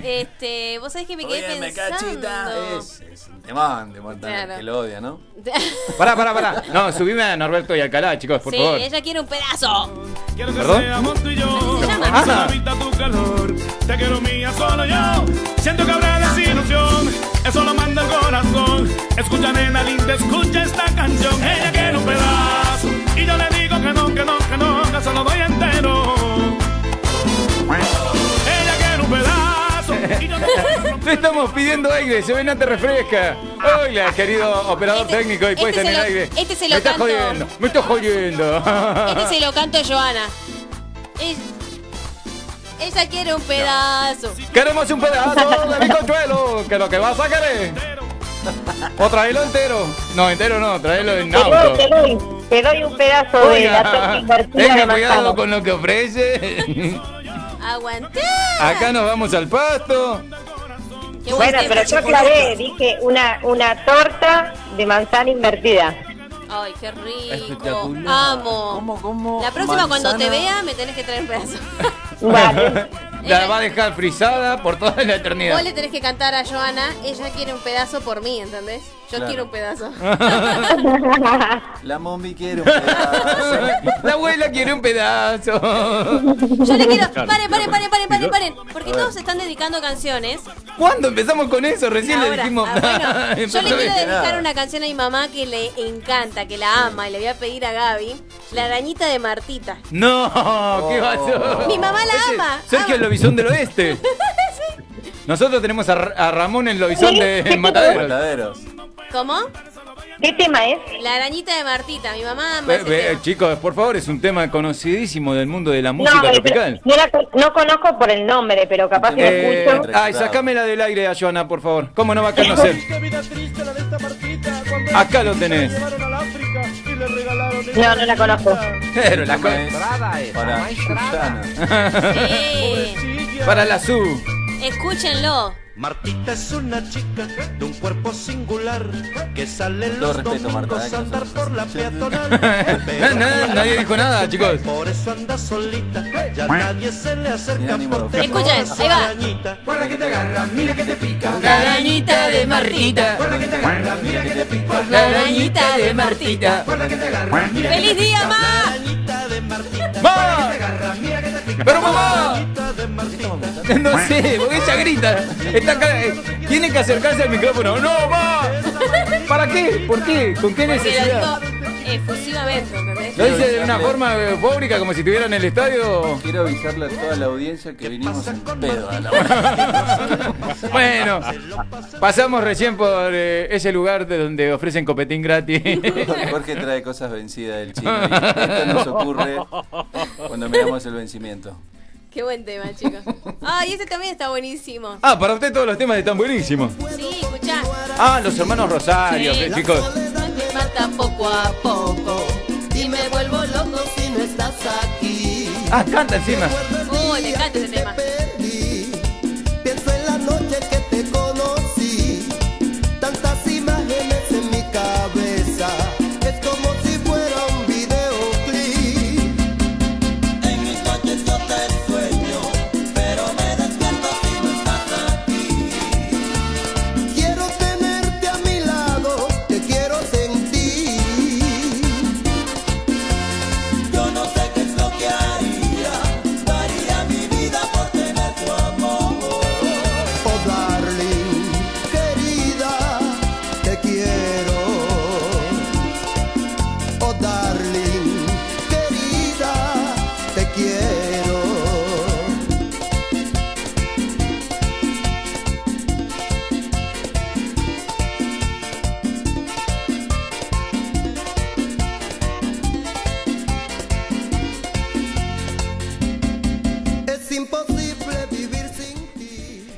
Speaker 3: Este, vos sabés que me quedé
Speaker 4: Óyeme,
Speaker 3: pensando.
Speaker 4: Es, es un temón de Montaner,
Speaker 3: Claro.
Speaker 4: que lo odia, ¿no?
Speaker 2: Pará, pará, pará. No, subime a Norberto y Alcalá, chicos, por
Speaker 3: sí,
Speaker 2: favor.
Speaker 3: ella quiere un pedazo.
Speaker 18: Quiero que
Speaker 2: ¿Perdón?
Speaker 18: seamos tú y yo.
Speaker 3: se llama?
Speaker 18: Solo habita tu calor. Te quiero mía, solo yo. Siento que habrá desilusión. Eso lo manda el corazón. Escucha, nena linda, escucha esta canción. Ella quiere un pedazo. Y yo le digo que no, que no, que no, que se lo doy entero. Ella quiere un pedazo. Y yo le digo
Speaker 2: [LAUGHS]
Speaker 18: que no,
Speaker 2: Te estamos pidiendo aire, se ven, no te refresca. Hola, querido operador
Speaker 3: Este-
Speaker 2: técnico y
Speaker 3: este
Speaker 2: puesta
Speaker 3: se
Speaker 2: en el
Speaker 3: lo-
Speaker 2: aire.
Speaker 3: este se
Speaker 2: me
Speaker 3: lo
Speaker 2: estás
Speaker 3: canto.
Speaker 2: jodiendo, me estás jodiendo.
Speaker 3: Este se lo canto a Joana. Es- Ella quiere un pedazo.
Speaker 2: Queremos un pedazo de mi conchuelo, que lo que vas a querer. O traelo entero. No, entero no, traelo en
Speaker 6: Te doy, te
Speaker 2: auto.
Speaker 6: doy, te doy un pedazo de
Speaker 2: [LAUGHS]
Speaker 6: la
Speaker 2: Oiga,
Speaker 6: torta pues, invertida de
Speaker 2: tenga cuidado
Speaker 6: manzana.
Speaker 2: con lo que ofrece. [LAUGHS]
Speaker 3: Aguanté.
Speaker 2: Acá nos vamos al pasto.
Speaker 3: Qué buen
Speaker 6: Bueno,
Speaker 3: tema,
Speaker 6: pero yo
Speaker 3: chocolate.
Speaker 6: aclaré, dije una, una torta de manzana
Speaker 2: [LAUGHS]
Speaker 6: invertida.
Speaker 3: Ay, qué rico.
Speaker 2: Espectacular.
Speaker 3: Amo.
Speaker 4: ¿Cómo, cómo?
Speaker 3: La próxima cuando te
Speaker 4: Manzana.
Speaker 3: vea me tenés que traer un pedazo.
Speaker 6: Vale.
Speaker 3: Eh.
Speaker 2: La va a dejar frisada por toda la eternidad.
Speaker 3: Vos le tenés que cantar a Joana, ella quiere un pedazo por mí, ¿entendés? Yo
Speaker 4: Claro.
Speaker 3: quiero un pedazo.
Speaker 4: La mombi quiere un pedazo.
Speaker 2: [LAUGHS] La abuela quiere un pedazo.
Speaker 3: Yo le quiero.
Speaker 5: Claro,
Speaker 3: Paren, paren,
Speaker 5: claro.
Speaker 3: paren, paren, paren,
Speaker 5: Yo-
Speaker 3: paren. Porque todos están dedicando canciones.
Speaker 2: ¿Cuándo empezamos con eso? Recién le
Speaker 3: Ahora,
Speaker 2: dijimos.
Speaker 3: ah,
Speaker 2: [LAUGHS]
Speaker 3: bueno, yo
Speaker 2: Empezó
Speaker 3: le quiero
Speaker 2: bien.
Speaker 3: dedicar una canción a mi mamá que le encanta, que la ama, y le voy a pedir a Gaby, La arañita de Martita.
Speaker 2: No, ¿qué pasó?
Speaker 3: Mi mamá la
Speaker 2: Ese-
Speaker 3: ama,
Speaker 2: Sergio
Speaker 3: ama.
Speaker 2: el Lobizón del Oeste. Nosotros tenemos a, Ra- a Ramón el Lobizón de Matadero.
Speaker 4: Mataderos.
Speaker 3: ¿Cómo?
Speaker 6: ¿Qué tema es?
Speaker 3: La arañita de Martita, mi mamá ama.
Speaker 2: Ve-
Speaker 3: ese
Speaker 2: ve,
Speaker 3: tema.
Speaker 2: chicos, por favor, es un tema conocidísimo del mundo de la
Speaker 6: No, eh,
Speaker 2: música
Speaker 6: pero-
Speaker 2: tropical.
Speaker 6: no la con- no conozco por el nombre, pero capaz que
Speaker 2: Eh,
Speaker 6: lo escucho.
Speaker 2: ay, sacámela del aire a Joana, por favor. ¿Cómo no va a conocer?
Speaker 18: Qué vida triste la de esta Martita, cuando
Speaker 2: Acá
Speaker 18: era
Speaker 2: lo
Speaker 18: chiquita,
Speaker 2: tenés.
Speaker 18: la llevaron al África y le regalaron esa
Speaker 6: No, no la conozco.
Speaker 18: vida.
Speaker 2: Pero la co-
Speaker 4: maestrada es [LAUGHS] para Susana.
Speaker 3: Sí.
Speaker 18: Pobrecilla.
Speaker 2: Para la SU.
Speaker 3: Escúchenlo.
Speaker 19: Martita es una chica de un cuerpo singular que sale
Speaker 4: Con todo
Speaker 19: los
Speaker 4: respeto, Marta,
Speaker 19: domingos
Speaker 4: ¿eh?
Speaker 19: a andar por la peatonal.
Speaker 2: Na- na- nadie dijo nada, chicos.
Speaker 19: Por eso anda solita, ya nadie se le acerca porque
Speaker 3: Escuchen,
Speaker 19: no es
Speaker 3: ahí va.
Speaker 19: arañita.
Speaker 12: Guarda que te agarra, mira que te pica.
Speaker 3: La arañita de Martita.
Speaker 12: Guarda que te agarra, mira que te pica.
Speaker 3: La arañita de Martita.
Speaker 12: Guarda que te agarra, mira que te
Speaker 3: ¡Feliz día, ma!
Speaker 2: ¡Ma! ¡Pero mamá! No sé, porque ella grita. Está acá, eh, tiene que acercarse al micrófono. ¡No, ma! ¿Para qué? ¿Por qué? ¿Con qué
Speaker 3: Porque lo
Speaker 2: necesidad?
Speaker 3: dijo efusivamente, ¿entendés?
Speaker 2: Lo dice de una forma eh, pública, como si estuviera en el estadio.
Speaker 4: Quiero avisarle a toda la audiencia que vinimos en pedo a la
Speaker 2: Bueno, pasamos recién por eh, ese lugar de donde ofrecen copetín gratis. [LAUGHS]
Speaker 4: [LAUGHS] Jorge trae cosas vencidas del chino. y esto nos ocurre cuando miramos el vencimiento.
Speaker 3: Qué buen tema, chicos. Ay, este también está buenísimo.
Speaker 2: Ah, para usted todos los temas están buenísimos.
Speaker 3: Sí, escuchá.
Speaker 2: Ah, los hermanos Rosario,
Speaker 3: Sí.
Speaker 2: eh, chicos.
Speaker 3: Me mata poco a poco y me vuelvo loco si no estás aquí.
Speaker 2: Ah, canta encima.
Speaker 3: Uy, me encanta ese tema.
Speaker 20: Pienso en la noche que te conocí, tantas imágenes en mi cabeza, es como si fuera un videoclip. En mis noches yo te sueño, pero me despierto si no estás aquí. Quiero tenerte a mi lado, te quiero sentir. Yo no sé qué es lo que haría, daría mi vida por tener tu amor. Oh darling, querida, te quiero. Oh darling, querida, te quiero. Es imposible vivir sin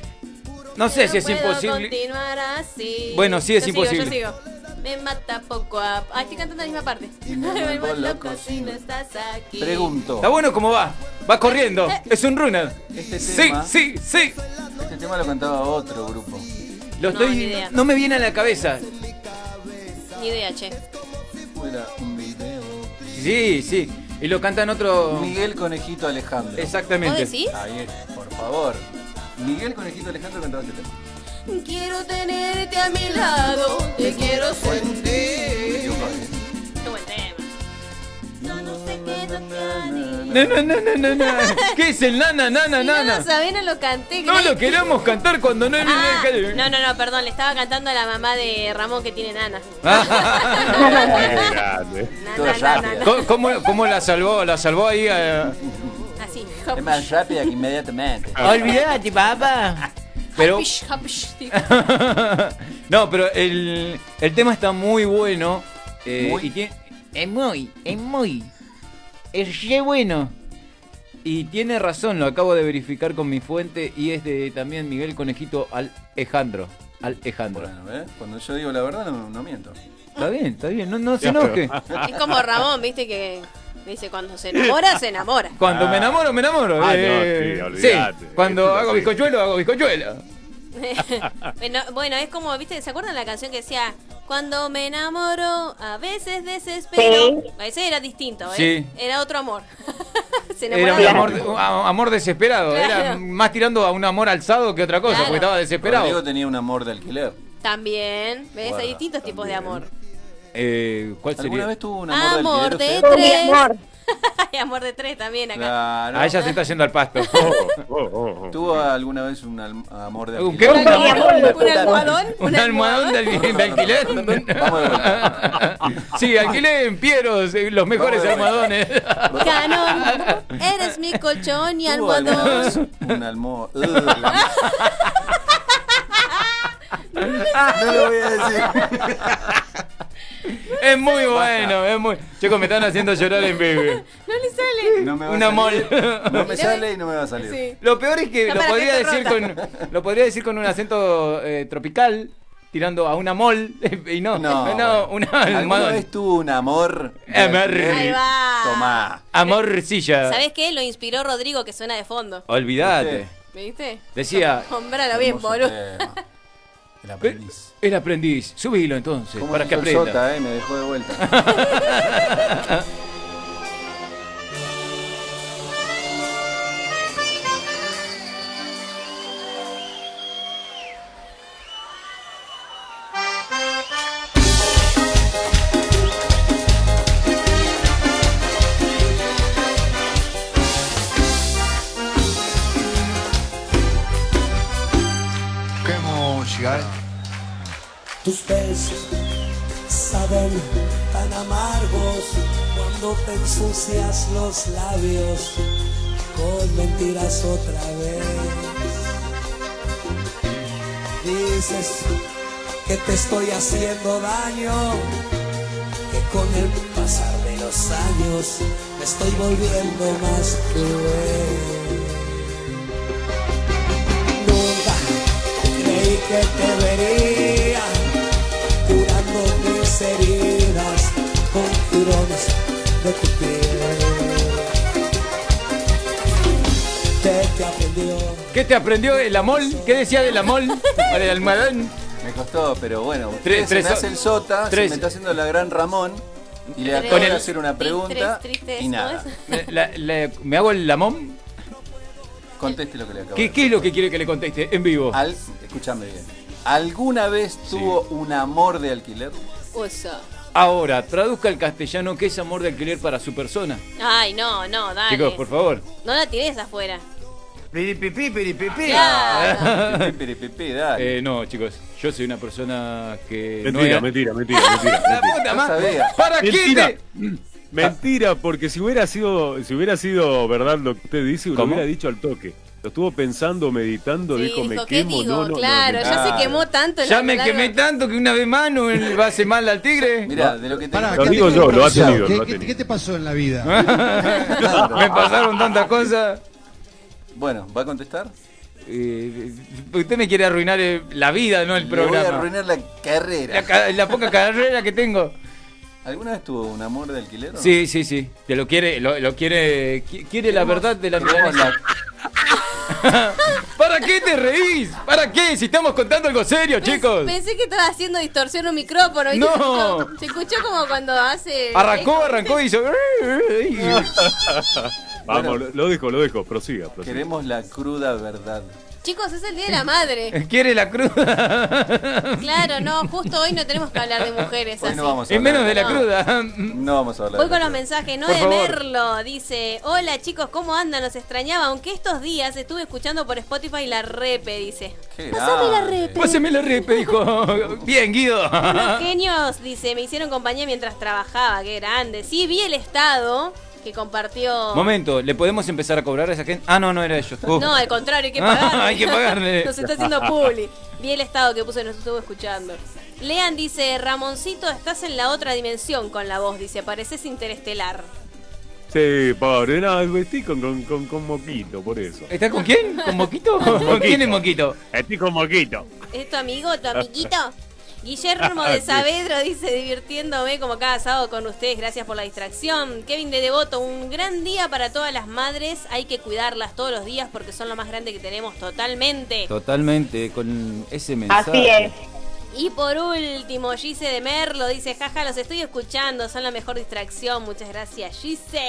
Speaker 2: No sé si es
Speaker 3: Puedo
Speaker 2: imposible.
Speaker 3: continuar así.
Speaker 2: Bueno, sí es
Speaker 3: Yo sigo,
Speaker 2: imposible.
Speaker 3: yo sigo. Me mata poco a. Ah, estoy cantando la misma parte. [LAUGHS]
Speaker 4: me vuelvo loco
Speaker 3: si no estás aquí.
Speaker 4: Pregunto.
Speaker 2: Está bueno como va. Va corriendo.
Speaker 3: Eh,
Speaker 2: Es un runner. Sí,
Speaker 4: este tema-
Speaker 2: sí, sí.
Speaker 4: Este tema lo cantaba otro grupo.
Speaker 2: Lo
Speaker 3: No,
Speaker 2: estoy-
Speaker 3: ni idea.
Speaker 2: no me viene a la cabeza.
Speaker 3: Ni idea, che.
Speaker 4: Era un video.
Speaker 2: Sí, sí. Y lo cantan otro.
Speaker 4: Miguel Conejito Alejandro.
Speaker 2: Exactamente.
Speaker 3: ¿Vos decís?
Speaker 4: Ahí es, por favor. Miguel Conejito Alejandro cantaba este tema.
Speaker 3: Quiero tenerte a mi lado, te quiero sentir. Qué buen tema.
Speaker 2: No, no, no, no, no, no.
Speaker 3: [LAUGHS]
Speaker 2: ¿Qué es el nana, nana,
Speaker 3: Si no lo
Speaker 2: nana?
Speaker 3: sabés, no lo canté.
Speaker 2: No
Speaker 3: Grace.
Speaker 2: lo queramos cantar cuando no es
Speaker 3: Ah,
Speaker 2: Miguel
Speaker 3: no, no, no, perdón, le estaba cantando a la mamá de Ramón que tiene nana.
Speaker 4: Todo rápido.
Speaker 2: ¿Cómo- [LAUGHS] ¿Cómo, cómo la salvó? La salvó ahí. eh.
Speaker 3: Así.
Speaker 4: Es más rápida que inmediatamente.
Speaker 2: Olvídate, papá. Pero.
Speaker 3: Hapish, hapish, sí.
Speaker 2: [LAUGHS] no, pero el, el tema está muy bueno. eh,
Speaker 1: Muy.
Speaker 2: Y tiene, es muy, es muy. Es re bueno. Y tiene razón, lo acabo de verificar con mi fuente. Y es de también Miguel Conejito Alejandro. Alejandro.
Speaker 4: Bueno, ¿eh? Cuando yo digo la verdad no, no miento.
Speaker 2: Está bien, está bien, no, no se
Speaker 4: Claro.
Speaker 2: enoje.
Speaker 3: Es como Ramón, viste que dice cuando se enamora, se enamora.
Speaker 2: Cuando me enamoro, me enamoro.
Speaker 5: Ah, no,
Speaker 2: eh,
Speaker 5: sí, olvidate.
Speaker 2: cuando
Speaker 5: Esto es
Speaker 2: hago
Speaker 5: así.
Speaker 2: bizcochuelo, hago bizcochuelo.
Speaker 3: bueno, bueno, es como, viste, ¿se acuerdan la canción que decía cuando me enamoro, a veces desespero? A Ese era distinto, ¿eh?
Speaker 2: Sí.
Speaker 3: Era otro amor. [LAUGHS] se
Speaker 2: Era
Speaker 3: enamoraba.
Speaker 2: un amor, un a- amor desesperado, era
Speaker 3: Claro.
Speaker 2: más tirando a un amor alzado que otra cosa,
Speaker 3: Claro.
Speaker 2: porque estaba
Speaker 4: Rodrigo
Speaker 2: desesperado.
Speaker 4: tenía un amor de alquiler.
Speaker 3: También, ¿ves?
Speaker 4: Guarda,
Speaker 3: Hay distintos tipos de amor. [LAUGHS]
Speaker 2: Eh, ¿Cuál
Speaker 4: ¿Alguna
Speaker 2: sería?
Speaker 4: vez tuvo un amor,
Speaker 3: Amor
Speaker 4: de
Speaker 3: de
Speaker 4: alquiler? usted?
Speaker 3: tres. Hay amor de tres también acá.
Speaker 4: Claro.
Speaker 2: A Ah, ella se está yendo al
Speaker 3: [LAUGHS]
Speaker 2: pasto.
Speaker 18: Oh,
Speaker 4: ¿Tuvo alguna vez un alm- amor de
Speaker 2: ¿Un
Speaker 4: alquiler?
Speaker 2: Uh, qué? ¿Un almohadón?
Speaker 3: ¿Un almohadón?
Speaker 2: ¿Un almohadón de, alqui- de
Speaker 3: [LAUGHS]
Speaker 2: alquiler? [LAUGHS] sí, alquilen Pieros, eh, los mejores almohadones. [LAUGHS]
Speaker 3: Canon, eres mi colchón y
Speaker 4: ¿Tuvo alguna vez
Speaker 3: almohadón. [LAUGHS]
Speaker 4: un almo... Uh, Ugh. [LAUGHS] No lo voy a decir.
Speaker 2: Es muy bueno, es muy. Chicos, me están haciendo llorar en vivo.
Speaker 3: [LAUGHS] No le sale.
Speaker 4: No me va a
Speaker 2: Una mol.
Speaker 4: salir. No me sale y no me va a salir.
Speaker 3: Sí.
Speaker 2: [LAUGHS] Lo peor es que
Speaker 3: Está
Speaker 2: lo
Speaker 3: para
Speaker 2: podría,
Speaker 3: gente
Speaker 2: decir con, lo podría decir con un acento eh, tropical, tirando a una mol, [LAUGHS] y no, no,
Speaker 4: bueno.
Speaker 2: una Eh,
Speaker 4: ¿Alguna
Speaker 2: almohadón.
Speaker 4: vez tuvo un amor? de
Speaker 2: Amor.
Speaker 4: alquiler?
Speaker 3: Ahí va.
Speaker 4: Tomá.
Speaker 2: Amorcilla. Ah.
Speaker 3: ¿Sabes qué? Lo inspiró Rodrigo, que suena de fondo.
Speaker 2: Olvídate.
Speaker 4: Sí.
Speaker 3: ¿Viste?
Speaker 2: Decía.
Speaker 3: Nombralo bien, boludo. [LAUGHS]
Speaker 2: El aprendiz. ¿Eh? El aprendiz. Subilo entonces, para que aprenda.
Speaker 4: Sota, eh, me dejó de vuelta.
Speaker 8: Qué música, ¿eh?
Speaker 21: Tus besos saben tan amargos cuando te ensucias los labios con mentiras otra vez. Dices que te estoy haciendo daño, que con el pasar de los años me estoy volviendo más cruel. Nunca creí que te vería curando mis heridas con tirones de tu piel. Te, te aprendió.
Speaker 2: ¿Qué te aprendió el amor? ¿Qué decía del amor? Para el almadón.
Speaker 4: Me costó, pero bueno.
Speaker 2: Tres-
Speaker 4: Tres,
Speaker 2: tres-
Speaker 4: me hace el sota,
Speaker 2: tres-
Speaker 4: se me está haciendo la gran Ramón. Y le acabo
Speaker 2: Con el-
Speaker 4: de hacer una pregunta
Speaker 3: Tres tristes,
Speaker 4: y nada.
Speaker 3: ¿no es?
Speaker 2: La- la- ¿Me hago el lamón?
Speaker 4: Conteste lo que le acabo
Speaker 2: ¿Qué,
Speaker 4: de
Speaker 2: qué es lo que quiere que le conteste en vivo?
Speaker 4: Al, escúchame bien. ¿Alguna vez tuvo un amor de
Speaker 2: [LAUGHS]
Speaker 4: alquiler?
Speaker 3: Uso.
Speaker 2: Ahora, traduzca al castellano qué es amor de alquiler para su persona.
Speaker 3: Ay, no, no, dale.
Speaker 2: Chicos, por favor.
Speaker 3: No la tires afuera.
Speaker 2: Piripipi, piripipi.
Speaker 4: Ah,
Speaker 3: Claro.
Speaker 2: Eh, no, chicos, yo soy una persona que.
Speaker 5: Mentira,
Speaker 2: no
Speaker 5: mentira, mentira, mentira, mentira.
Speaker 2: puta
Speaker 5: Yo
Speaker 2: madre.
Speaker 5: sabía.
Speaker 2: ¿Para qué
Speaker 5: Mentira.
Speaker 2: te-
Speaker 5: [CLEARS THROAT] Mentira, porque si hubiera sido, si hubiera sido verdad lo que usted dice, lo
Speaker 2: ¿Cómo?
Speaker 5: hubiera dicho al toque. Lo estuvo pensando, meditando,
Speaker 3: Sí,
Speaker 5: [LAUGHS] dijo, me
Speaker 3: dijo, ¿qué
Speaker 5: quemo,
Speaker 3: digo?
Speaker 5: no, no, no,
Speaker 3: claro,
Speaker 5: me-
Speaker 3: ya
Speaker 5: Ah.
Speaker 3: se quemó tanto. el
Speaker 2: Ya
Speaker 3: año
Speaker 2: me
Speaker 3: largo.
Speaker 2: quemé tanto que una vez más no le hace mal al tigre.
Speaker 4: Mira, de lo que te
Speaker 2: Pará,
Speaker 5: Lo digo yo, lo ha tenido,
Speaker 8: ¿Qué,
Speaker 5: lo ha
Speaker 8: qué-
Speaker 5: tenido.
Speaker 8: qué te pasó en la vida?
Speaker 2: [LAUGHS] me pasaron tantas cosas.
Speaker 4: Bueno, ¿va a contestar?
Speaker 2: Eh, usted me quiere arruinar el- la vida, no el
Speaker 4: Le
Speaker 2: programa.
Speaker 4: voy a arruinar la carrera.
Speaker 2: La ca- la poca carrera que tengo.
Speaker 4: ¿Alguna vez tuvo un amor de alquiler? o no?
Speaker 2: Sí, sí, sí. Te lo quiere, lo, lo quiere, qui- quiere la verdad de la
Speaker 4: queremos
Speaker 2: milanesa. [LAUGHS] ¿Para qué te reís? ¿Para qué? Si estamos contando algo serio, chicos.
Speaker 3: Pensé que estaba haciendo distorsión un micrófono. ¿viste?
Speaker 2: No.
Speaker 3: Se escuchó como [LAUGHS] cuando hace.
Speaker 2: Arrancó, arrancó y hizo.
Speaker 5: Vamos, lo- lo dejo, lo dejo, prosiga, prosiga.
Speaker 4: Queremos la cruda verdad.
Speaker 3: eh, Chicos, es el día de
Speaker 2: [LAUGHS]
Speaker 3: la madre.
Speaker 2: Quiere la cruda.
Speaker 3: Claro, no, justo hoy no tenemos que hablar de mujeres
Speaker 4: Hoy
Speaker 3: así.
Speaker 4: no vamos a
Speaker 2: Es menos de la
Speaker 3: No.
Speaker 2: cruda.
Speaker 4: No vamos a hablar.
Speaker 3: Voy
Speaker 4: de
Speaker 3: con
Speaker 4: la
Speaker 3: los mensajes, no
Speaker 4: Por
Speaker 3: de
Speaker 4: favor.
Speaker 3: Merlo. Dice, hola chicos, ¿cómo andan? Los extrañaba, aunque estos días estuve escuchando por Spotify la repe, dice.
Speaker 4: Qué
Speaker 3: Pásame la
Speaker 4: grande.
Speaker 3: repe.
Speaker 2: Páseme la repe, dijo.
Speaker 4: [LAUGHS]
Speaker 2: Bien, Guido.
Speaker 3: Los genios, dice, me hicieron compañía mientras trabajaba, qué grande. Sí, vi el estado que compartió.
Speaker 2: Momento, ¿le podemos empezar a cobrar a esa gente? Ah, no, no era ellos. Uh.
Speaker 3: No, al contrario, hay que pagarle.
Speaker 2: Hay que pagarle.
Speaker 3: [LAUGHS] Nos
Speaker 2: [LAUGHS]
Speaker 3: está haciendo publi. Vi el estado que puso, nos estuvo escuchando. Lean dice, Ramoncito, estás en la otra dimensión con la voz, dice, pareces interestelar.
Speaker 5: Sí, pobre, no, vestí con, con, con, con moquito, por eso.
Speaker 4: Eh,
Speaker 2: ¿Estás con quién? ¿Con Moquito? [LAUGHS] ¿Con quién es Moquito?
Speaker 5: Estoy con moquito.
Speaker 3: ¿Es tu amigo, tu
Speaker 4: [LAUGHS]
Speaker 3: amiguito? Guillermo
Speaker 4: Ah,
Speaker 3: de
Speaker 5: Sí.
Speaker 3: Saavedra dice, divirtiéndome como cada sábado con ustedes, gracias por la distracción. Kevin de Devoto, un gran día para todas las madres, hay que cuidarlas todos los días porque son lo más grande que tenemos totalmente.
Speaker 2: Totalmente, con ese mensaje.
Speaker 6: Así es.
Speaker 3: Y por último, Gise de Merlo dice, jaja, los estoy escuchando, son la mejor distracción, muchas gracias Gise.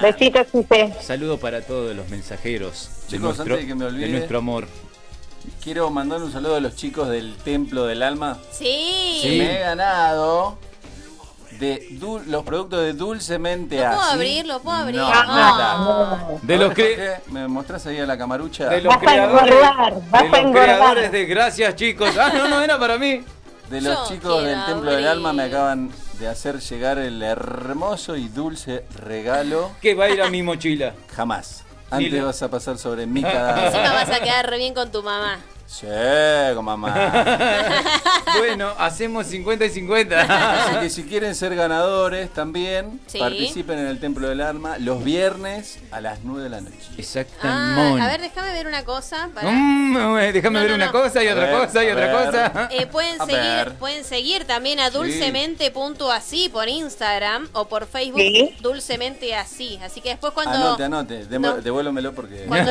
Speaker 6: Besitos, Quique.
Speaker 2: Saludo para todos los mensajeros de,
Speaker 4: Chicos,
Speaker 2: nuestro,
Speaker 4: antes de que me olvide-
Speaker 2: de nuestro amor.
Speaker 4: Quiero mandar un saludo a los chicos del Templo del Alma.
Speaker 3: Sí.
Speaker 4: Que me he ganado de dul- los productos de Dulcemente
Speaker 3: ¿Lo
Speaker 4: Así.
Speaker 3: puedo abrir? ¿Lo puedo abrir?
Speaker 4: No,
Speaker 3: Ah.
Speaker 4: nada.
Speaker 2: De los que
Speaker 4: ¿Me mostrás ahí a la camarucha?
Speaker 2: de los creadores, de los creadores
Speaker 4: de...
Speaker 2: de gracias chicos. Ah, no, no era para mí.
Speaker 4: los
Speaker 3: Yo
Speaker 4: chicos del
Speaker 3: quiero
Speaker 4: Templo del
Speaker 3: abrir.
Speaker 4: Alma me acaban de hacer llegar el hermoso y dulce regalo.
Speaker 2: Que va a ir a mi mochila.
Speaker 4: Jamás.
Speaker 2: Ni
Speaker 4: Antes
Speaker 2: lo-
Speaker 4: vas a pasar sobre
Speaker 2: [LAUGHS]
Speaker 4: mi
Speaker 3: Encima
Speaker 4: cadáver.
Speaker 3: vas a quedar re bien con tu mamá.
Speaker 4: Sí, con mamá.
Speaker 2: bueno, hacemos 50 y 50.
Speaker 6: [LAUGHS]
Speaker 4: Así que si quieren ser ganadores también,
Speaker 3: Sí.
Speaker 4: participen en el Templo del Arma los viernes a las 9 de la noche.
Speaker 3: Ah,
Speaker 4: Exactamente.
Speaker 3: a ver, déjame ver una cosa. Para...
Speaker 2: déjame Mm, ver una cosa y
Speaker 4: A
Speaker 2: otra
Speaker 4: ver,
Speaker 2: cosa y
Speaker 4: a
Speaker 2: otra
Speaker 4: ver.
Speaker 2: cosa.
Speaker 3: Eh, pueden,
Speaker 2: A
Speaker 3: seguir,
Speaker 2: ver.
Speaker 3: pueden seguir también a dulcemente.así por Instagram o por Facebook
Speaker 4: Sí.
Speaker 3: dulcemente así. Así que después cuando
Speaker 4: Anote, anote, demo-
Speaker 3: No.
Speaker 4: devuélvemelo porque...
Speaker 3: después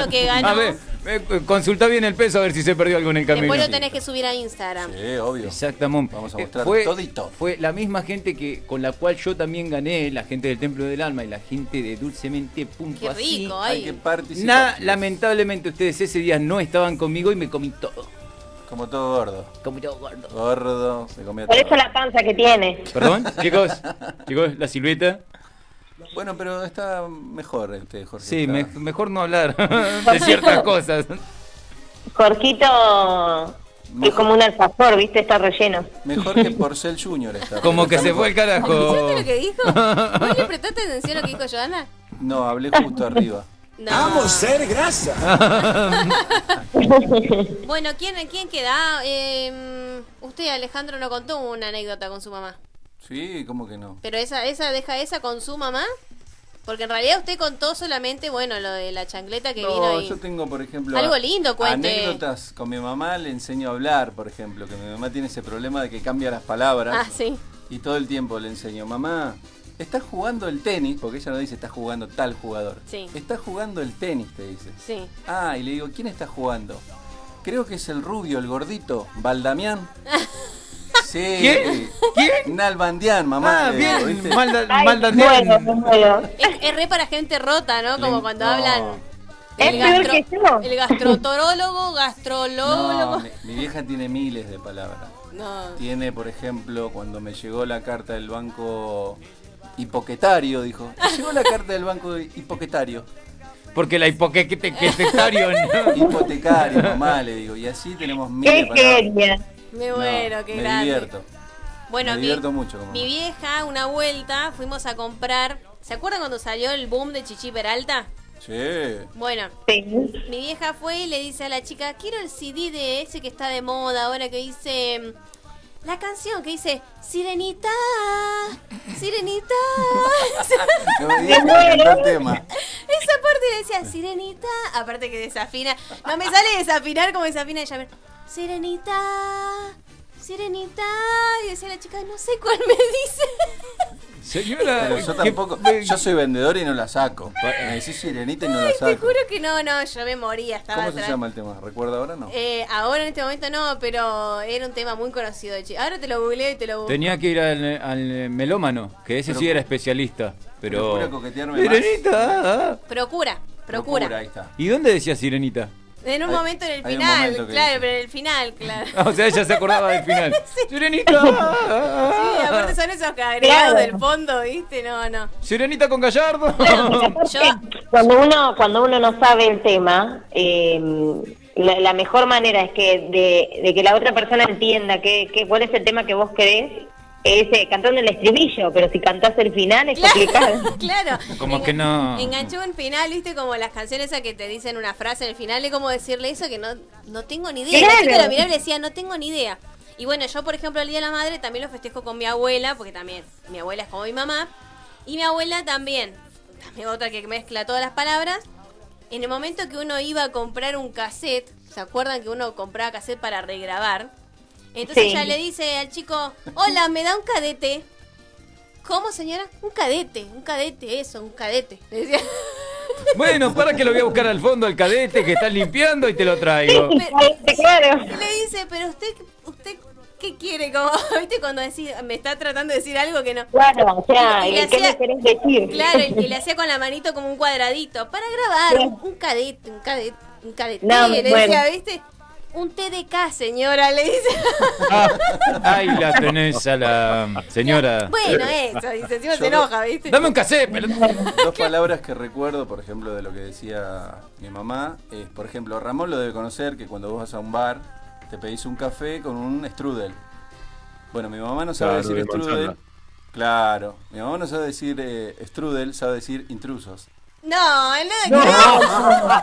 Speaker 3: lo que
Speaker 4: [LAUGHS]
Speaker 3: ganó,
Speaker 2: A ver, eh, consultá bien el peso a ver si se perdió algo en el camino.
Speaker 3: después lo tenés que subir a Instagram.
Speaker 4: Sí, obvio.
Speaker 2: Exactamente.
Speaker 4: Vamos a
Speaker 2: Eh,
Speaker 4: mostrar
Speaker 2: fue,
Speaker 4: todito.
Speaker 2: fue la misma gente que con la cual yo también gané, la gente del Templo del Alma y la gente de Dulcemente. Punto
Speaker 3: Qué
Speaker 2: así.
Speaker 3: rico, ¿eh? ay. Hay que
Speaker 4: participar,
Speaker 2: Nah,
Speaker 4: chicos.
Speaker 2: lamentablemente ustedes ese día no estaban conmigo y me comí todo.
Speaker 4: Como todo gordo.
Speaker 2: Como todo gordo.
Speaker 4: Gordo, se comió
Speaker 6: Por
Speaker 4: todo.
Speaker 6: eso la panza que tiene.
Speaker 2: Perdón, [LAUGHS] chicos, chicos, la silueta.
Speaker 4: Bueno, pero está mejor este, Jorge.
Speaker 2: Sí,
Speaker 4: está-
Speaker 2: me- mejor no hablar [LAUGHS] de ciertas cosas.
Speaker 6: Jorquito es como un alfajor, ¿viste? Está relleno.
Speaker 4: Mejor que Porcel Junior está.
Speaker 2: Como que
Speaker 4: Está
Speaker 2: se
Speaker 4: mejor.
Speaker 2: fue el carajo.
Speaker 3: ¿Escuchaste lo que dijo? ¿Vos le prestaste atención a lo que dijo Joana?
Speaker 4: No, hablé justo arriba.
Speaker 3: No.
Speaker 4: Vamos a ser grasa.
Speaker 3: Bueno, ¿quién, quién queda? Ah, eh, usted, Alejandro, no contó una anécdota con su mamá.
Speaker 4: sí, ¿cómo que no?
Speaker 3: Pero esa, esa deja esa con su mamá. Porque en realidad usted contó solamente, bueno, lo de la chancleta que vino
Speaker 4: No,
Speaker 3: y...
Speaker 4: yo tengo, por ejemplo,
Speaker 3: Algo
Speaker 4: a-
Speaker 3: lindo, cuente.
Speaker 4: anécdotas con mi mamá, le enseño a hablar, por ejemplo, que mi mamá tiene ese problema de que cambia las palabras
Speaker 3: Ah, sí.
Speaker 4: y todo el tiempo le enseño, mamá, estás jugando el tenis, porque ella no dice estás jugando tal jugador,
Speaker 3: Sí.
Speaker 4: estás jugando el tenis, te dice.
Speaker 3: Sí.
Speaker 4: Ah, y le digo, ¿quién está jugando? Creo que es el rubio, el gordito,
Speaker 3: [LAUGHS]
Speaker 4: Valdamián. Sí.
Speaker 2: ¿Quién? ¿Quién?
Speaker 4: Nalbandián, mamá.
Speaker 2: Ah,
Speaker 4: le digo,
Speaker 2: bien,
Speaker 4: ¿viste?
Speaker 2: Malda- Ay, Maldandián. muero,
Speaker 3: Es, es re para gente rota, ¿no? Como
Speaker 4: Le-
Speaker 3: cuando
Speaker 4: no.
Speaker 3: hablan...
Speaker 4: Es peor que
Speaker 3: el gastrotorólogo,
Speaker 4: No,
Speaker 3: gastrolólogo...
Speaker 4: mi, mi vieja tiene miles de palabras.
Speaker 3: [LAUGHS] No.
Speaker 4: Tiene, por ejemplo, cuando me llegó la carta del banco hipoquetario, dijo. "Me Llegó la carta del banco hipoquetario.
Speaker 2: Porque la hipoque que te, que te estario, ¿no?
Speaker 4: Hipotecario, mamá, le digo. Y así tenemos miles de
Speaker 6: ¡Qué
Speaker 4: palabras.
Speaker 6: genia!
Speaker 3: Me muero, qué
Speaker 4: me
Speaker 3: grande.
Speaker 4: divierto.
Speaker 3: Bueno,
Speaker 4: me
Speaker 3: a mí-
Speaker 4: divierto mucho. Como
Speaker 3: Mi vieja, una vuelta, fuimos a comprar. ¿Se acuerdan cuando salió el boom de Chichi Peralta?
Speaker 4: Sí.
Speaker 3: Bueno, mi vieja fue y le dice a la chica, quiero el CD de ese que está de moda ahora que dice... mm, La canción que dice, Sirenita,
Speaker 4: [LAUGHS]
Speaker 3: Sirenita. [LAUGHS]
Speaker 4: Me divierto cantar tema.
Speaker 3: Esa parte le decía, Sirenita. Aparte que desafina. No me sale desafinar como desafina ella. me- Sirenita, Sirenita. Y decía la chica, no sé cuál me dice.
Speaker 2: Señora.
Speaker 4: Pero yo tampoco. Yo soy vendedor y no la saco. Me decís sirenita y no
Speaker 3: [LAUGHS]
Speaker 4: la
Speaker 3: Ay, te
Speaker 4: saco.
Speaker 3: juro que no, no, yo me moría, estaba
Speaker 4: ¿Cómo se
Speaker 3: atrás.
Speaker 4: llama el tema? ¿Recuerda ahora? No.
Speaker 3: Eh, ahora en este momento no, pero era un tema muy conocido. de chi- Ahora te lo googleo y te lo
Speaker 2: Tenía que ir al, al melómano, que ese sí era especialista. Pero.
Speaker 4: Procura coquetearme más.
Speaker 2: Sirenita. ah.
Speaker 3: Procura, procura.
Speaker 4: Ahí está.
Speaker 2: ¿Y dónde decía Sirenita? [LAUGHS]
Speaker 3: En un
Speaker 2: Hay-
Speaker 3: momento en el
Speaker 2: hay un
Speaker 3: final,
Speaker 2: momento que
Speaker 3: claro,
Speaker 2: dice.
Speaker 3: pero en el final, claro.
Speaker 2: Ah, o sea, ella se acordaba del
Speaker 3: [LAUGHS]
Speaker 2: final. Sirenita.
Speaker 3: Sí, aparte son esos que agregados
Speaker 6: Claro.
Speaker 3: del fondo, ¿viste? No, no.
Speaker 2: Sirenita con
Speaker 3: [LAUGHS]
Speaker 2: Gallardo.
Speaker 6: Eh, Cuando uno, cuando uno no sabe el tema, eh, la, la mejor manera es que de, de que la otra persona entienda que, que cuál es el tema que vos querés, es eh, cantando el estribillo, pero si cantás el final es complicado.
Speaker 3: Claro.
Speaker 2: Como que no.
Speaker 3: Enganchó un final, ¿viste? Como las canciones esas que te dicen una frase en el final, es como decirle eso que no, no tengo ni idea. La
Speaker 6: Claro.
Speaker 3: chica la miraba y le decía, no tengo ni idea. Y bueno, yo, por ejemplo, el Día de la Madre también lo festejo con mi abuela, porque también mi abuela es como mi mamá. Y mi abuela también, también otra que mezcla todas las palabras. En el momento que uno iba a comprar un cassette, ¿se acuerdan que uno compraba cassette para regrabar? Entonces
Speaker 6: Sí.
Speaker 3: ella le dice al chico, hola, ¿me da un cadete? ¿Cómo, señora? Un cadete, un cadete, eso, un cadete. Le decía. [LAUGHS]
Speaker 2: Bueno, para que lo voy a buscar al fondo al cadete que está limpiando y te lo traigo.
Speaker 3: [LAUGHS] Le dice, pero usted, usted ¿qué quiere? Como, [LAUGHS] ¿Viste? Cuando decís, me está tratando de decir algo que no.
Speaker 6: Claro, o sea,
Speaker 3: Y le
Speaker 6: ¿qué
Speaker 3: hacía-
Speaker 6: le querés decir?
Speaker 3: Claro, y, y le hacía con la manito como un cuadradito. Para grabar, un, un cadete, un cadete, un cadete.
Speaker 6: No,
Speaker 3: le
Speaker 6: bueno.
Speaker 3: decía, ¿viste? Un TDK, señora, le dice.
Speaker 2: Ah, Ahí la tenés a la señora.
Speaker 3: bueno, eso, dice, encima
Speaker 4: Yo
Speaker 3: se enoja, ¿viste?
Speaker 2: Dame un cassette, pero-
Speaker 4: Dos palabras que recuerdo, por ejemplo, de lo que decía mi mamá, es, por ejemplo, Ramón lo debe conocer, que cuando vos vas a un bar, te pedís un café con un strudel. Bueno, mi mamá no sabe
Speaker 5: Claro,
Speaker 4: decir
Speaker 5: de
Speaker 4: strudel.
Speaker 5: manzana.
Speaker 4: Claro, mi mamá no sabe decir eh,
Speaker 6: [LAUGHS]
Speaker 4: strudel, sabe decir intrusos.
Speaker 3: No, él no,
Speaker 4: No.
Speaker 3: no.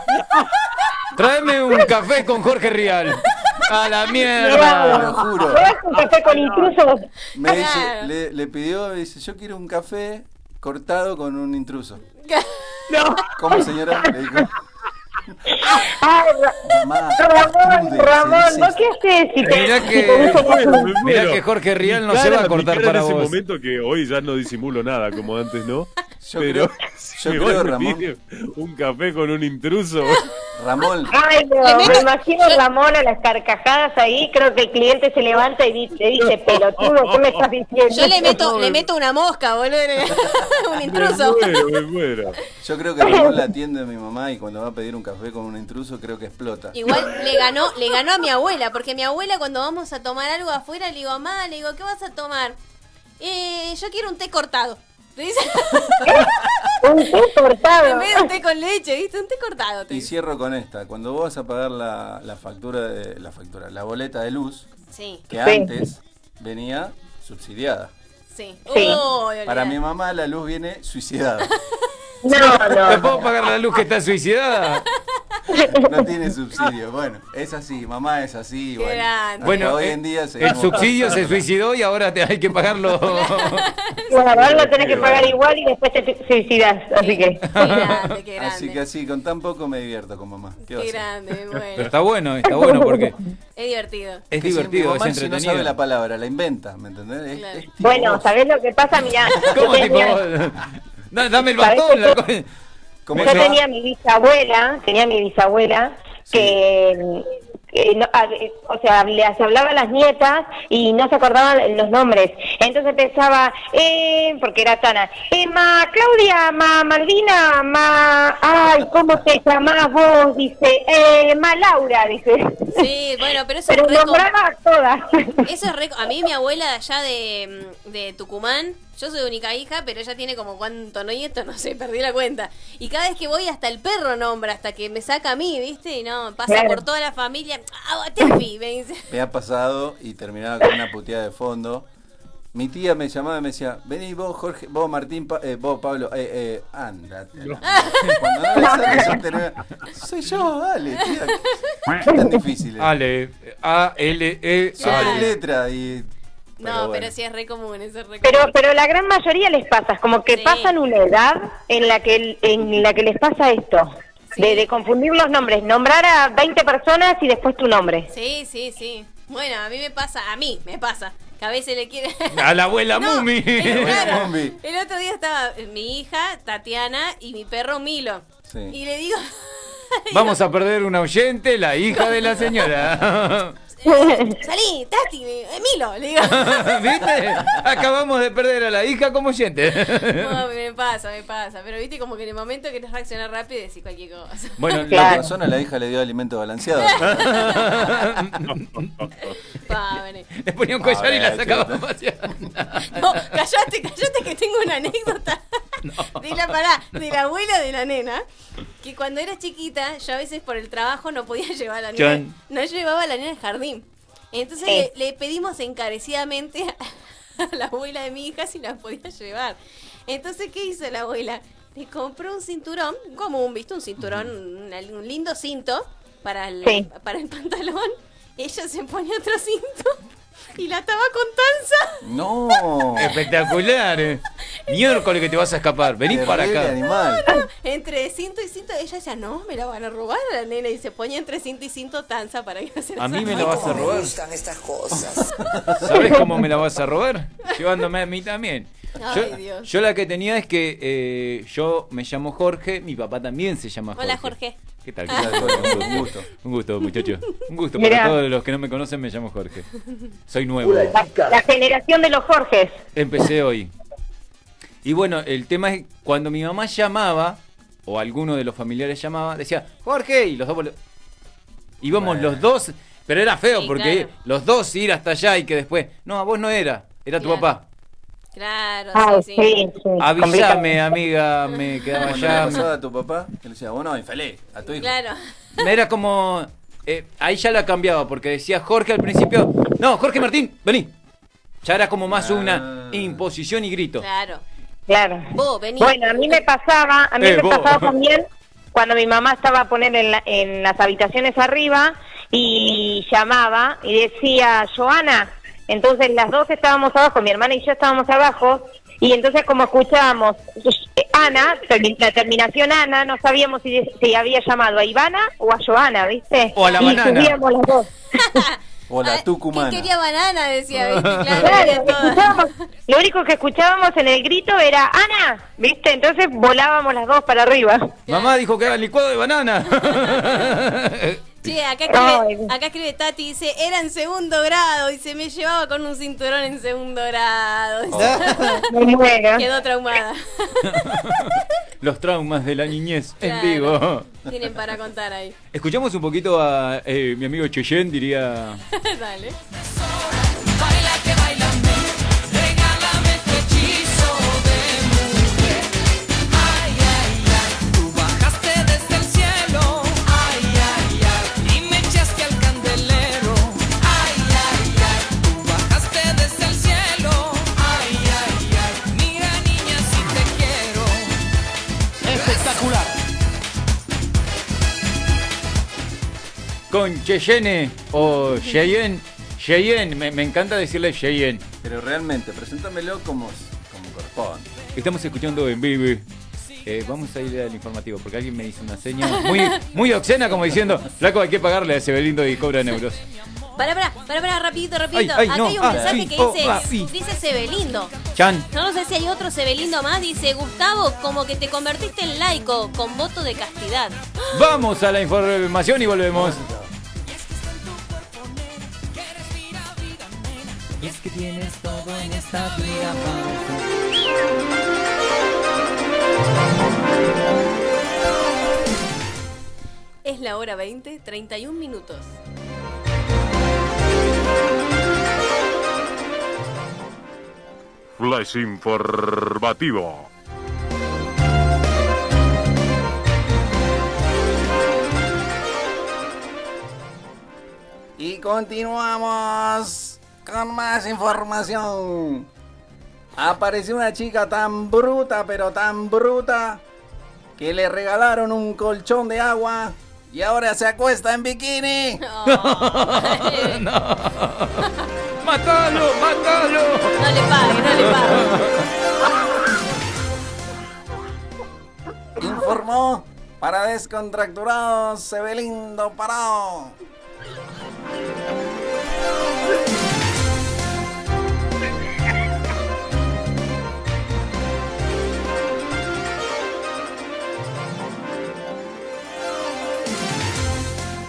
Speaker 2: Tráeme un café con Jorge Rial. A la
Speaker 4: Mirá,
Speaker 2: mierda.
Speaker 4: lo juro.
Speaker 6: un café con intrusos?
Speaker 4: Me dice, le, le pidió, me dice, yo quiero un café cortado con un intruso.
Speaker 6: No.
Speaker 4: ¿Cómo señora? Le
Speaker 6: [LAUGHS]
Speaker 4: dijo,
Speaker 6: Ah, Ra-
Speaker 4: Mamá,
Speaker 6: Ramón,
Speaker 4: pude,
Speaker 6: Ramón,
Speaker 4: sí,
Speaker 6: ¿no qué haces? Si te-
Speaker 2: Mirá
Speaker 6: si
Speaker 5: Eh,
Speaker 2: que-
Speaker 6: te
Speaker 2: [LAUGHS]
Speaker 6: gusta-
Speaker 2: Mirá que Jorge Rial no se va a cortar para
Speaker 5: en ese
Speaker 2: vos.
Speaker 5: momento que hoy ya no disimulo nada, como antes, ¿no?
Speaker 4: Yo
Speaker 5: Pero
Speaker 4: creo-
Speaker 5: [LAUGHS] si
Speaker 4: yo
Speaker 5: me
Speaker 4: creo,
Speaker 5: van a
Speaker 4: Ramón.
Speaker 5: pedir un café con un intruso. [LAUGHS]
Speaker 4: Ramón,
Speaker 6: Ay, no,
Speaker 3: Le meto-
Speaker 6: me imagino a Ramón a las carcajadas ahí, creo que el cliente se levanta y di- te dice, pelotudo, ¿qué me estás diciendo?
Speaker 3: Yo le meto, le meto una mosca, boludo. [LAUGHS] Un intruso. [LAUGHS]
Speaker 5: Me muero, me muero.
Speaker 4: yo creo que Ramón la atiende a mi mamá y cuando va a pedir un café con un intruso creo que explota.
Speaker 3: Igual le ganó, le ganó a mi abuela, porque mi abuela cuando vamos a tomar algo afuera le digo, mamá, le digo, ¿qué vas a tomar? Eh, yo quiero un té cortado. Le dice, [LAUGHS]
Speaker 6: Un té
Speaker 3: en
Speaker 6: cortado.
Speaker 3: vez de un té con leche, ¿viste? Un té cortado. Te
Speaker 4: Y
Speaker 3: dice.
Speaker 4: cierro con esta. Cuando vos vas a pagar la, la factura de la factura, la boleta de luz,
Speaker 3: Sí,
Speaker 4: que
Speaker 6: Sí.
Speaker 4: antes venía subsidiada.
Speaker 3: sí.
Speaker 6: Sí.
Speaker 3: Uy,
Speaker 4: Para mi
Speaker 3: olvidate.
Speaker 4: mamá la luz
Speaker 3: [LAUGHS]
Speaker 4: viene suicidada.
Speaker 6: No,
Speaker 2: ¿Te
Speaker 6: no,
Speaker 2: puedo pagar la luz que está suicidada?
Speaker 4: No tiene subsidio. Bueno, es así, mamá es así.
Speaker 3: Qué
Speaker 4: Bueno,
Speaker 3: grande.
Speaker 4: Hasta
Speaker 2: Bueno,
Speaker 4: hoy
Speaker 2: eh,
Speaker 4: en día se
Speaker 2: El subsidio se suicidó y ahora te hay que [LAUGHS] pagarlo.
Speaker 6: bueno, ahora lo tenés que pagar igual y después te te suicidas, así
Speaker 2: [LAUGHS]
Speaker 6: que...
Speaker 3: Qué grande, qué grande.
Speaker 4: Así que así, con tan poco me divierto con mamá. ¿Qué va a
Speaker 3: Qué
Speaker 4: hacer?
Speaker 3: grande,
Speaker 4: [LAUGHS]
Speaker 3: me
Speaker 2: Pero
Speaker 3: muero.
Speaker 2: está bueno, está bueno porque
Speaker 3: Es divertido.
Speaker 2: es
Speaker 4: Que si mi
Speaker 2: divertido, es
Speaker 4: mamá, si no sabe
Speaker 2: entretenido.
Speaker 4: la palabra, la inventa, ¿me entendés? Es-
Speaker 3: Claro.
Speaker 4: es tipo
Speaker 6: Bueno,
Speaker 4: vos.
Speaker 6: ¿sabés lo que pasa? Mirá, yo
Speaker 2: ¿Cómo tipo?
Speaker 6: tenía,
Speaker 2: No, dame el bastón. la co-
Speaker 4: Como
Speaker 6: yo
Speaker 4: yo-
Speaker 6: tenía mi bisabuela, tenía mi bisabuela, que, que no- a- eh, o sea, les hablaba a las nietas y no se acordaban los nombres. Entonces empezaba, eh, porque era Tana, eh, ma Claudia, ma Malvina, ma, ay, ¿cómo te llamás vos? Dice, eh, ma Laura, dice.
Speaker 3: Sí, bueno, pero eso
Speaker 6: Pero
Speaker 3: es re com-
Speaker 6: nombraba a todas.
Speaker 3: Eso es re- A mí mi abuela de allá de, mm, de Tucumán, yo soy única hija, pero ella tiene como cuánto nieto, [LAUGHS] no sé, perdí la cuenta. Y cada vez que voy hasta el perro nombra, hasta que me saca a mí, ¿viste? Y no, pasa
Speaker 6: Claro.
Speaker 3: por toda la familia. ¡Ah, Tefi! Me dice. [LAUGHS]
Speaker 4: Me ha pasado y terminaba con una puteada de fondo. Mi tía me llamaba y me decía, vení vos Jorge, vos Martín, Pa- eh, vos Pablo, eh, eh, andate. a la mierda". Cuando no le sale, ya termina, Soy yo, dale, tía. ¿qué tan difícil. es?".
Speaker 2: Ale, A, L, E,
Speaker 4: Son
Speaker 2: Ale.
Speaker 4: tres letras y...
Speaker 3: No, pero,
Speaker 4: bueno.
Speaker 3: sí es re común, eso es re común.
Speaker 6: Pero, pero la gran mayoría les pasa, es como que
Speaker 3: Sí.
Speaker 6: pasan una edad en la que en la que les pasa esto,
Speaker 3: Sí.
Speaker 6: de, de confundir los nombres, nombrar a 20 personas y después tu nombre.
Speaker 3: Sí, sí, sí. Bueno, a mí me pasa, a mí me pasa. Que a veces le quiere. [LAUGHS]
Speaker 2: A la abuela
Speaker 3: No,
Speaker 2: Mumi. [LAUGHS]
Speaker 3: pero claro,
Speaker 4: Mumi.
Speaker 3: el otro día estaba eh, mi hija, Tatiana, y mi perro Milo.
Speaker 4: Sí.
Speaker 3: Y le digo,
Speaker 2: Vamos a perder una oyente, la hija de la
Speaker 4: [LAUGHS]
Speaker 2: señora.
Speaker 3: salí, Tati, le digo, "Eh, Milo, le digo.
Speaker 2: ¿Viste? Acabamos de perder a la hija como oyente.
Speaker 3: No, me pasa, me pasa. Pero viste, como que en el momento querés reaccionar rápido y decir cualquier cosa.
Speaker 2: [LAUGHS] Bueno, lo-
Speaker 4: La
Speaker 6: Claro.
Speaker 4: persona, la hija le dio
Speaker 3: [LAUGHS]
Speaker 4: alimento balanceado.
Speaker 3: Pobre.
Speaker 2: le ponía un collar y la
Speaker 4: Ahora,
Speaker 2: sacaba a
Speaker 4: chico.
Speaker 2: pasear.
Speaker 3: [LAUGHS] No, callate, callate que tengo una anécdota [LAUGHS] de la pará, de la abuela de la nena, que cuando era chiquita, yo a veces por el trabajo no podía [LAUGHS] llevar a la nena.
Speaker 2: Chan.
Speaker 3: No llevaba a la nena al jardín. Entonces
Speaker 6: Sí.
Speaker 3: le, le pedimos encarecidamente [LAUGHS] a, a la abuela de mi hija si la podía llevar. Entonces, ¿qué hizo la abuela? Le compró un cinturón, como un, ¿viste? Un cinturón, una- un lindo cinto para el,
Speaker 6: Sí.
Speaker 3: para el pantalón. Ella se pone otro cinto [LAUGHS] y la ataba con tanza.
Speaker 4: No.
Speaker 2: Espectacular. eh. Miércoles que te vas a escapar. Vení para
Speaker 4: terrible
Speaker 2: acá.
Speaker 4: animal.
Speaker 3: Entre cinto y cinto, ella decía, no, me la van a robar a la nena. Y se ponía entre cinto y cinto tanza para que no se
Speaker 2: A mí me
Speaker 3: la
Speaker 2: la vas a
Speaker 21: Me
Speaker 2: robar.
Speaker 21: gustan estas cosas.
Speaker 2: ¿Sabes cómo me la vas a robar? Llevándome a mí también. Yo,
Speaker 3: Ay, Dios.
Speaker 2: yo la que tenía es que eh, yo me llamo Jorge, mi papá también se llama Jorge.
Speaker 3: Hola, Jorge.
Speaker 2: ¿Qué tal?
Speaker 4: Mirá,
Speaker 3: [LAUGHS]
Speaker 4: Jorge, Un gusto.
Speaker 2: Un gusto, muchacho. Un gusto
Speaker 6: Mirá.
Speaker 2: para todos los que no me conocen, me llamo Jorge. Soy nuevo.
Speaker 6: La, la generación de los Jorges.
Speaker 2: Empecé hoy. Y bueno, el tema es que cuando mi mamá llamaba, o alguno de los familiares llamaba, decía, Jorge, y los dos... vol- Íbamos
Speaker 4: Bueno.
Speaker 2: los dos, pero era feo
Speaker 3: Sí,
Speaker 2: porque
Speaker 3: claro.
Speaker 2: los dos ir hasta allá y que después... No, a vos no era, era tu
Speaker 3: Claro.
Speaker 2: papá.
Speaker 3: [LAUGHS] Claro,
Speaker 6: Ay,
Speaker 3: sí,
Speaker 6: sí,
Speaker 3: sí.
Speaker 6: sí.
Speaker 2: Avísame, amiga, me quedaba
Speaker 4: Cuando le pasaba
Speaker 2: allá.
Speaker 4: a tu papá, que le decía, vos no, infeliz, a tu hijo.
Speaker 3: Claro.
Speaker 2: me- Era como... eh, ahí ya la cambiaba porque decía Jorge al principio, no, Jorge Martín, vení. Ya era como más una
Speaker 4: Ah.
Speaker 2: imposición y grito.
Speaker 3: Claro.
Speaker 6: Claro.
Speaker 3: Vos, vení.
Speaker 6: Bueno, a mí me pasaba, a mí
Speaker 2: Eh,
Speaker 6: me
Speaker 12: [LAUGHS]
Speaker 2: vos.
Speaker 6: pasaba también cuando mi mamá estaba a poner en, la- en las habitaciones arriba y llamaba y decía, Joana, entonces las dos estábamos abajo, mi hermana y yo estábamos abajo, y entonces como escuchábamos eh, Ana, termi- la terminación Ana, no sabíamos si, si había llamado a Ivana o a Joana, ¿viste?
Speaker 12: O a la
Speaker 6: y
Speaker 12: banana.
Speaker 6: subíamos las dos.
Speaker 12: Hola, Tucumán.
Speaker 3: Ah, Quería banana,
Speaker 22: [LAUGHS]
Speaker 3: decía, ¿viste? Claro,
Speaker 6: Claro,
Speaker 3: quería todo.
Speaker 6: escuchábamos- lo único que escuchábamos en el grito era Ana, ¿viste? Entonces volábamos las dos para arriba.
Speaker 22: Mamá dijo que hagan licuado de
Speaker 3: [LAUGHS]
Speaker 22: banana.
Speaker 3: Che, acá escribe, acá escribe Tati, dice, era en segundo grado y se me llevaba con un cinturón en segundo grado.
Speaker 22: Ah.
Speaker 6: Me
Speaker 3: [LAUGHS]
Speaker 6: muero.
Speaker 3: Quedó traumada.
Speaker 22: Los traumas de la niñez [LAUGHS] en
Speaker 3: Claro.
Speaker 22: vivo.
Speaker 3: Tienen para contar ahí. [LAUGHS]
Speaker 22: Escuchamos un poquito a eh, mi amigo Cheyenne, diría.
Speaker 3: Dale.
Speaker 23: Regálame este hechizo de mujer. Ay, ay, ay. Tú bajaste desde el cielo. Ay, ay, ay. Y me echaste al candelero. Ay, ay, ay. Tú bajaste desde el cielo. Ay, ay, ay. Mira, niña, si te quiero.
Speaker 24: Espectacular.
Speaker 22: Con Cheyenne o Cheyenne. Cheyenne, me, me encanta decirle Cheyenne.
Speaker 12: Pero realmente, preséntamelo como, como corresponde.
Speaker 22: Estamos escuchando en vivo. Eh, vamos a ir al informativo porque alguien me hizo una seña muy, muy obscena como diciendo, flaco hay que pagarle a ese Belindo y cobra en euros.
Speaker 3: Pará, pará, pará, pará, rapidito, rapidito.
Speaker 22: Ay, ay,
Speaker 3: Acá
Speaker 22: no.
Speaker 3: hay un
Speaker 22: Ah,
Speaker 3: mensaje
Speaker 22: sí.
Speaker 3: que
Speaker 22: Oh,
Speaker 3: dice,
Speaker 22: ah, sí.
Speaker 3: dice Sebelindo.
Speaker 22: Chan.
Speaker 3: Yo no sé si hay otro Sebelindo más, dice, Gustavo, como que te convertiste en laico con voto de castidad.
Speaker 22: Vamos a la información y volvemos.
Speaker 25: Y es que tienes todo en esta vida
Speaker 3: Es la hora 20, 31 minutos.
Speaker 26: Flash informativo.
Speaker 12: Y continuamos con más información. Apareció una chica tan bruta, pero tan bruta, que le regalaron un colchón de agua y ahora se acuesta en bikini.
Speaker 22: ¡Matalo! ¡Matalo!
Speaker 3: No le pague, no le
Speaker 2: [LAUGHS]
Speaker 3: pague.
Speaker 12: Informó para descontracturados Sebelindo Parado.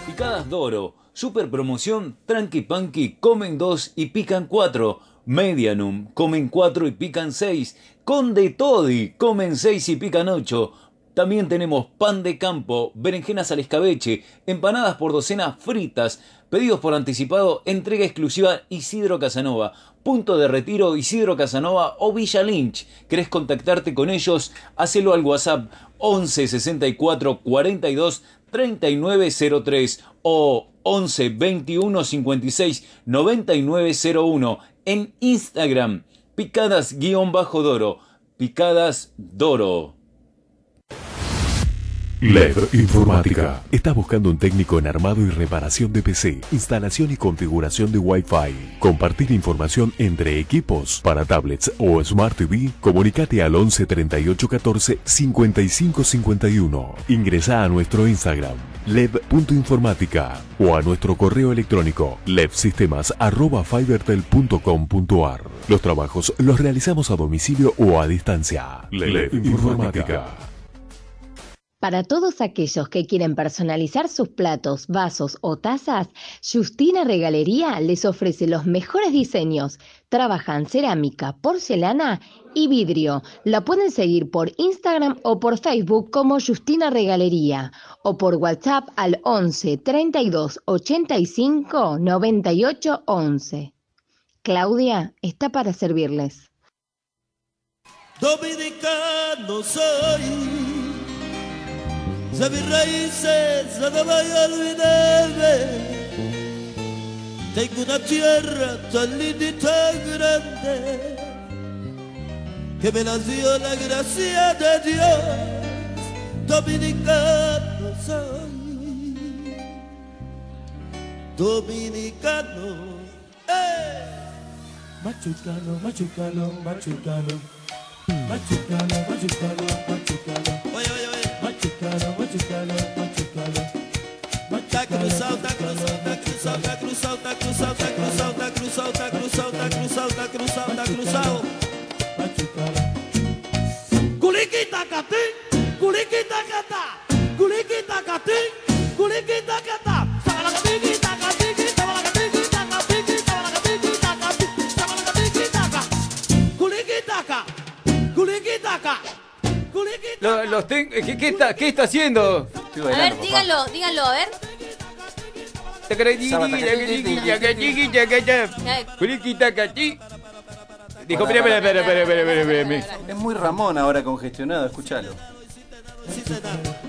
Speaker 2: Picadas Doro, super promoción, Tranqui Panqui, comen 2 y pican 4. Medianum, comen 4 y pican 6. Conde Todi, comen 6 y pican 8. También tenemos pan de campo, berenjenas al escabeche, empanadas por docenas fritas, pedidos por anticipado, entrega exclusiva Isidro Casanova, punto de retiro Isidro Casanova o Villa Lynch. ¿Querés contactarte con ellos? Hacelo al WhatsApp 11 64 42 3903 o 11 21 56 9901 en Instagram picadas-doro picadas doro
Speaker 5: LED Informática. Estás buscando un técnico en armado y reparación de PC, instalación y configuración de Wi-Fi. Compartir información entre equipos para tablets o Smart TV. Comunicate al 11 38 14 55 51. Ingresa a nuestro Instagram lev.informática o a nuestro correo electrónico levsistemas@fibertel.com.ar. Los trabajos los realizamos a domicilio o a distancia. LED Informática.
Speaker 11: Para todos aquellos que quieren personalizar sus platos, vasos o tazas, Justina Regalería les ofrece los mejores diseños. Trabajan cerámica, porcelana y vidrio. La pueden seguir por Instagram o por Facebook como Justina Regalería o por WhatsApp al 11 32 85 98 11. Claudia está para servirles.
Speaker 21: Dominicano soy, de mis raíces no me voy a olvidarme. Tengo una tierra tan linda y tan grande que me la dio la gracia de Dios.
Speaker 27: dominicano soy, dominicano, ¡eh!
Speaker 18: Machucano, machucano, machucano. Machucano, machucano, machucano. Oye, oye, oye. Machucano, machucano, machucano.
Speaker 27: Tá cruzado, tá cruzado, tá cruzado, tá cruzado, tá cruzado, tá cruzado, tá cruzado, tá cruzado, tá cruzado, tá cruzado, tá cruzado.
Speaker 18: Culiquita catín, culiquita catá, culiquita catín, culiquita catá. Sabalacatín, tacatín, sabalacatín, tacatín, sabalacatín, tacatín, sabalacatín, taca. Culiquitaca, culiquitaca.
Speaker 2: Lo- los ten- eh, ¿qué, qué está, ¿Qué está haciendo?
Speaker 3: A ver, díganlo, díganlo, a ver.
Speaker 2: Dijo, espera, espera, espera, espera, espera, espera, espera.
Speaker 4: Es muy Ramón ahora congestionado, escúchalo.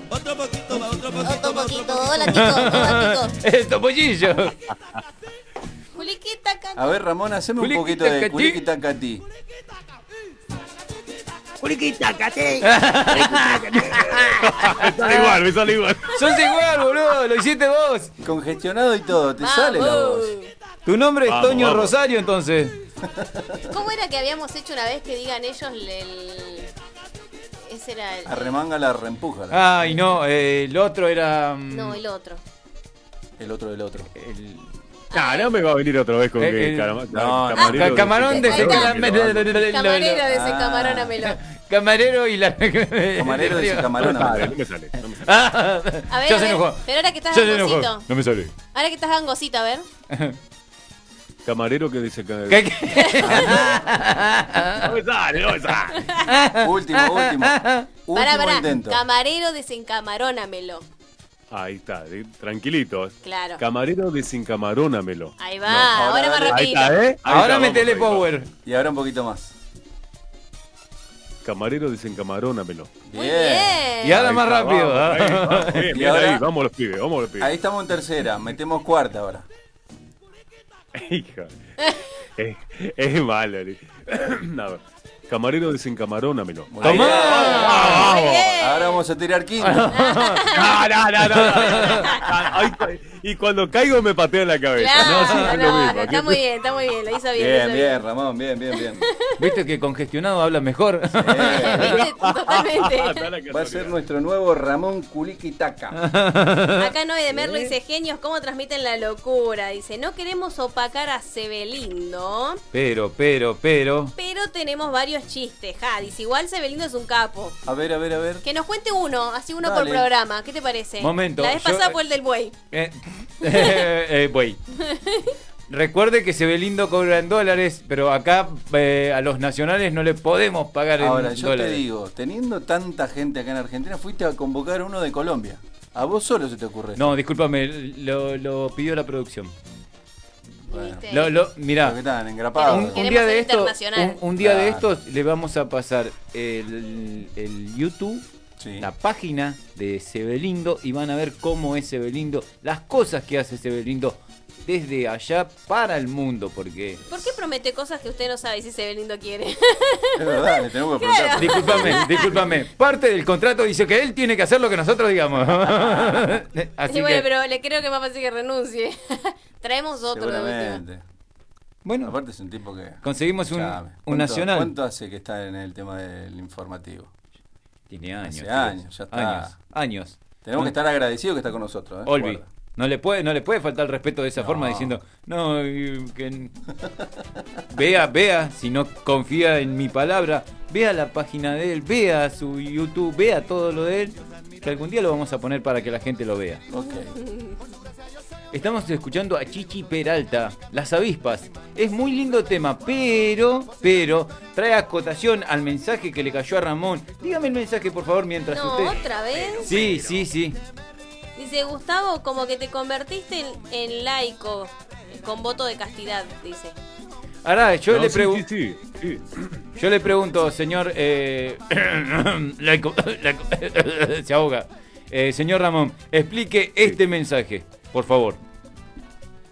Speaker 3: Otro poquito, hola tico, hola
Speaker 2: [LAUGHS] [LAUGHS]
Speaker 3: tico.
Speaker 2: El topollillo.
Speaker 3: Culiquitaca.
Speaker 4: A ver, Ramón, haceme un poquito de culiquitacatí.
Speaker 5: Me sale [LAUGHS] igual, me sale igual.
Speaker 2: Sos igual, boludo, lo hiciste vos.
Speaker 4: Congestionado y todo,
Speaker 2: Ah,
Speaker 4: te sale la voz.
Speaker 2: Tu nombre es
Speaker 4: Vamos,
Speaker 2: Toño
Speaker 4: vamos.
Speaker 2: Rosario, entonces.
Speaker 3: ¿Cómo era que habíamos hecho una vez que digan ellos el. el- Ese era el.
Speaker 4: Arremángala, reempújala.
Speaker 2: Ay, no, eh, el otro era. mm,
Speaker 3: No, el otro.
Speaker 4: El otro del otro.
Speaker 5: Ah, no me va a venir otra vez con
Speaker 2: Eh,
Speaker 5: que
Speaker 2: eh,
Speaker 5: carama-
Speaker 2: no,
Speaker 5: camarero
Speaker 2: no. Camarón de ese camarero.
Speaker 3: Camarero de ese
Speaker 2: Ah.
Speaker 3: camarónamelo.
Speaker 2: Camarero y la. [LAUGHS] Camarero
Speaker 4: de ese camarón,
Speaker 5: No me sale, no me sale. no me sale.
Speaker 2: Ah,
Speaker 3: A ver,
Speaker 2: ya
Speaker 3: a
Speaker 2: se
Speaker 3: ver,
Speaker 2: enojó.
Speaker 3: pero ahora que estás
Speaker 2: Ya se enojó.
Speaker 3: gangosito.
Speaker 5: No me sale.
Speaker 3: Ahora que estás gangosito, a ver.
Speaker 5: Camarero que dice ca- No me sale, no me sale.
Speaker 4: Último,
Speaker 3: [LAUGHS]
Speaker 4: último.
Speaker 3: Pará,
Speaker 4: Último
Speaker 3: pará.
Speaker 4: intento.
Speaker 3: Camarero desencamarónamelo.
Speaker 5: Ahí está, eh, tranquilito. eh.
Speaker 3: Claro.
Speaker 5: Camarero de sin camarónamelo.
Speaker 3: Ahí va, ahora, más
Speaker 5: Ahí
Speaker 3: rápido.
Speaker 5: está, ¿eh? Ahí
Speaker 2: Ahora
Speaker 5: está,
Speaker 2: metele
Speaker 5: vamos, ahí va.
Speaker 2: power.
Speaker 4: Y ahora un poquito más.
Speaker 5: Camarero de sin camarónamelo.
Speaker 4: Bien.
Speaker 5: Y ahora más rápido.
Speaker 4: Vamos,
Speaker 5: Bien,
Speaker 4: Y
Speaker 5: bien
Speaker 4: ahora-
Speaker 5: ahí, vamos los pibes, vamos los pibes.
Speaker 4: Ahí estamos en tercera, metemos cuarta ahora.
Speaker 5: [LAUGHS] Hija. es, es malo. Ari. [CLEARS THROAT] A ver. Camarero desencamarónamelo.
Speaker 4: Ahí
Speaker 5: Ahí
Speaker 4: está.
Speaker 5: Ah, está. Vamos.
Speaker 4: Ahora vamos a tirar
Speaker 3: Ah,
Speaker 4: quinta.
Speaker 5: No, no, no, no, no. [LAUGHS] Ahí está. Y cuando caigo me patean la cabeza.
Speaker 3: Claro,
Speaker 5: no, siempre lo
Speaker 3: no,
Speaker 5: mismo.
Speaker 3: no,
Speaker 5: Aquí-
Speaker 3: está muy bien, está muy bien, lo hizo bien. lo hizo
Speaker 4: Ramón, bien,
Speaker 3: [LAUGHS]
Speaker 4: bien, bien.
Speaker 2: Viste que congestionado habla mejor.
Speaker 5: [LAUGHS]
Speaker 3: Viste,
Speaker 5: Ah,
Speaker 3: Totalmente.
Speaker 4: Va a ser nuestro nuevo
Speaker 2: [LAUGHS]
Speaker 4: Ramón Culiquitaca.
Speaker 3: Acá Noé de Merlo dice, genios, ¿cómo transmiten la locura? Dice, no queremos opacar a Sebelindo,
Speaker 2: Pero, pero, pero.
Speaker 3: pero tenemos varios chistes. Ja, dice, igual Sebelindo es un capo.
Speaker 4: A ver, a ver, a ver.
Speaker 3: Que nos cuente uno, así uno
Speaker 2: Dale.
Speaker 3: por programa. ¿Qué te parece?
Speaker 2: Momento,
Speaker 3: La vez
Speaker 2: yo-
Speaker 3: pasada fue el del buey.
Speaker 2: Eh, eh, eh, voy. Recuerde que Sebelindo cobra en dólares, pero acá eh, a los nacionales no le podemos pagar
Speaker 4: Ahora,
Speaker 2: en
Speaker 4: yo
Speaker 2: dólares.
Speaker 4: te digo, teniendo tanta gente acá en Argentina, fuiste a convocar uno de Colombia. A vos solo se te ocurre.
Speaker 2: No, discúlpame, lo, lo pidió la producción.
Speaker 3: ¿Viste?
Speaker 2: Lo, lo, mirá,
Speaker 4: Porque estaban engrapados.
Speaker 2: un, un
Speaker 3: Queremos
Speaker 2: día
Speaker 3: ser
Speaker 2: de esto,
Speaker 3: internacional.
Speaker 2: un, un día de
Speaker 4: Claro.
Speaker 2: estos le vamos a pasar el, el YouTube, la página de Sebelindo y van a ver cómo es Sebelindo, las cosas que hace Sebelindo desde allá para el mundo,
Speaker 3: [LAUGHS]
Speaker 2: porque
Speaker 3: ¿Por qué promete cosas que usted no sabe si Sebelindo quiere?
Speaker 4: Es verdad, le tenemos que preguntar.
Speaker 2: Disculpame, disculpame. Parte del contrato dice que él tiene que hacer lo que nosotros
Speaker 3: [LAUGHS]
Speaker 2: digamos. [LAUGHS] Así
Speaker 3: Sí, bueno,
Speaker 2: que,
Speaker 3: pero le creo que más fácil que renuncie. [LAUGHS] Traemos otro. de última.
Speaker 4: Seguramente.
Speaker 2: Bueno.
Speaker 4: Aparte es un tipo que.
Speaker 2: Conseguimos un-
Speaker 4: Escuchame,
Speaker 2: un
Speaker 4: ¿cuánto-
Speaker 2: nacional.
Speaker 4: ¿Cuánto hace que está en el tema del informativo?
Speaker 2: Tiene años.
Speaker 4: Hace
Speaker 2: tío.
Speaker 4: años, ya está.
Speaker 2: Años. años.
Speaker 4: Tenemos
Speaker 2: No-
Speaker 4: que estar agradecidos que está con nosotros. ¿eh?
Speaker 2: Olvi.
Speaker 4: Guarda.
Speaker 2: No le, puede, no le puede faltar el respeto de esa forma diciendo, no, eh, que... vea, vea, si no confía en mi palabra, vea la página de él, vea su YouTube, vea todo lo de él, que algún día lo vamos a poner para que la gente lo vea. Estamos escuchando a Chichi Peralta, Las Avispas. Es muy lindo tema, pero, pero, trae acotación al mensaje que le cayó a Ramón. Dígame el mensaje, por favor, mientras
Speaker 3: No,
Speaker 2: usted...
Speaker 3: otra vez.
Speaker 2: Sí, sí, sí.
Speaker 3: Dice, Gustavo, como que te convertiste en, en laico eh, con voto de castidad, dice.
Speaker 2: Ahora, yo,
Speaker 5: No,
Speaker 2: le
Speaker 5: sí,
Speaker 2: pregunto,
Speaker 5: sí, sí, sí.
Speaker 2: yo le pregunto, señor... eh, [COUGHS] laico- laico- [COUGHS] se ahoga. Eh, señor Ramón, explique este mensaje, por favor.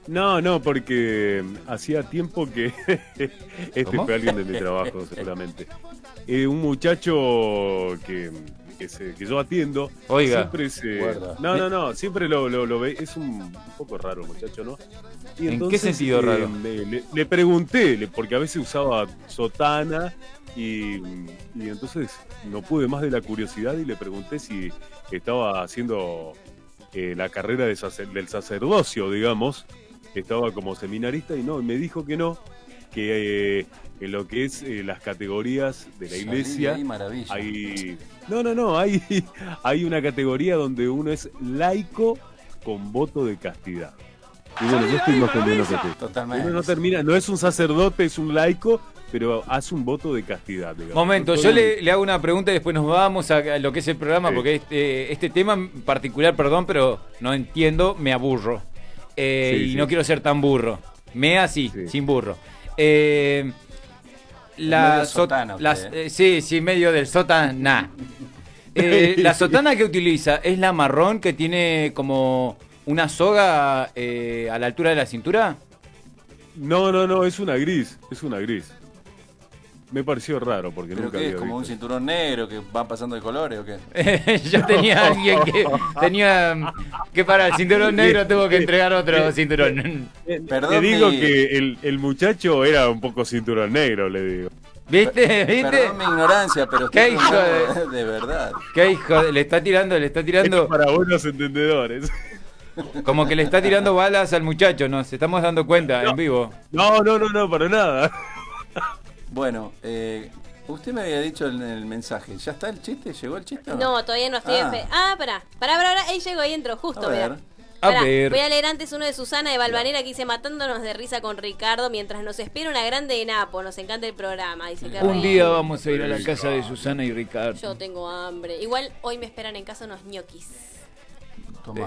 Speaker 5: No, no, porque hacía tiempo que. [LAUGHS] este
Speaker 2: ¿Cómo?
Speaker 5: fue alguien de mi trabajo, seguramente. Eh, un muchacho que que, se- que yo atiendo,
Speaker 2: Oiga.
Speaker 5: siempre se-
Speaker 2: Guarda.
Speaker 5: No, no, no, siempre lo, lo, lo ve. Es un, un poco raro, muchacho, ¿no? eh,
Speaker 2: ¿En qué sentido raro?
Speaker 5: Le, le- le pregunté, le- porque a veces usaba sotana y, y entonces no pude más de la curiosidad y le pregunté si estaba haciendo eh, la carrera de sacer- del sacerdocio, digamos. Estaba como seminarista y no, y me dijo que no, que eh, en lo que es eh, las categorías de la
Speaker 4: Salí de
Speaker 5: iglesia
Speaker 4: ahí, maravilla.
Speaker 5: hay no no no hay [LAUGHS] hay una categoría donde uno es laico con voto de castidad y bueno yo estoy más con menos que tú
Speaker 4: Totalmente.
Speaker 5: uno no termina no es un sacerdote es un laico pero hace un voto de castidad digamos.
Speaker 2: Momento,
Speaker 5: Todo
Speaker 2: yo
Speaker 5: el-
Speaker 2: le, le hago una pregunta y después nos vamos a a lo que es el programa,
Speaker 5: Sí.
Speaker 2: porque este, este tema en particular, perdón, pero no entiendo, me aburro. Eh,
Speaker 5: Sí,
Speaker 2: y
Speaker 5: sí.
Speaker 2: no quiero ser tan burro. Me así, sin burro. Eh, la
Speaker 4: Medio sotana,
Speaker 2: sot- las-
Speaker 4: usted,
Speaker 2: eh, sí, sí, medio del
Speaker 5: [LAUGHS]
Speaker 2: sotana. Eh, la sotana que utiliza es la marrón que tiene como una soga eh, a la altura de la cintura.
Speaker 5: no no no es una gris es una gris me pareció raro porque
Speaker 4: ¿Pero
Speaker 5: nunca
Speaker 4: qué es?
Speaker 5: había
Speaker 4: ¿Como un
Speaker 5: visto.
Speaker 4: cinturón negro que va pasando de colores o qué?
Speaker 2: [LAUGHS] Yo tenía alguien que tenía que para el cinturón negro tuvo que entregar otro cinturón.
Speaker 5: Te Eh, digo que el, el muchacho era un poco cinturón negro, le digo.
Speaker 2: ¿Viste? ¿Viste?
Speaker 4: Perdón mi ignorancia, pero
Speaker 2: ¿Qué
Speaker 4: estoy
Speaker 2: hijo de,
Speaker 4: preguntando de verdad.
Speaker 2: qué hijo de- le está tirando, le está tirando
Speaker 5: para buenos entendedores. [LAUGHS]
Speaker 2: Como que le está tirando balas al muchacho, nos estamos dando cuenta en vivo.
Speaker 5: No, no, no, no, para nada.
Speaker 4: Bueno, eh, usted me había dicho en el mensaje, ¿ya está el chiste? ¿Llegó el chiste? o
Speaker 3: No, todavía no estoy en
Speaker 4: Ah.
Speaker 3: fe- Ah, pará. Pará, pará, pará. Él llegó ahí entró, justo,
Speaker 4: A ver.
Speaker 3: mirá.
Speaker 4: A
Speaker 3: Pará,
Speaker 4: ver.
Speaker 3: Voy a leer antes uno de Susana de Valvanera que dice matándonos de risa con Ricardo mientras nos espera una grande de Napo. Nos encanta el programa. Dice que
Speaker 2: Un
Speaker 3: re-
Speaker 2: día vamos a ir a la casa de Susana y Ricardo.
Speaker 3: Yo tengo hambre. Igual hoy me esperan en casa unos ñoquis.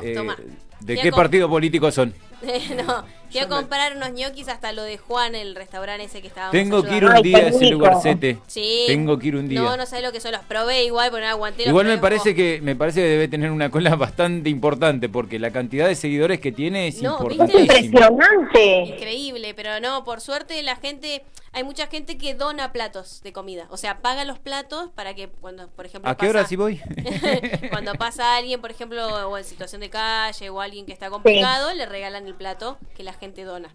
Speaker 2: Eh,
Speaker 3: Tomá.
Speaker 2: ¿De
Speaker 3: Fui a
Speaker 2: qué
Speaker 3: com-
Speaker 2: partido político son?
Speaker 3: [LAUGHS] no, fui a
Speaker 4: Yo me-
Speaker 3: comprar unos ñoquis hasta lo de Juan, el restaurante ese que estábamos
Speaker 2: Tengo que ir
Speaker 3: ayudando.
Speaker 2: un día a ese lugarcete.
Speaker 3: Sí.
Speaker 2: Tengo que ir un día.
Speaker 3: No, no sabés lo que son los probé igual, pero no aguanté los
Speaker 2: Igual me
Speaker 3: probé
Speaker 2: parece que me parece que debe tener una cola [LAUGHS] bastante importante porque la cantidad de seguidores que tiene es
Speaker 3: No, ¿viste?
Speaker 2: importantísima.
Speaker 3: Increíble, pero no, por suerte la gente, hay mucha gente que dona platos de comida, o sea, paga los platos para que cuando, por ejemplo,
Speaker 2: ¿A qué
Speaker 3: pasa-
Speaker 2: hora sí voy? [LAUGHS]
Speaker 6: [LAUGHS]
Speaker 3: cuando pasa alguien, por ejemplo, o en situación de calle o alguien que está complicado, le regalan el plato que la gente dona.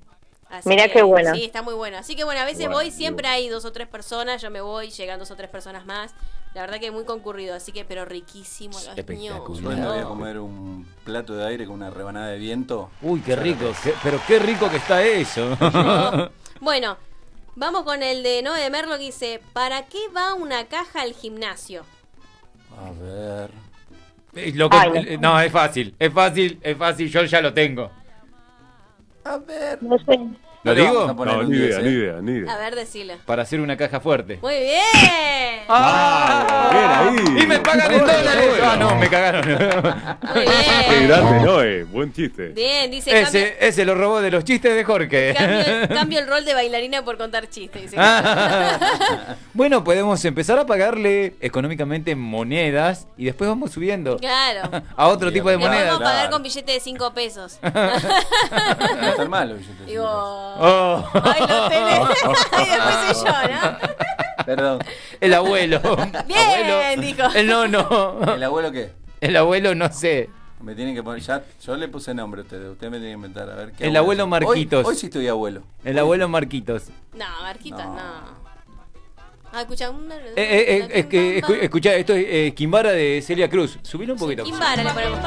Speaker 3: Así
Speaker 6: Mirá
Speaker 3: que,
Speaker 6: qué bueno.
Speaker 3: Sí, está muy bueno. Así que bueno, a veces
Speaker 6: Bueno,
Speaker 3: voy, siempre hay dos o tres personas, yo me voy, llegan dos o tres personas más. La verdad que muy concurrido, así que, pero riquísimo. los ñoquis.
Speaker 4: Yo me voy a comer un plato de aire con una rebanada de viento.
Speaker 2: Uy, qué rico, qué- pero qué rico que está eso. [LAUGHS]
Speaker 3: Bueno, vamos con el de Noé de Merlo que dice, ¿para qué va una caja al gimnasio?
Speaker 4: A ver.
Speaker 2: Eh, lo que- eh, no, es fácil, es fácil, es fácil, yo ya lo tengo.
Speaker 4: A ver.
Speaker 6: No sé.
Speaker 2: ¿Lo
Speaker 5: No le
Speaker 2: digo?
Speaker 5: vamos a poner No, un ni 10, idea, ¿eh? ni idea, ni
Speaker 3: A ver, decilo.
Speaker 2: Para hacer una caja fuerte.
Speaker 3: Muy bien.
Speaker 2: Ah, Y me pagan en dólares. Ah, no, me cagaron.
Speaker 5: Qué grande, Noé. Buen chiste.
Speaker 3: Bien, dice
Speaker 2: [LAUGHS]
Speaker 3: cambio,
Speaker 2: Ese, ese lo robó de los chistes de Jorge. [LAUGHS]
Speaker 3: cambio el rol de bailarina por contar chistes. dice.
Speaker 2: Ah. [LAUGHS] bueno, podemos empezar a pagarle económicamente en monedas y después vamos subiendo [LAUGHS]
Speaker 3: Claro.
Speaker 2: a otro tipo de
Speaker 3: Le podemos
Speaker 2: monedas.
Speaker 3: pagar con billete de
Speaker 2: [LAUGHS]
Speaker 3: 5 pesos.
Speaker 4: No están malos. yo te-
Speaker 3: Digo,
Speaker 2: Oh.
Speaker 3: ay,
Speaker 2: [LAUGHS]
Speaker 3: lo tenés. [LAUGHS] Ay, después soy yo, ¿no?
Speaker 4: Perdón.
Speaker 2: El abuelo. Abuelo.
Speaker 3: dijo.
Speaker 2: El nono.
Speaker 4: ¿El abuelo qué?
Speaker 2: El abuelo, no sé.
Speaker 4: Me tienen que poner. Ya, yo le puse nombre a ustedes. Ustedes me tienen que inventar. A ver qué.
Speaker 2: El abuelo
Speaker 4: soy?
Speaker 2: Marquitos.
Speaker 4: Hoy, hoy sí estoy abuelo.
Speaker 2: El abuelo Marquitos.
Speaker 3: No, Marquitos, no. Ah, escucha, una.
Speaker 2: Eh, eh, eh, es que, escu- escuchá, esto es eh, Quimbara de Celia Cruz. Subilo un poquito.
Speaker 3: Kimbara le ponemos.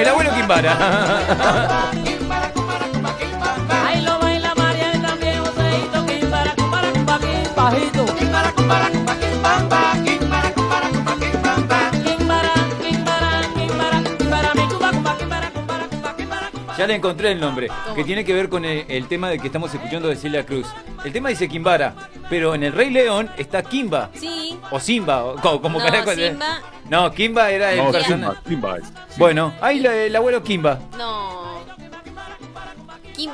Speaker 2: El abuelo Quimbara.
Speaker 14: Ahí lo baila María y también Joseito, que para para para bajito. Para para para que pamba, que para para para que pamba. Para para para para mi cuba cuba que para
Speaker 2: Ya le encontré el nombre, que tiene que ver con el, el tema del que estamos escuchando de Celia Cruz. El tema dice Quimbara, pero en el Rey León está Kimba.
Speaker 3: Sí.
Speaker 2: O Simba, o co- como
Speaker 3: No,
Speaker 2: carajo.
Speaker 3: Simba.
Speaker 2: No, Kimba era el
Speaker 5: No,
Speaker 2: personaje.
Speaker 5: Kimba, Kimba es.
Speaker 2: Bueno, ahí la- el abuelo Kimba.
Speaker 3: No. Kim,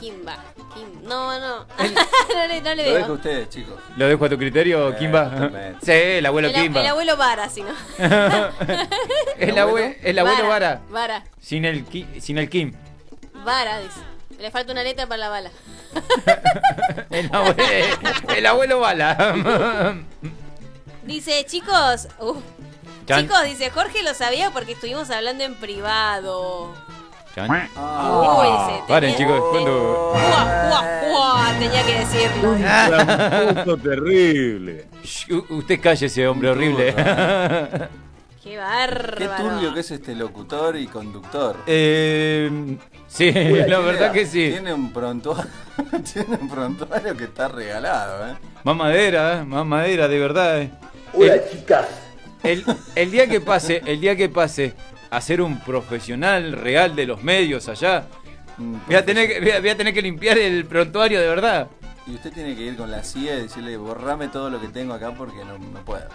Speaker 3: Kimba. Kim- no, no. [LAUGHS] no, le, no le
Speaker 4: Lo dejo a
Speaker 3: veo.
Speaker 4: ustedes, chicos.
Speaker 2: Lo dejo a tu criterio, Kimba.
Speaker 4: totalmente.
Speaker 2: Sí, el abuelo
Speaker 3: El, a-
Speaker 2: Kimba.
Speaker 3: el abue- Vara, si no.
Speaker 2: el, abue- el abuelo Vara.
Speaker 3: Vara,
Speaker 2: Sin el, ki- sin el Kim.
Speaker 3: Vara, dice. Le falta una letra para la bala.
Speaker 2: El abuelo, [LAUGHS] el abuelo Bala.
Speaker 3: Dice, chicos. uh,
Speaker 2: Chan.
Speaker 3: Chicos, dice Jorge lo sabía porque estuvimos hablando en privado.
Speaker 2: Chan.
Speaker 3: Ah. Uy, se tenía-
Speaker 2: Paren, chicos, cuando.
Speaker 3: Juá, juá, juá, tenía que decirlo.
Speaker 5: Ah. Puto terrible.
Speaker 2: Usted cállese, hombre horrible.
Speaker 3: Qué
Speaker 4: Qué
Speaker 3: bárbaro.
Speaker 4: turbio que es este locutor y conductor.
Speaker 2: [LAUGHS] Eh, sí,
Speaker 4: Uy,
Speaker 2: la
Speaker 4: tiene-
Speaker 2: verdad que sí.
Speaker 4: Tiene un prontuario, [LAUGHS] tiene un prontuario que está regalado, ¿eh?
Speaker 2: Más madera, eh, más madera, de verdad. eh. el, chicas. El, el día que pase, el día que pase a ser un profesional real de los medios allá, voy a tener que, voy a- voy a tener que limpiar el prontuario de verdad.
Speaker 4: Y usted tiene que ir con la CIA y decirle, borrame todo lo que tengo acá porque no, no puedo.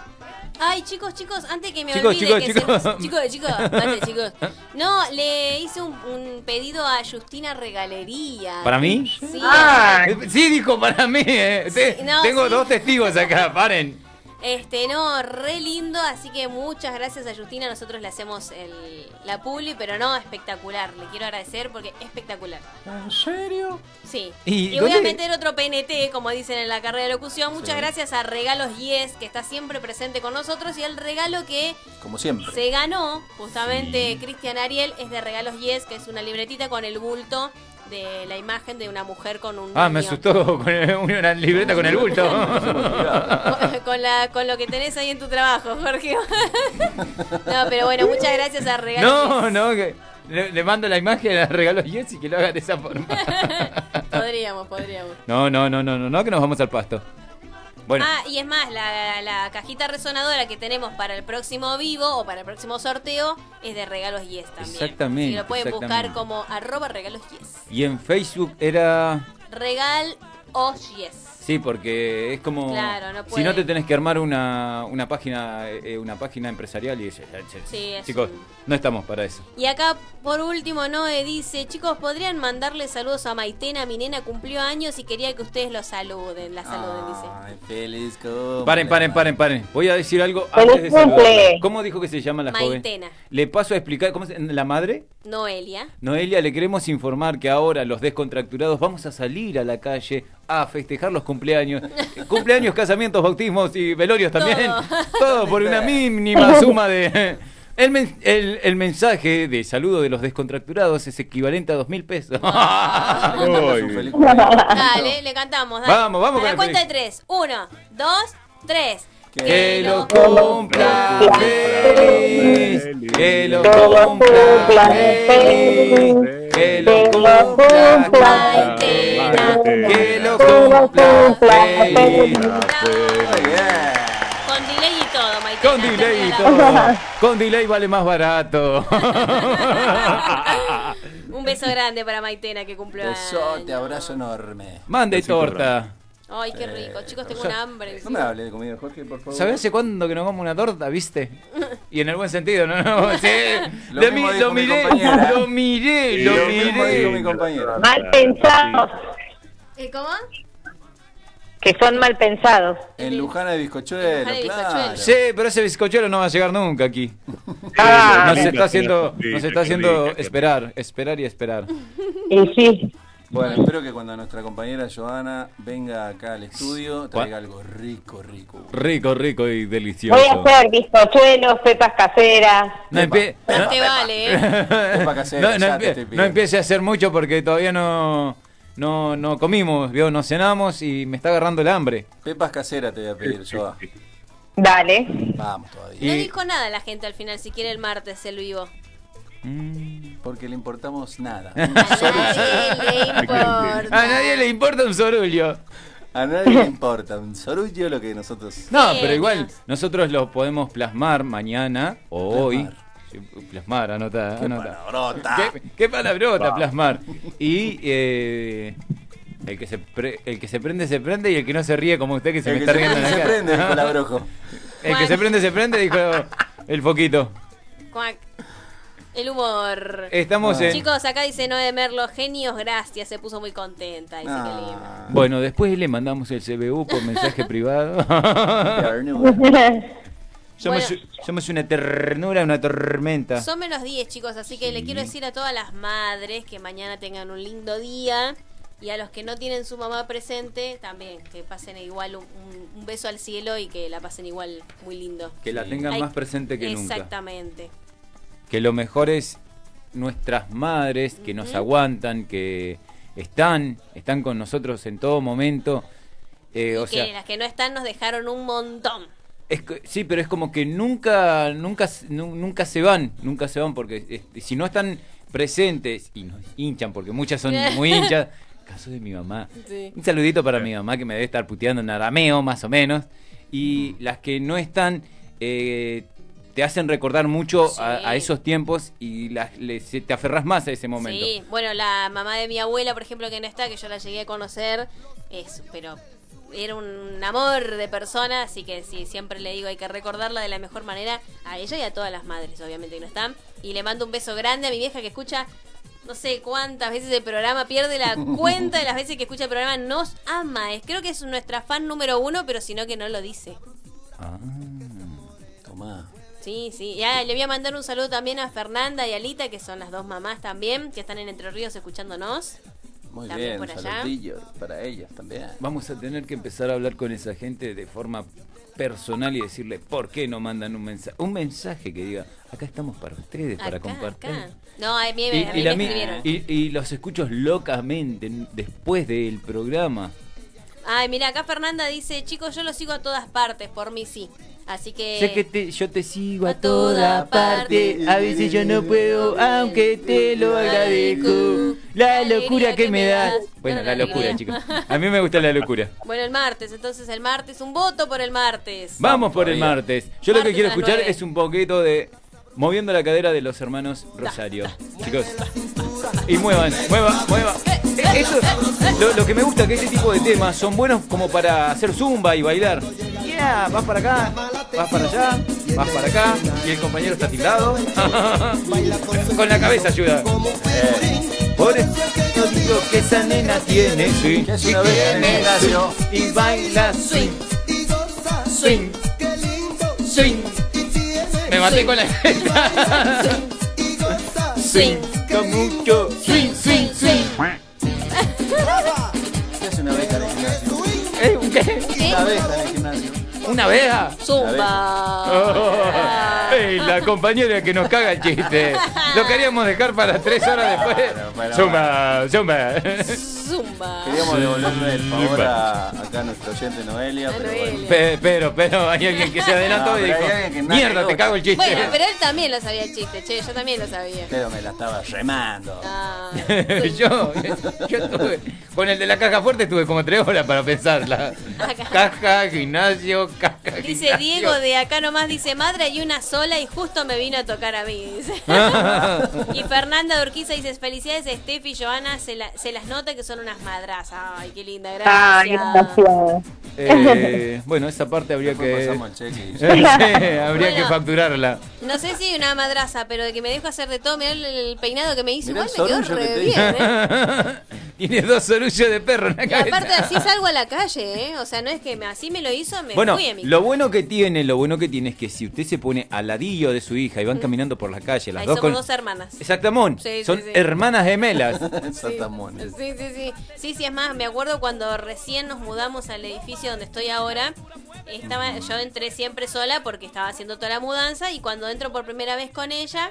Speaker 3: Ay, chicos, chicos, antes que me
Speaker 4: Chicos,
Speaker 3: olvide
Speaker 4: chicos,
Speaker 3: que se-
Speaker 4: chicos.
Speaker 3: chicos, chicos, dale, chicos. No, le hice un, un pedido a Justina Regalería.
Speaker 2: ¿Para mí?
Speaker 3: Sí.
Speaker 2: Eh, Sí, dijo para mí. eh. Te-
Speaker 3: no,
Speaker 2: tengo
Speaker 3: sí.
Speaker 2: dos testigos acá, paren.
Speaker 3: Este, no, re lindo, así que muchas gracias a Justina. Nosotros le hacemos el, la publi, pero no, espectacular. Le quiero agradecer porque espectacular.
Speaker 4: ¿En serio?
Speaker 3: Sí.
Speaker 4: ¿Y
Speaker 3: Y, voy a
Speaker 4: dónde-
Speaker 3: meter otro PNT, como dicen en la carrera de locución. Muchas gracias a Regalos Yes, que está siempre presente con nosotros. Y el regalo que
Speaker 4: Como siempre. [LAUGHS]
Speaker 3: se ganó, justamente Cristian Ariel, es de Regalos Yes, que es una libretita con el bulto de la imagen de una mujer con un
Speaker 2: Ah, me
Speaker 3: niño.
Speaker 2: asustó con el- una libreta con el
Speaker 3: [LAUGHS]
Speaker 2: bulto.
Speaker 3: con, la, con lo que tenés ahí en tu trabajo, Jorge. [LAUGHS] no, pero bueno, muchas gracias a Regalos
Speaker 2: No, no, que le, le mando la imagen a regalo Yes y que lo haga de esa
Speaker 3: [LAUGHS]
Speaker 2: forma.
Speaker 3: Yes. Podríamos, podríamos.
Speaker 2: No, no, no, no, no, no, que nos vamos al pasto. Bueno,
Speaker 3: Ah, y es más, la, la cajita resonadora que tenemos para el próximo vivo o para el próximo sorteo es de Regalos Yes también.
Speaker 2: Exactamente,
Speaker 3: Si lo pueden buscar
Speaker 2: exactamente.
Speaker 3: como arroba regalos yes.
Speaker 2: y en Facebook era.
Speaker 3: Regal yes.
Speaker 2: Sí, porque es como.
Speaker 3: Claro, no
Speaker 2: si no
Speaker 3: puede.
Speaker 2: te tenés que armar una, una página eh, una página empresarial y eso.
Speaker 3: Sí, es
Speaker 2: Chicos, no estamos para eso.
Speaker 3: Y acá, por último, Noe dice, chicos, ¿podrían mandarle saludos a Maitena? Mi nena cumplió años y quería que ustedes lo saluden. La saluden, dice.
Speaker 2: Ah,
Speaker 4: Ay, feliz como.
Speaker 2: Paren, paren, paren, paren. Voy a decir algo
Speaker 3: Feliz
Speaker 2: antes de
Speaker 3: cumple.
Speaker 2: saludarla. ¿Cómo dijo que se llama la joven?
Speaker 3: Maitena.
Speaker 2: Le paso a explicar. ¿Cómo se ¿La madre?
Speaker 3: Noelia.
Speaker 2: Noelia, le queremos informar que ahora los descontracturados vamos a salir a la calle a festejar los cumpleaños. Eh, cumpleaños, casamientos, bautismos y velorios también. Todo, por una mínima suma de... [LAUGHS] El, men- el- el mensaje de saludo de los descontracturados es equivalente a dos mil pesos.
Speaker 4: Uy.
Speaker 3: Dale, le cantamos. dale.
Speaker 2: Vamos, vamos
Speaker 3: A
Speaker 2: con
Speaker 3: la
Speaker 2: el
Speaker 3: cuenta de tres. Uno, dos, tres.
Speaker 2: Que lo cumpla feliz, que lo cumpla feliz, que lo cumpla feliz, que lo cumpla feliz.
Speaker 3: Con delay y todo, Maitena.
Speaker 2: Con delay y todo, [LAUGHS] con delay vale más [LAUGHS] barato.
Speaker 3: [LAUGHS] Un beso grande para Maitena que cumplió
Speaker 4: Besote, abrazo enorme. Eh,
Speaker 2: Mande torta.
Speaker 3: Ay, qué rico. Chicos, tengo
Speaker 4: o sea,
Speaker 3: un hambre.
Speaker 4: No me hable de comida, Jorge, por favor.
Speaker 2: ¿Sabes hace cuándo que no como una torta, viste? Y en el buen sentido, ¿no? no [LAUGHS] sí.
Speaker 4: Lo
Speaker 2: De
Speaker 4: mismo
Speaker 2: mí-
Speaker 4: dijo
Speaker 2: lo
Speaker 4: mi
Speaker 2: miré,
Speaker 4: compañera.
Speaker 2: lo miré,
Speaker 4: Y
Speaker 2: lo
Speaker 4: lo mismo dijo mi
Speaker 2: miré.
Speaker 4: compañero.
Speaker 6: Mal pensados,
Speaker 3: ¿Y cómo?
Speaker 6: que son mal pensados.
Speaker 4: En Lujana de Bizcochuelo,
Speaker 3: Lujana de
Speaker 4: claro.
Speaker 2: Sí, pero ese bizcochuelo no va a llegar nunca aquí.
Speaker 6: Ah,
Speaker 2: nos está haciendo, nos está haciendo esperar, esperar y esperar.
Speaker 6: Y sí,
Speaker 4: Bueno, espero que cuando nuestra compañera Joana venga acá al estudio, traiga algo rico, rico.
Speaker 2: Rico, rico y delicioso.
Speaker 6: voy a hacer bizcochuelos, pepas caseras.
Speaker 2: No, empie- [LAUGHS]
Speaker 3: No te vale, ¿eh?
Speaker 2: no-
Speaker 4: casera,
Speaker 2: no
Speaker 4: ya
Speaker 2: empie-
Speaker 4: te estoy
Speaker 2: no
Speaker 4: pidiendo.
Speaker 2: empiece a hacer mucho porque todavía no, no, no comimos, ¿vio? no cenamos y me está agarrando el hambre.
Speaker 4: Pepas caseras te voy a pedir, Joa.
Speaker 6: Dale. [LAUGHS]
Speaker 4: Vamos todavía.
Speaker 3: No dijo nada la gente al final, si quiere el martes el vivo.
Speaker 4: Porque le
Speaker 2: [LAUGHS]
Speaker 4: importamos nada.
Speaker 3: importa.
Speaker 2: A nadie le importa un sorullo.
Speaker 4: A nadie le importa un sorullo lo que nosotros.
Speaker 2: No, pero igual, nosotros lo podemos plasmar mañana o hoy. Sí, Plasmar, anota,
Speaker 4: Qué
Speaker 2: anota.
Speaker 4: palabrota.
Speaker 2: ¿Qué, qué palabrota,
Speaker 4: Vamos.
Speaker 2: plasmar. Y eh, el, que se pre- el que se prende, se prende. Y el que no se ríe, como usted que se
Speaker 4: El
Speaker 2: me
Speaker 4: que
Speaker 2: está
Speaker 4: se
Speaker 2: riendo en la
Speaker 4: prende, se
Speaker 2: cara. Ah.
Speaker 4: prende, dijo el abrojo.
Speaker 2: El que se prende, se prende, dijo el foquito.
Speaker 3: Cuac. El humor.
Speaker 2: Estamos en-
Speaker 3: Chicos, acá dice Noe Merlo, genios, gracias. Se puso muy contenta. Dice que
Speaker 4: Ah.
Speaker 3: lindo.
Speaker 2: Bueno, después le mandamos el CBU por
Speaker 3: [LAUGHS]
Speaker 2: mensaje privado. somos, somos una ternura, una tormenta.
Speaker 3: Son menos 10, chicos, así que le quiero decir a todas las madres que mañana tengan un lindo día. Y a los que no tienen su mamá presente, también, que pasen igual un, un- un beso al cielo y que la pasen igual muy lindo.
Speaker 2: Que la tengan más presente que nunca. Eh,
Speaker 3: Exactamente.
Speaker 2: que lo mejor es nuestras madres que nos aguantan, que están, están con nosotros en todo momento. Eh, o
Speaker 3: que
Speaker 2: sea,
Speaker 3: las que no están nos dejaron un montón.
Speaker 2: es que- sí, pero es como que nunca, nunca, nu- nunca se van, nunca se van, porque este, si no están presentes y nos hinchan, porque muchas son muy hinchas. Caso de mi mamá.
Speaker 3: Sí.
Speaker 2: Un saludito para mi mamá que me debe estar puteando en arameo, más o menos. Y las que no están, eh, te hacen recordar mucho a, a esos tiempos y las, le- se- te aferras más a ese momento.
Speaker 3: Sí, bueno, la mamá de mi abuela, por ejemplo, que no está, que yo la llegué a conocer, es, pero era un amor de persona, así que sí, siempre le digo, hay que recordarla de la mejor manera a ella y a todas las madres, obviamente, que no están. Y le mando un beso grande a mi vieja que escucha no sé cuántas veces el programa, pierde la cuenta de las veces que escucha el programa, nos ama, es, creo que es nuestra fan número uno, pero si no que no lo dice.
Speaker 2: Ah.
Speaker 4: Tomá.
Speaker 3: Sí, sí. Y ah, le voy a mandar un saludo también a Fernanda y Alita, que son las dos mamás también, que están en Entre Ríos escuchándonos.
Speaker 4: Muy
Speaker 3: También
Speaker 4: bien,
Speaker 3: por
Speaker 4: un
Speaker 3: allá.
Speaker 4: saludillo para ellas también.
Speaker 2: Vamos a tener que empezar a hablar con esa gente de forma personal y decirle por qué no mandan un mensaje. Un mensaje que diga, acá estamos para ustedes, para compartir.
Speaker 3: No, a mí,
Speaker 2: Y,
Speaker 3: a
Speaker 2: y
Speaker 3: mí
Speaker 2: la
Speaker 3: me
Speaker 2: mi-
Speaker 3: escribieron.
Speaker 2: y- y los escucho locamente n- después del programa.
Speaker 3: Ay, mira, acá Fernanda dice, chicos, yo los sigo a todas partes, por mí sí. Así que...
Speaker 2: Sé que te- yo te sigo a toda parte,
Speaker 3: Eh, parte.
Speaker 2: a veces yo no puedo, aunque te lo agradezco. La locura que me da. Bueno, la locura, chicos. A mí me gusta la locura.
Speaker 3: Bueno, el martes, entonces el martes, un voto por el martes.
Speaker 2: Vamos por el martes. Yo lo que
Speaker 3: ¿eh? Martes
Speaker 2: quiero
Speaker 3: a las
Speaker 2: escuchar
Speaker 3: nueve.
Speaker 2: es un poquito de moviendo la cadera de los hermanos Rosario. Chicos. Y muevan, muevan,
Speaker 3: Eh,
Speaker 2: muevan. Eh, Eso, lo, lo que me gusta que este tipo de temas son buenos como para hacer zumba y bailar. Yeah, vas para acá, vas para allá, vas para acá y el compañero está tildado. [LAUGHS] Con la cabeza ayuda.
Speaker 3: Eh,
Speaker 2: Por eso yo digo que esa nena tiene swing.
Speaker 4: Que es una vez
Speaker 2: Tiene
Speaker 4: nació.
Speaker 2: swing Y baila swing. Swing. Swing. Me maté con
Speaker 3: [LAUGHS]
Speaker 2: la cabeza. [LAUGHS] Swing. Con mucho swing, swing, swing.
Speaker 4: ¿Qué hace una abeja en el gimnasio?
Speaker 2: ¿Eh? ¿Un qué?
Speaker 4: Una abeja en el gimnasio.
Speaker 2: ¿Una abeja? [LAUGHS]
Speaker 3: Zumba.
Speaker 2: Ey, la compañera que nos caga el chiste. Lo queríamos dejar para tres horas después. Zumba, zumba.
Speaker 3: Zumba.
Speaker 4: Queríamos devolverle el favor a, acá a nuestro oyente Noelia, pero bueno.
Speaker 2: Pe- Pero, pero, hay alguien que se adelantó y
Speaker 4: No, pero
Speaker 2: dijo,
Speaker 4: hay alguien que nadie
Speaker 2: mierda, te
Speaker 4: nota".
Speaker 2: cago el chiste.
Speaker 3: Bueno, pero él también lo sabía el chiste, che, yo también lo sabía.
Speaker 4: Pero me la estaba remando.
Speaker 3: Ah,
Speaker 2: [LAUGHS] yo, yo tuve, con el de la caja fuerte estuve como tres horas para pensarla. Caja, gimnasio, caja.
Speaker 3: dice Diego de acá nomás, dice, madre hay una sola y justo me vino a tocar a mí.
Speaker 2: [LAUGHS]
Speaker 3: dice. Y Fernanda Urquiza dice, felicidades Steffi y Joana, se, la- se las nota que son unas madras. Ay, qué linda, gracias.
Speaker 6: Ay, gracias.
Speaker 3: [LAUGHS]
Speaker 2: Eh, bueno, esa parte habría que. [LAUGHS]
Speaker 4: cheque. [LAUGHS]
Speaker 2: Sí, habría que
Speaker 3: Bueno.
Speaker 2: facturarla.
Speaker 3: No sé si una madraza, pero de que me dejo hacer de todo, mirá el, el peinado que me hizo,
Speaker 4: Mirá
Speaker 3: igual
Speaker 4: el
Speaker 3: me quedó
Speaker 4: sorullo que
Speaker 3: re
Speaker 4: te
Speaker 3: bien, ¿eh?
Speaker 2: [LAUGHS] Tiene dos sorullos de perro en la
Speaker 3: Y
Speaker 2: cabeza.
Speaker 3: aparte así salgo a la calle, ¿eh? O sea, no es que me- así me lo hizo, me
Speaker 2: Bueno,
Speaker 3: fui a mi
Speaker 2: lo bueno que tiene, lo bueno que tiene es que si usted se pone al ladillo de su hija y van caminando por la calle, las
Speaker 3: Ahí
Speaker 2: dos
Speaker 3: somos
Speaker 2: con.
Speaker 3: Mm. dos hermanas.
Speaker 2: Exactamón.
Speaker 3: Sí, sí,
Speaker 2: son
Speaker 3: sí.
Speaker 2: hermanas
Speaker 3: [LAUGHS]
Speaker 2: gemelas.
Speaker 4: Exactamones.
Speaker 3: Sí, sí, sí. Sí, sí, es más, me acuerdo cuando recién nos mudamos al edificio donde estoy ahora. Estaba, yo entré siempre sola porque estaba haciendo toda la mudanza y cuando entro por primera vez con ella,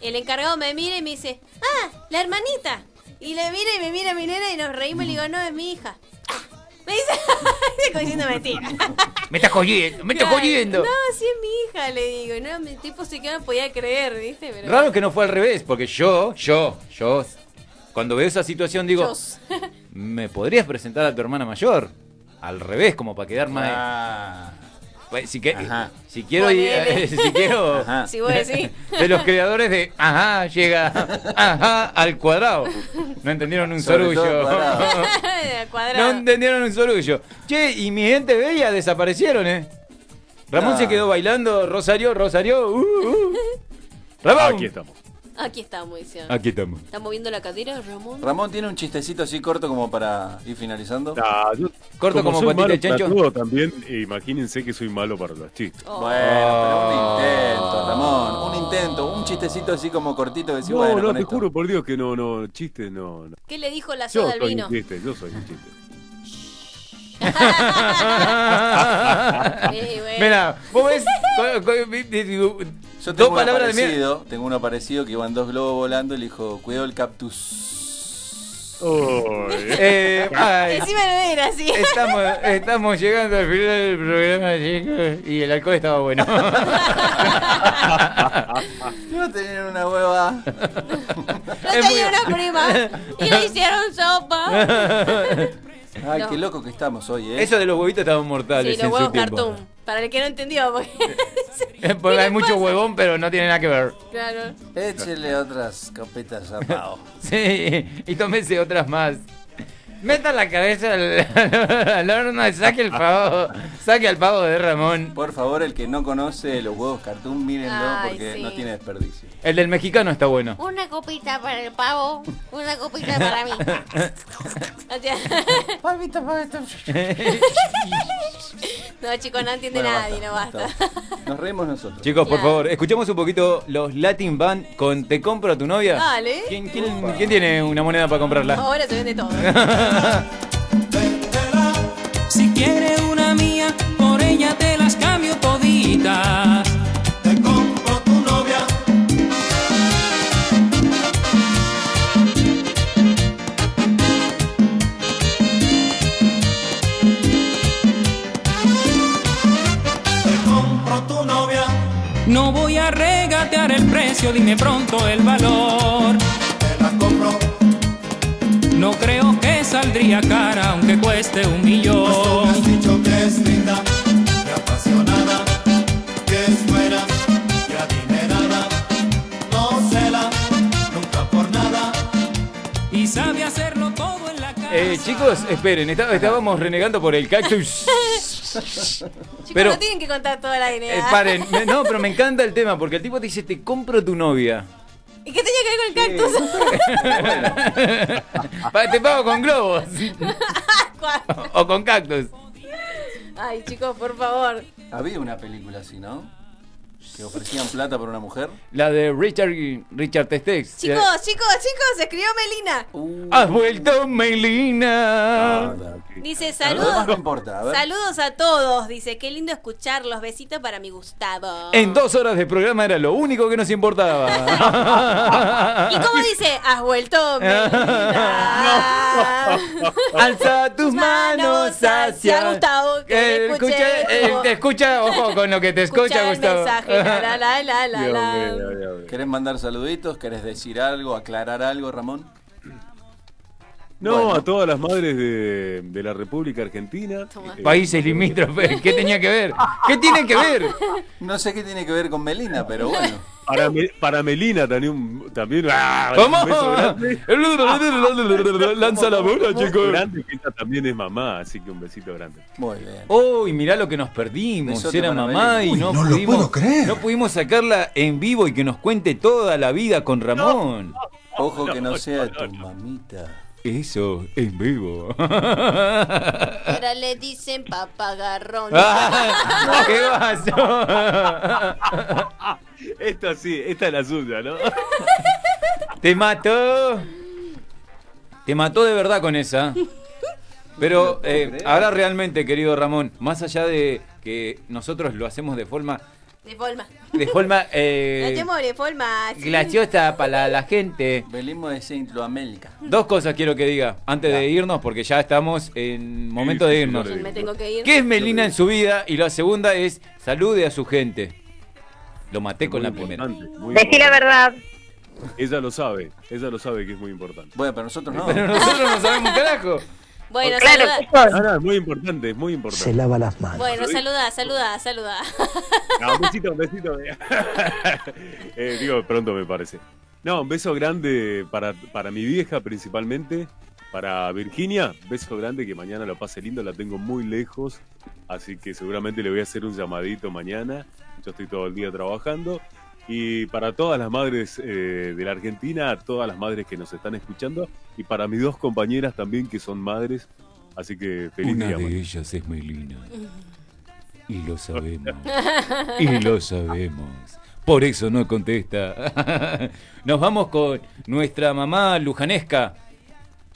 Speaker 3: el encargado me mira y me dice, ah, la hermanita. Y le mira y me mira mi nena y nos reímos y le digo, no, es mi hija. Ah, Me dice, [LAUGHS] como diciendo mentira.
Speaker 2: Me estás jodiendo, me estás
Speaker 3: Claro.
Speaker 2: jodiendo.
Speaker 3: No, sí es mi hija, le digo. No, mi tipo se quedó, no podía creer, ¿viste? Pero-
Speaker 2: Raro que no fue al revés, porque yo, yo, yo, cuando veo esa situación digo,
Speaker 3: [LAUGHS] Dios.
Speaker 2: ¿me podrías presentar a tu hermana mayor? Al revés, como para quedar más...
Speaker 4: Ah.
Speaker 2: Pues, si, que- si quiero ir-
Speaker 3: Ponele.
Speaker 2: [LAUGHS] si quiero
Speaker 3: Ajá. Si vos
Speaker 2: [LAUGHS]
Speaker 3: decís.
Speaker 2: de los creadores de ajá llega ajá al cuadrado no entendieron un
Speaker 4: Sobre todo
Speaker 2: sorullo [LAUGHS]
Speaker 4: cuadrado.
Speaker 3: "Ah, Cuadrado.
Speaker 2: no entendieron un sorullo che y mi gente bella desaparecieron eh Ramón
Speaker 4: Ah.
Speaker 2: se quedó bailando Rosario Rosario uh,
Speaker 4: [LAUGHS]
Speaker 2: uh. Ramón
Speaker 4: Aquí
Speaker 2: estamos
Speaker 3: Aquí estamos, diciendo.
Speaker 2: aquí estamos
Speaker 3: ¿Está moviendo la cadera, Ramón?
Speaker 4: Ramón tiene un chistecito así corto como para ir finalizando.
Speaker 5: soy malo para todo
Speaker 3: Oh,
Speaker 5: también, eh, imagínense que soy malo para los chistes.
Speaker 4: Bueno, pero un intento, Ramón. Un intento, un chistecito así como cortito, decir,
Speaker 5: No,
Speaker 4: bueno,
Speaker 5: no,
Speaker 4: con
Speaker 5: te
Speaker 4: esto.
Speaker 5: juro por Dios que no, no, chistes no. no.
Speaker 3: ¿Qué le dijo la
Speaker 5: Yo
Speaker 3: soda al
Speaker 5: soy
Speaker 3: vino?
Speaker 5: un chiste, yo soy un
Speaker 4: [LAUGHS]
Speaker 5: chiste.
Speaker 3: [LAUGHS] Sí, bueno.
Speaker 2: [LAUGHS] Mira, vos ves. con- con- vi- di- digo,
Speaker 4: Yo
Speaker 2: dos
Speaker 4: tengo uno
Speaker 2: palabras de mierda.
Speaker 4: parecido, tengo uno parecido que iban dos globos volando y le dijo, cuidado el cactus.
Speaker 2: Eh, ay.
Speaker 3: Encima no era así.
Speaker 2: Estamos, estamos llegando al final del programa, chicos. Y el alcohol estaba bueno.
Speaker 4: [LAUGHS] Iba a tener una hueva.
Speaker 3: Yo tenía una prima y le
Speaker 2: [LAUGHS]
Speaker 3: hicieron sopa.
Speaker 4: Ay,
Speaker 3: No.
Speaker 4: qué loco que estamos hoy, ¿eh?
Speaker 2: Eso de los huevitos estaban mortales
Speaker 3: Sí,
Speaker 2: en
Speaker 3: los
Speaker 2: su
Speaker 3: huevos
Speaker 2: tiempo.
Speaker 3: cartoon. Para el que no entendió, porque-
Speaker 2: [LAUGHS]
Speaker 3: [LAUGHS]
Speaker 2: Eh, Porque hay mucho huevón, pero no tiene nada que ver. [LAUGHS]
Speaker 3: claro.
Speaker 4: Échele otras copetas a Pao.
Speaker 2: Sí, y tómese otras más. Meta la cabeza al, [LAUGHS] al horno y saque el pavo. Saque al pavo de Ramón.
Speaker 4: Por favor, el que no conoce los huevos cartoon, mírenlo
Speaker 3: Ay,
Speaker 4: porque
Speaker 3: sí.
Speaker 4: no tiene desperdicio.
Speaker 2: El del mexicano está bueno.
Speaker 3: Una copita para el pavo, una copita para mí. [LAUGHS] O sea, [LAUGHS]
Speaker 4: Pavito, pavito.
Speaker 3: no, chicos, no entiende
Speaker 4: Bueno,
Speaker 3: nadie, no basta.
Speaker 4: Nos reímos nosotros.
Speaker 2: Chicos, por favor, escuchemos un poquito los Latin Band con Te compro a tu novia.
Speaker 3: Dale.
Speaker 2: ¿Quién, quién- quién tiene una moneda para comprarla?
Speaker 3: [LAUGHS] Ahora se
Speaker 2: [LAUGHS]
Speaker 3: vende todo.
Speaker 14: Si quiere una mía, por ella te las cambio toditas. Te compro tu novia. No voy a regatear el precio, dime pronto el valor. Te las compro. No creo que saldría cara aunque cueste un millón. has dicho que es linda, que apasionada, que es buena, que adinerada, no cela, nunca por nada. Y sabe hacerlo todo en la casa.
Speaker 2: Eh, chicos, esperen, está- estábamos renegando por
Speaker 14: [LAUGHS]
Speaker 2: el cactus.
Speaker 3: Chicos,
Speaker 2: Pero-
Speaker 3: no tienen que contar toda la idea.
Speaker 2: Eh, paren, me- no, pero me encanta el tema porque el tipo te dice: Te compro
Speaker 14: [LAUGHS]
Speaker 2: tu novia.
Speaker 3: [LAUGHS] ¿Y qué tenía que ver con
Speaker 2: [LAUGHS]
Speaker 3: el cactus?
Speaker 2: Pa- te pago con globos o con cactus.
Speaker 3: Ay, chicos, por favor.
Speaker 4: Había una película así, ¿no? Que ofrecían plata por una mujer.
Speaker 2: La de Richard, Richard Testex.
Speaker 3: Chicos, chicos, chicos, escribió Melina.
Speaker 2: Has vuelto,
Speaker 4: Ah,
Speaker 14: Ah.
Speaker 2: Melina.
Speaker 3: Dice,
Speaker 4: Lo demás no
Speaker 3: saludos.
Speaker 4: importa, a ver.
Speaker 3: Saludos a todos. Dice, qué lindo escucharlos. Besitos para mi Gustavo.
Speaker 2: En dos horas de programa era lo único que nos
Speaker 14: [LAUGHS]
Speaker 2: importaba.
Speaker 3: ¿Y cómo dice? Has vuelto, Melina.
Speaker 2: Oh. Alza tus manos hacia
Speaker 3: Gustavo, que
Speaker 2: Eh,
Speaker 3: te escuche,
Speaker 2: escucha, eh, te escucha, ojo con lo que te escucha,
Speaker 3: Escucha el
Speaker 2: Gustavo.
Speaker 3: mensaje, la, la, la, [LAUGHS] la, la.
Speaker 4: ¿Querés mandar saluditos? ¿Querés decir algo? ¿Aclarar algo, Ramón?
Speaker 5: No, a todas las madres de, de la República Argentina.
Speaker 2: [LAUGHS]
Speaker 5: Eh,
Speaker 2: Países limítrofes, ¿qué tenía que ver? ¿Qué tiene que ver?
Speaker 4: No sé qué tiene que ver con Melina, pero bueno.
Speaker 5: Para, Me- para Melina también. un- también ¡ah!
Speaker 2: ¿Cómo?
Speaker 5: un beso grande.
Speaker 2: [LAUGHS] Lanza la bola,
Speaker 5: Un beso
Speaker 2: chicos.
Speaker 5: grande, que ella también es mamá, así que un besito grande.
Speaker 4: Muy bien.
Speaker 2: Uy, mirá lo que nos perdimos.
Speaker 5: Besote
Speaker 2: Era
Speaker 5: para
Speaker 2: mamá
Speaker 5: Belén.
Speaker 2: y no,
Speaker 5: Uy, no lo
Speaker 2: pudimos,
Speaker 5: puedo creer.
Speaker 2: no pudimos sacarla en vivo y que nos cuente toda la vida con Ramón.
Speaker 4: Ojo que no sea tu mamita.
Speaker 2: Eso [LAUGHS] en vivo.
Speaker 3: Ahora le dicen papagarrón.
Speaker 2: Ah, ¿Qué pasó?
Speaker 5: Esta sí, esta es la suya, ¿no?
Speaker 2: Te mató. Te mató de verdad con esa. Pero eh, ahora realmente, querido Ramón, más allá de que nosotros lo hacemos de forma,
Speaker 3: De forma.
Speaker 2: de forma
Speaker 3: [LAUGHS] No
Speaker 2: eh,
Speaker 3: te more, forma. sí.
Speaker 2: glaciosa para la gente,
Speaker 4: Velismo de Centroamérica.
Speaker 2: dos cosas quiero que diga antes de irnos, porque ya estamos en momento de irnos.
Speaker 3: Me tengo que ir.
Speaker 2: ¿Qué es Melina en su vida? Y la segunda es salude a su gente. Lo maté con la primera.
Speaker 5: Muy
Speaker 6: Decí la verdad.
Speaker 5: Ella lo sabe, ella lo sabe que es muy importante.
Speaker 4: Bueno, pero nosotros no.
Speaker 2: Pero nosotros no sabemos un carajo.
Speaker 3: Bueno,
Speaker 6: Claro,
Speaker 3: saluda.
Speaker 6: chicos.
Speaker 5: Ahora, es muy importante, es muy importante.
Speaker 6: Se lava las manos.
Speaker 3: Bueno, saluda, saluda, saluda. [LAUGHS]
Speaker 5: No, un besito, un besito. [LAUGHS] Eh, digo, pronto me parece. No, un beso grande para, para mi vieja principalmente, para Virginia. Beso grande que mañana lo pase lindo, la tengo muy lejos, así que seguramente le voy a hacer un llamadito mañana. Yo estoy todo el día trabajando. Y para todas las madres eh, de la Argentina, todas las madres que nos están escuchando, y para mis dos compañeras también que son madres, así que feliz
Speaker 15: Una
Speaker 5: día.
Speaker 15: de
Speaker 5: mañana.
Speaker 15: ellas es Melina. Y lo sabemos. y lo sabemos.
Speaker 2: Por eso no contesta. [LAUGHS] Nos vamos con nuestra mamá lujanesca.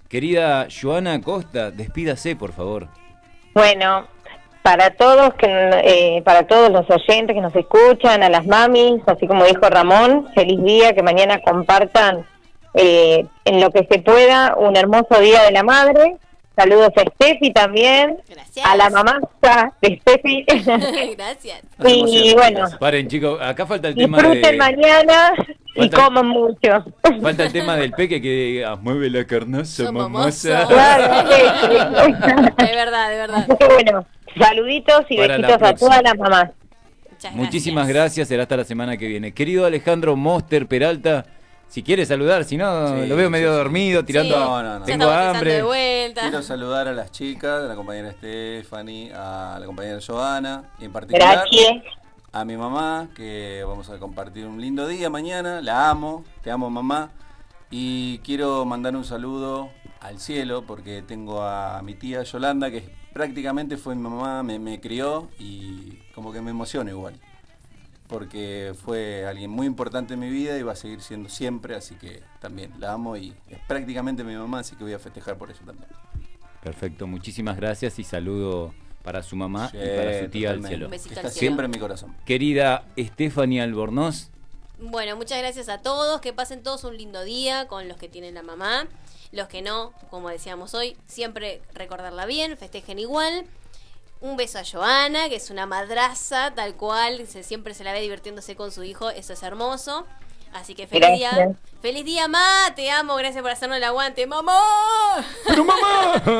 Speaker 2: Querida Joana Costa, despídase, por favor.
Speaker 6: Bueno, para todos que eh, para todos los oyentes que nos escuchan, a las mamis, así como dijo Ramón, feliz día, que mañana compartan eh, en lo que se pueda un hermoso día de la madre. Saludos a Steffi también, a la mamasta de Steffi.
Speaker 3: [LAUGHS] Gracias.
Speaker 6: y bueno,
Speaker 2: Paren, chicos, acá falta el tema
Speaker 6: disfruten
Speaker 2: de.
Speaker 6: mañana y
Speaker 2: Falta-
Speaker 6: coman mucho.
Speaker 2: Falta el tema del peque que ah, mueve la carnaza,
Speaker 6: [LAUGHS]
Speaker 2: mamosa.
Speaker 6: Claro, sí.
Speaker 2: [LAUGHS]
Speaker 3: De verdad, de verdad.
Speaker 6: Así que bueno, saluditos y
Speaker 2: Para la
Speaker 6: besitos a
Speaker 2: próxima.
Speaker 6: todas las mamás.
Speaker 2: Muchísimas gracias, será hasta la semana que viene. Querido Alejandro Moster Peralta, si quiere saludar, si no,
Speaker 4: Sí,
Speaker 2: lo veo medio
Speaker 4: sí, sí.
Speaker 2: dormido, tirando.
Speaker 4: No, no, no.
Speaker 2: Tengo hambre.
Speaker 4: Quiero saludar a las chicas, a la compañera Stephanie, a la compañera Joana, y en particular
Speaker 6: Gracias.
Speaker 4: a mi mamá, que vamos a compartir un lindo día mañana. La amo, te amo mamá. Y quiero mandar un saludo al cielo, porque tengo a mi tía Yolanda, que prácticamente fue mi mamá, me, me crió y como que me emociona igual. Porque fue alguien muy importante en mi vida y va a seguir siendo siempre, así que también la amo y es prácticamente mi mamá, así que voy a festejar por eso también.
Speaker 2: Perfecto, muchísimas gracias y saludo para su mamá
Speaker 4: Sí,
Speaker 2: Ah, y para su tía al
Speaker 4: totalmente.
Speaker 2: cielo.
Speaker 4: Un besito Está al cielo. siempre en mi corazón.
Speaker 2: Querida Estefania Albornoz,
Speaker 3: Bueno, muchas gracias a todos. Que pasen todos un lindo día con los que tienen la mamá. Los que no, como decíamos hoy, siempre recordarla bien, festejen igual. Un beso a Joana, que es una madraza tal cual. se- siempre se la ve divirtiéndose con su hijo. Eso es hermoso. Así que feliz día.
Speaker 6: Gracias.
Speaker 3: Feliz día, Ma. Te amo. Gracias por hacernos el aguante. ¡Mamá!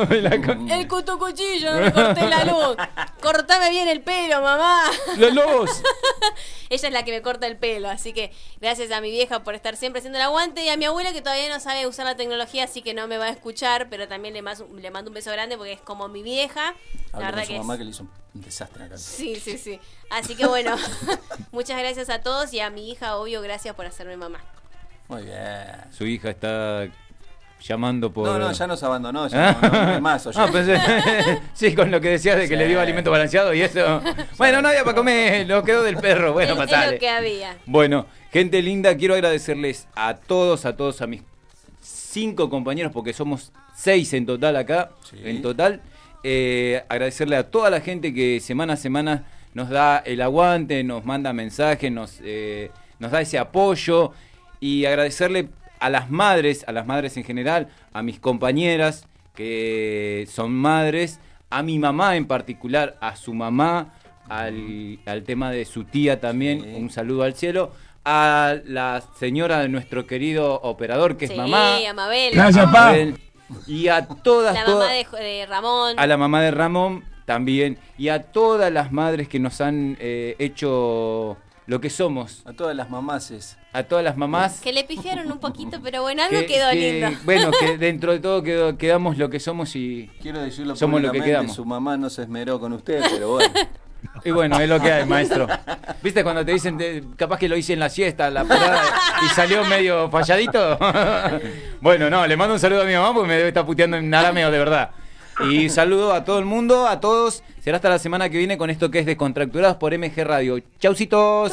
Speaker 2: la, co-
Speaker 4: Mm.
Speaker 3: El cutucuchillo, no me corté la
Speaker 2: [LAUGHS]
Speaker 3: luz. Cortame bien el pelo, mamá.
Speaker 2: la luz.
Speaker 3: Ella es la que me corta el pelo, así que gracias a mi vieja por estar siempre haciendo el aguante y a mi abuela que todavía no sabe usar la tecnología, así que no me va a escuchar, pero también le, mas- le mando un beso grande porque es como mi vieja. La
Speaker 4: Hablo con
Speaker 3: verdad
Speaker 4: su
Speaker 3: que es-
Speaker 4: mamá que le hizo un- un desastre acá.
Speaker 3: Sí, sí, sí. Así que bueno, [LAUGHS] muchas gracias a todos y a mi hija, obvio, gracias por hacerme mamá.
Speaker 4: Muy bien.
Speaker 2: su hija está llamando por.
Speaker 4: No,
Speaker 2: [LAUGHS]
Speaker 4: no, ya nos abandonó, ya no, no, no es más, oye.
Speaker 2: Ah, pensé- [LAUGHS] sí, con lo que decías de que
Speaker 4: Sí.
Speaker 2: le dio alimento balanceado y eso. Bueno, no había para comer, lo quedó del perro. Bueno,
Speaker 3: Es- es
Speaker 2: pasale.
Speaker 3: lo que había.
Speaker 2: Bueno, gente linda, quiero agradecerles a todos, a todos, a mis cinco compañeros, porque somos seis en total acá, en total. Eh, agradecerle a toda la gente que semana a semana nos da el aguante, nos manda mensajes, nos, eh, nos da ese apoyo. Y agradecerle a las madres, a las madres en general, a mis compañeras que son madres, a mi mamá en particular, a su mamá, al, al tema de su tía también, un saludo al cielo, a la señora de nuestro querido operador que es
Speaker 3: Sí,
Speaker 2: mamá.
Speaker 3: a Mabel.
Speaker 2: a Mabel, Y a todas,
Speaker 3: La
Speaker 2: todas-
Speaker 3: mamá de, de Ramón.
Speaker 2: a la mamá de Ramón también, y a todas las madres que nos han eh, hecho lo que somos.
Speaker 4: A todas las mamases.
Speaker 2: A todas las mamás.
Speaker 3: Que le pifiaron un poquito, pero bueno, algo
Speaker 2: que-
Speaker 3: quedó
Speaker 2: que-
Speaker 3: lindo.
Speaker 2: Bueno,
Speaker 3: [LAUGHS]
Speaker 2: que dentro de todo quedó- quedamos lo que somos y
Speaker 4: Quiero decirlo
Speaker 2: somos lo que
Speaker 4: públicamente,
Speaker 2: quedamos.
Speaker 4: Su mamá no se esmeró con usted, pero bueno.
Speaker 2: [LAUGHS] Y bueno, es lo que hay, maestro. ¿Viste cuando te dicen, te- capaz que lo hice en la siesta, la parada, y salió medio falladito? [LAUGHS] bueno, no, le mando un saludo a mi mamá porque me debe estar puteando en arameo, de verdad. Y saludo a todo el mundo, a todos. Será hasta la semana que viene con esto que es Descontracturados por MG Radio. Chaucitos.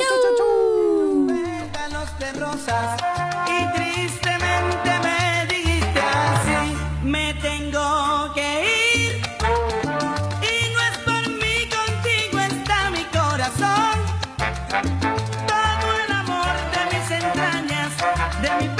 Speaker 14: pétalos de rosas y tristemente me dijiste así me tengo que ir y no es por mí contigo está mi corazón todo el amor de mis entrañas de mi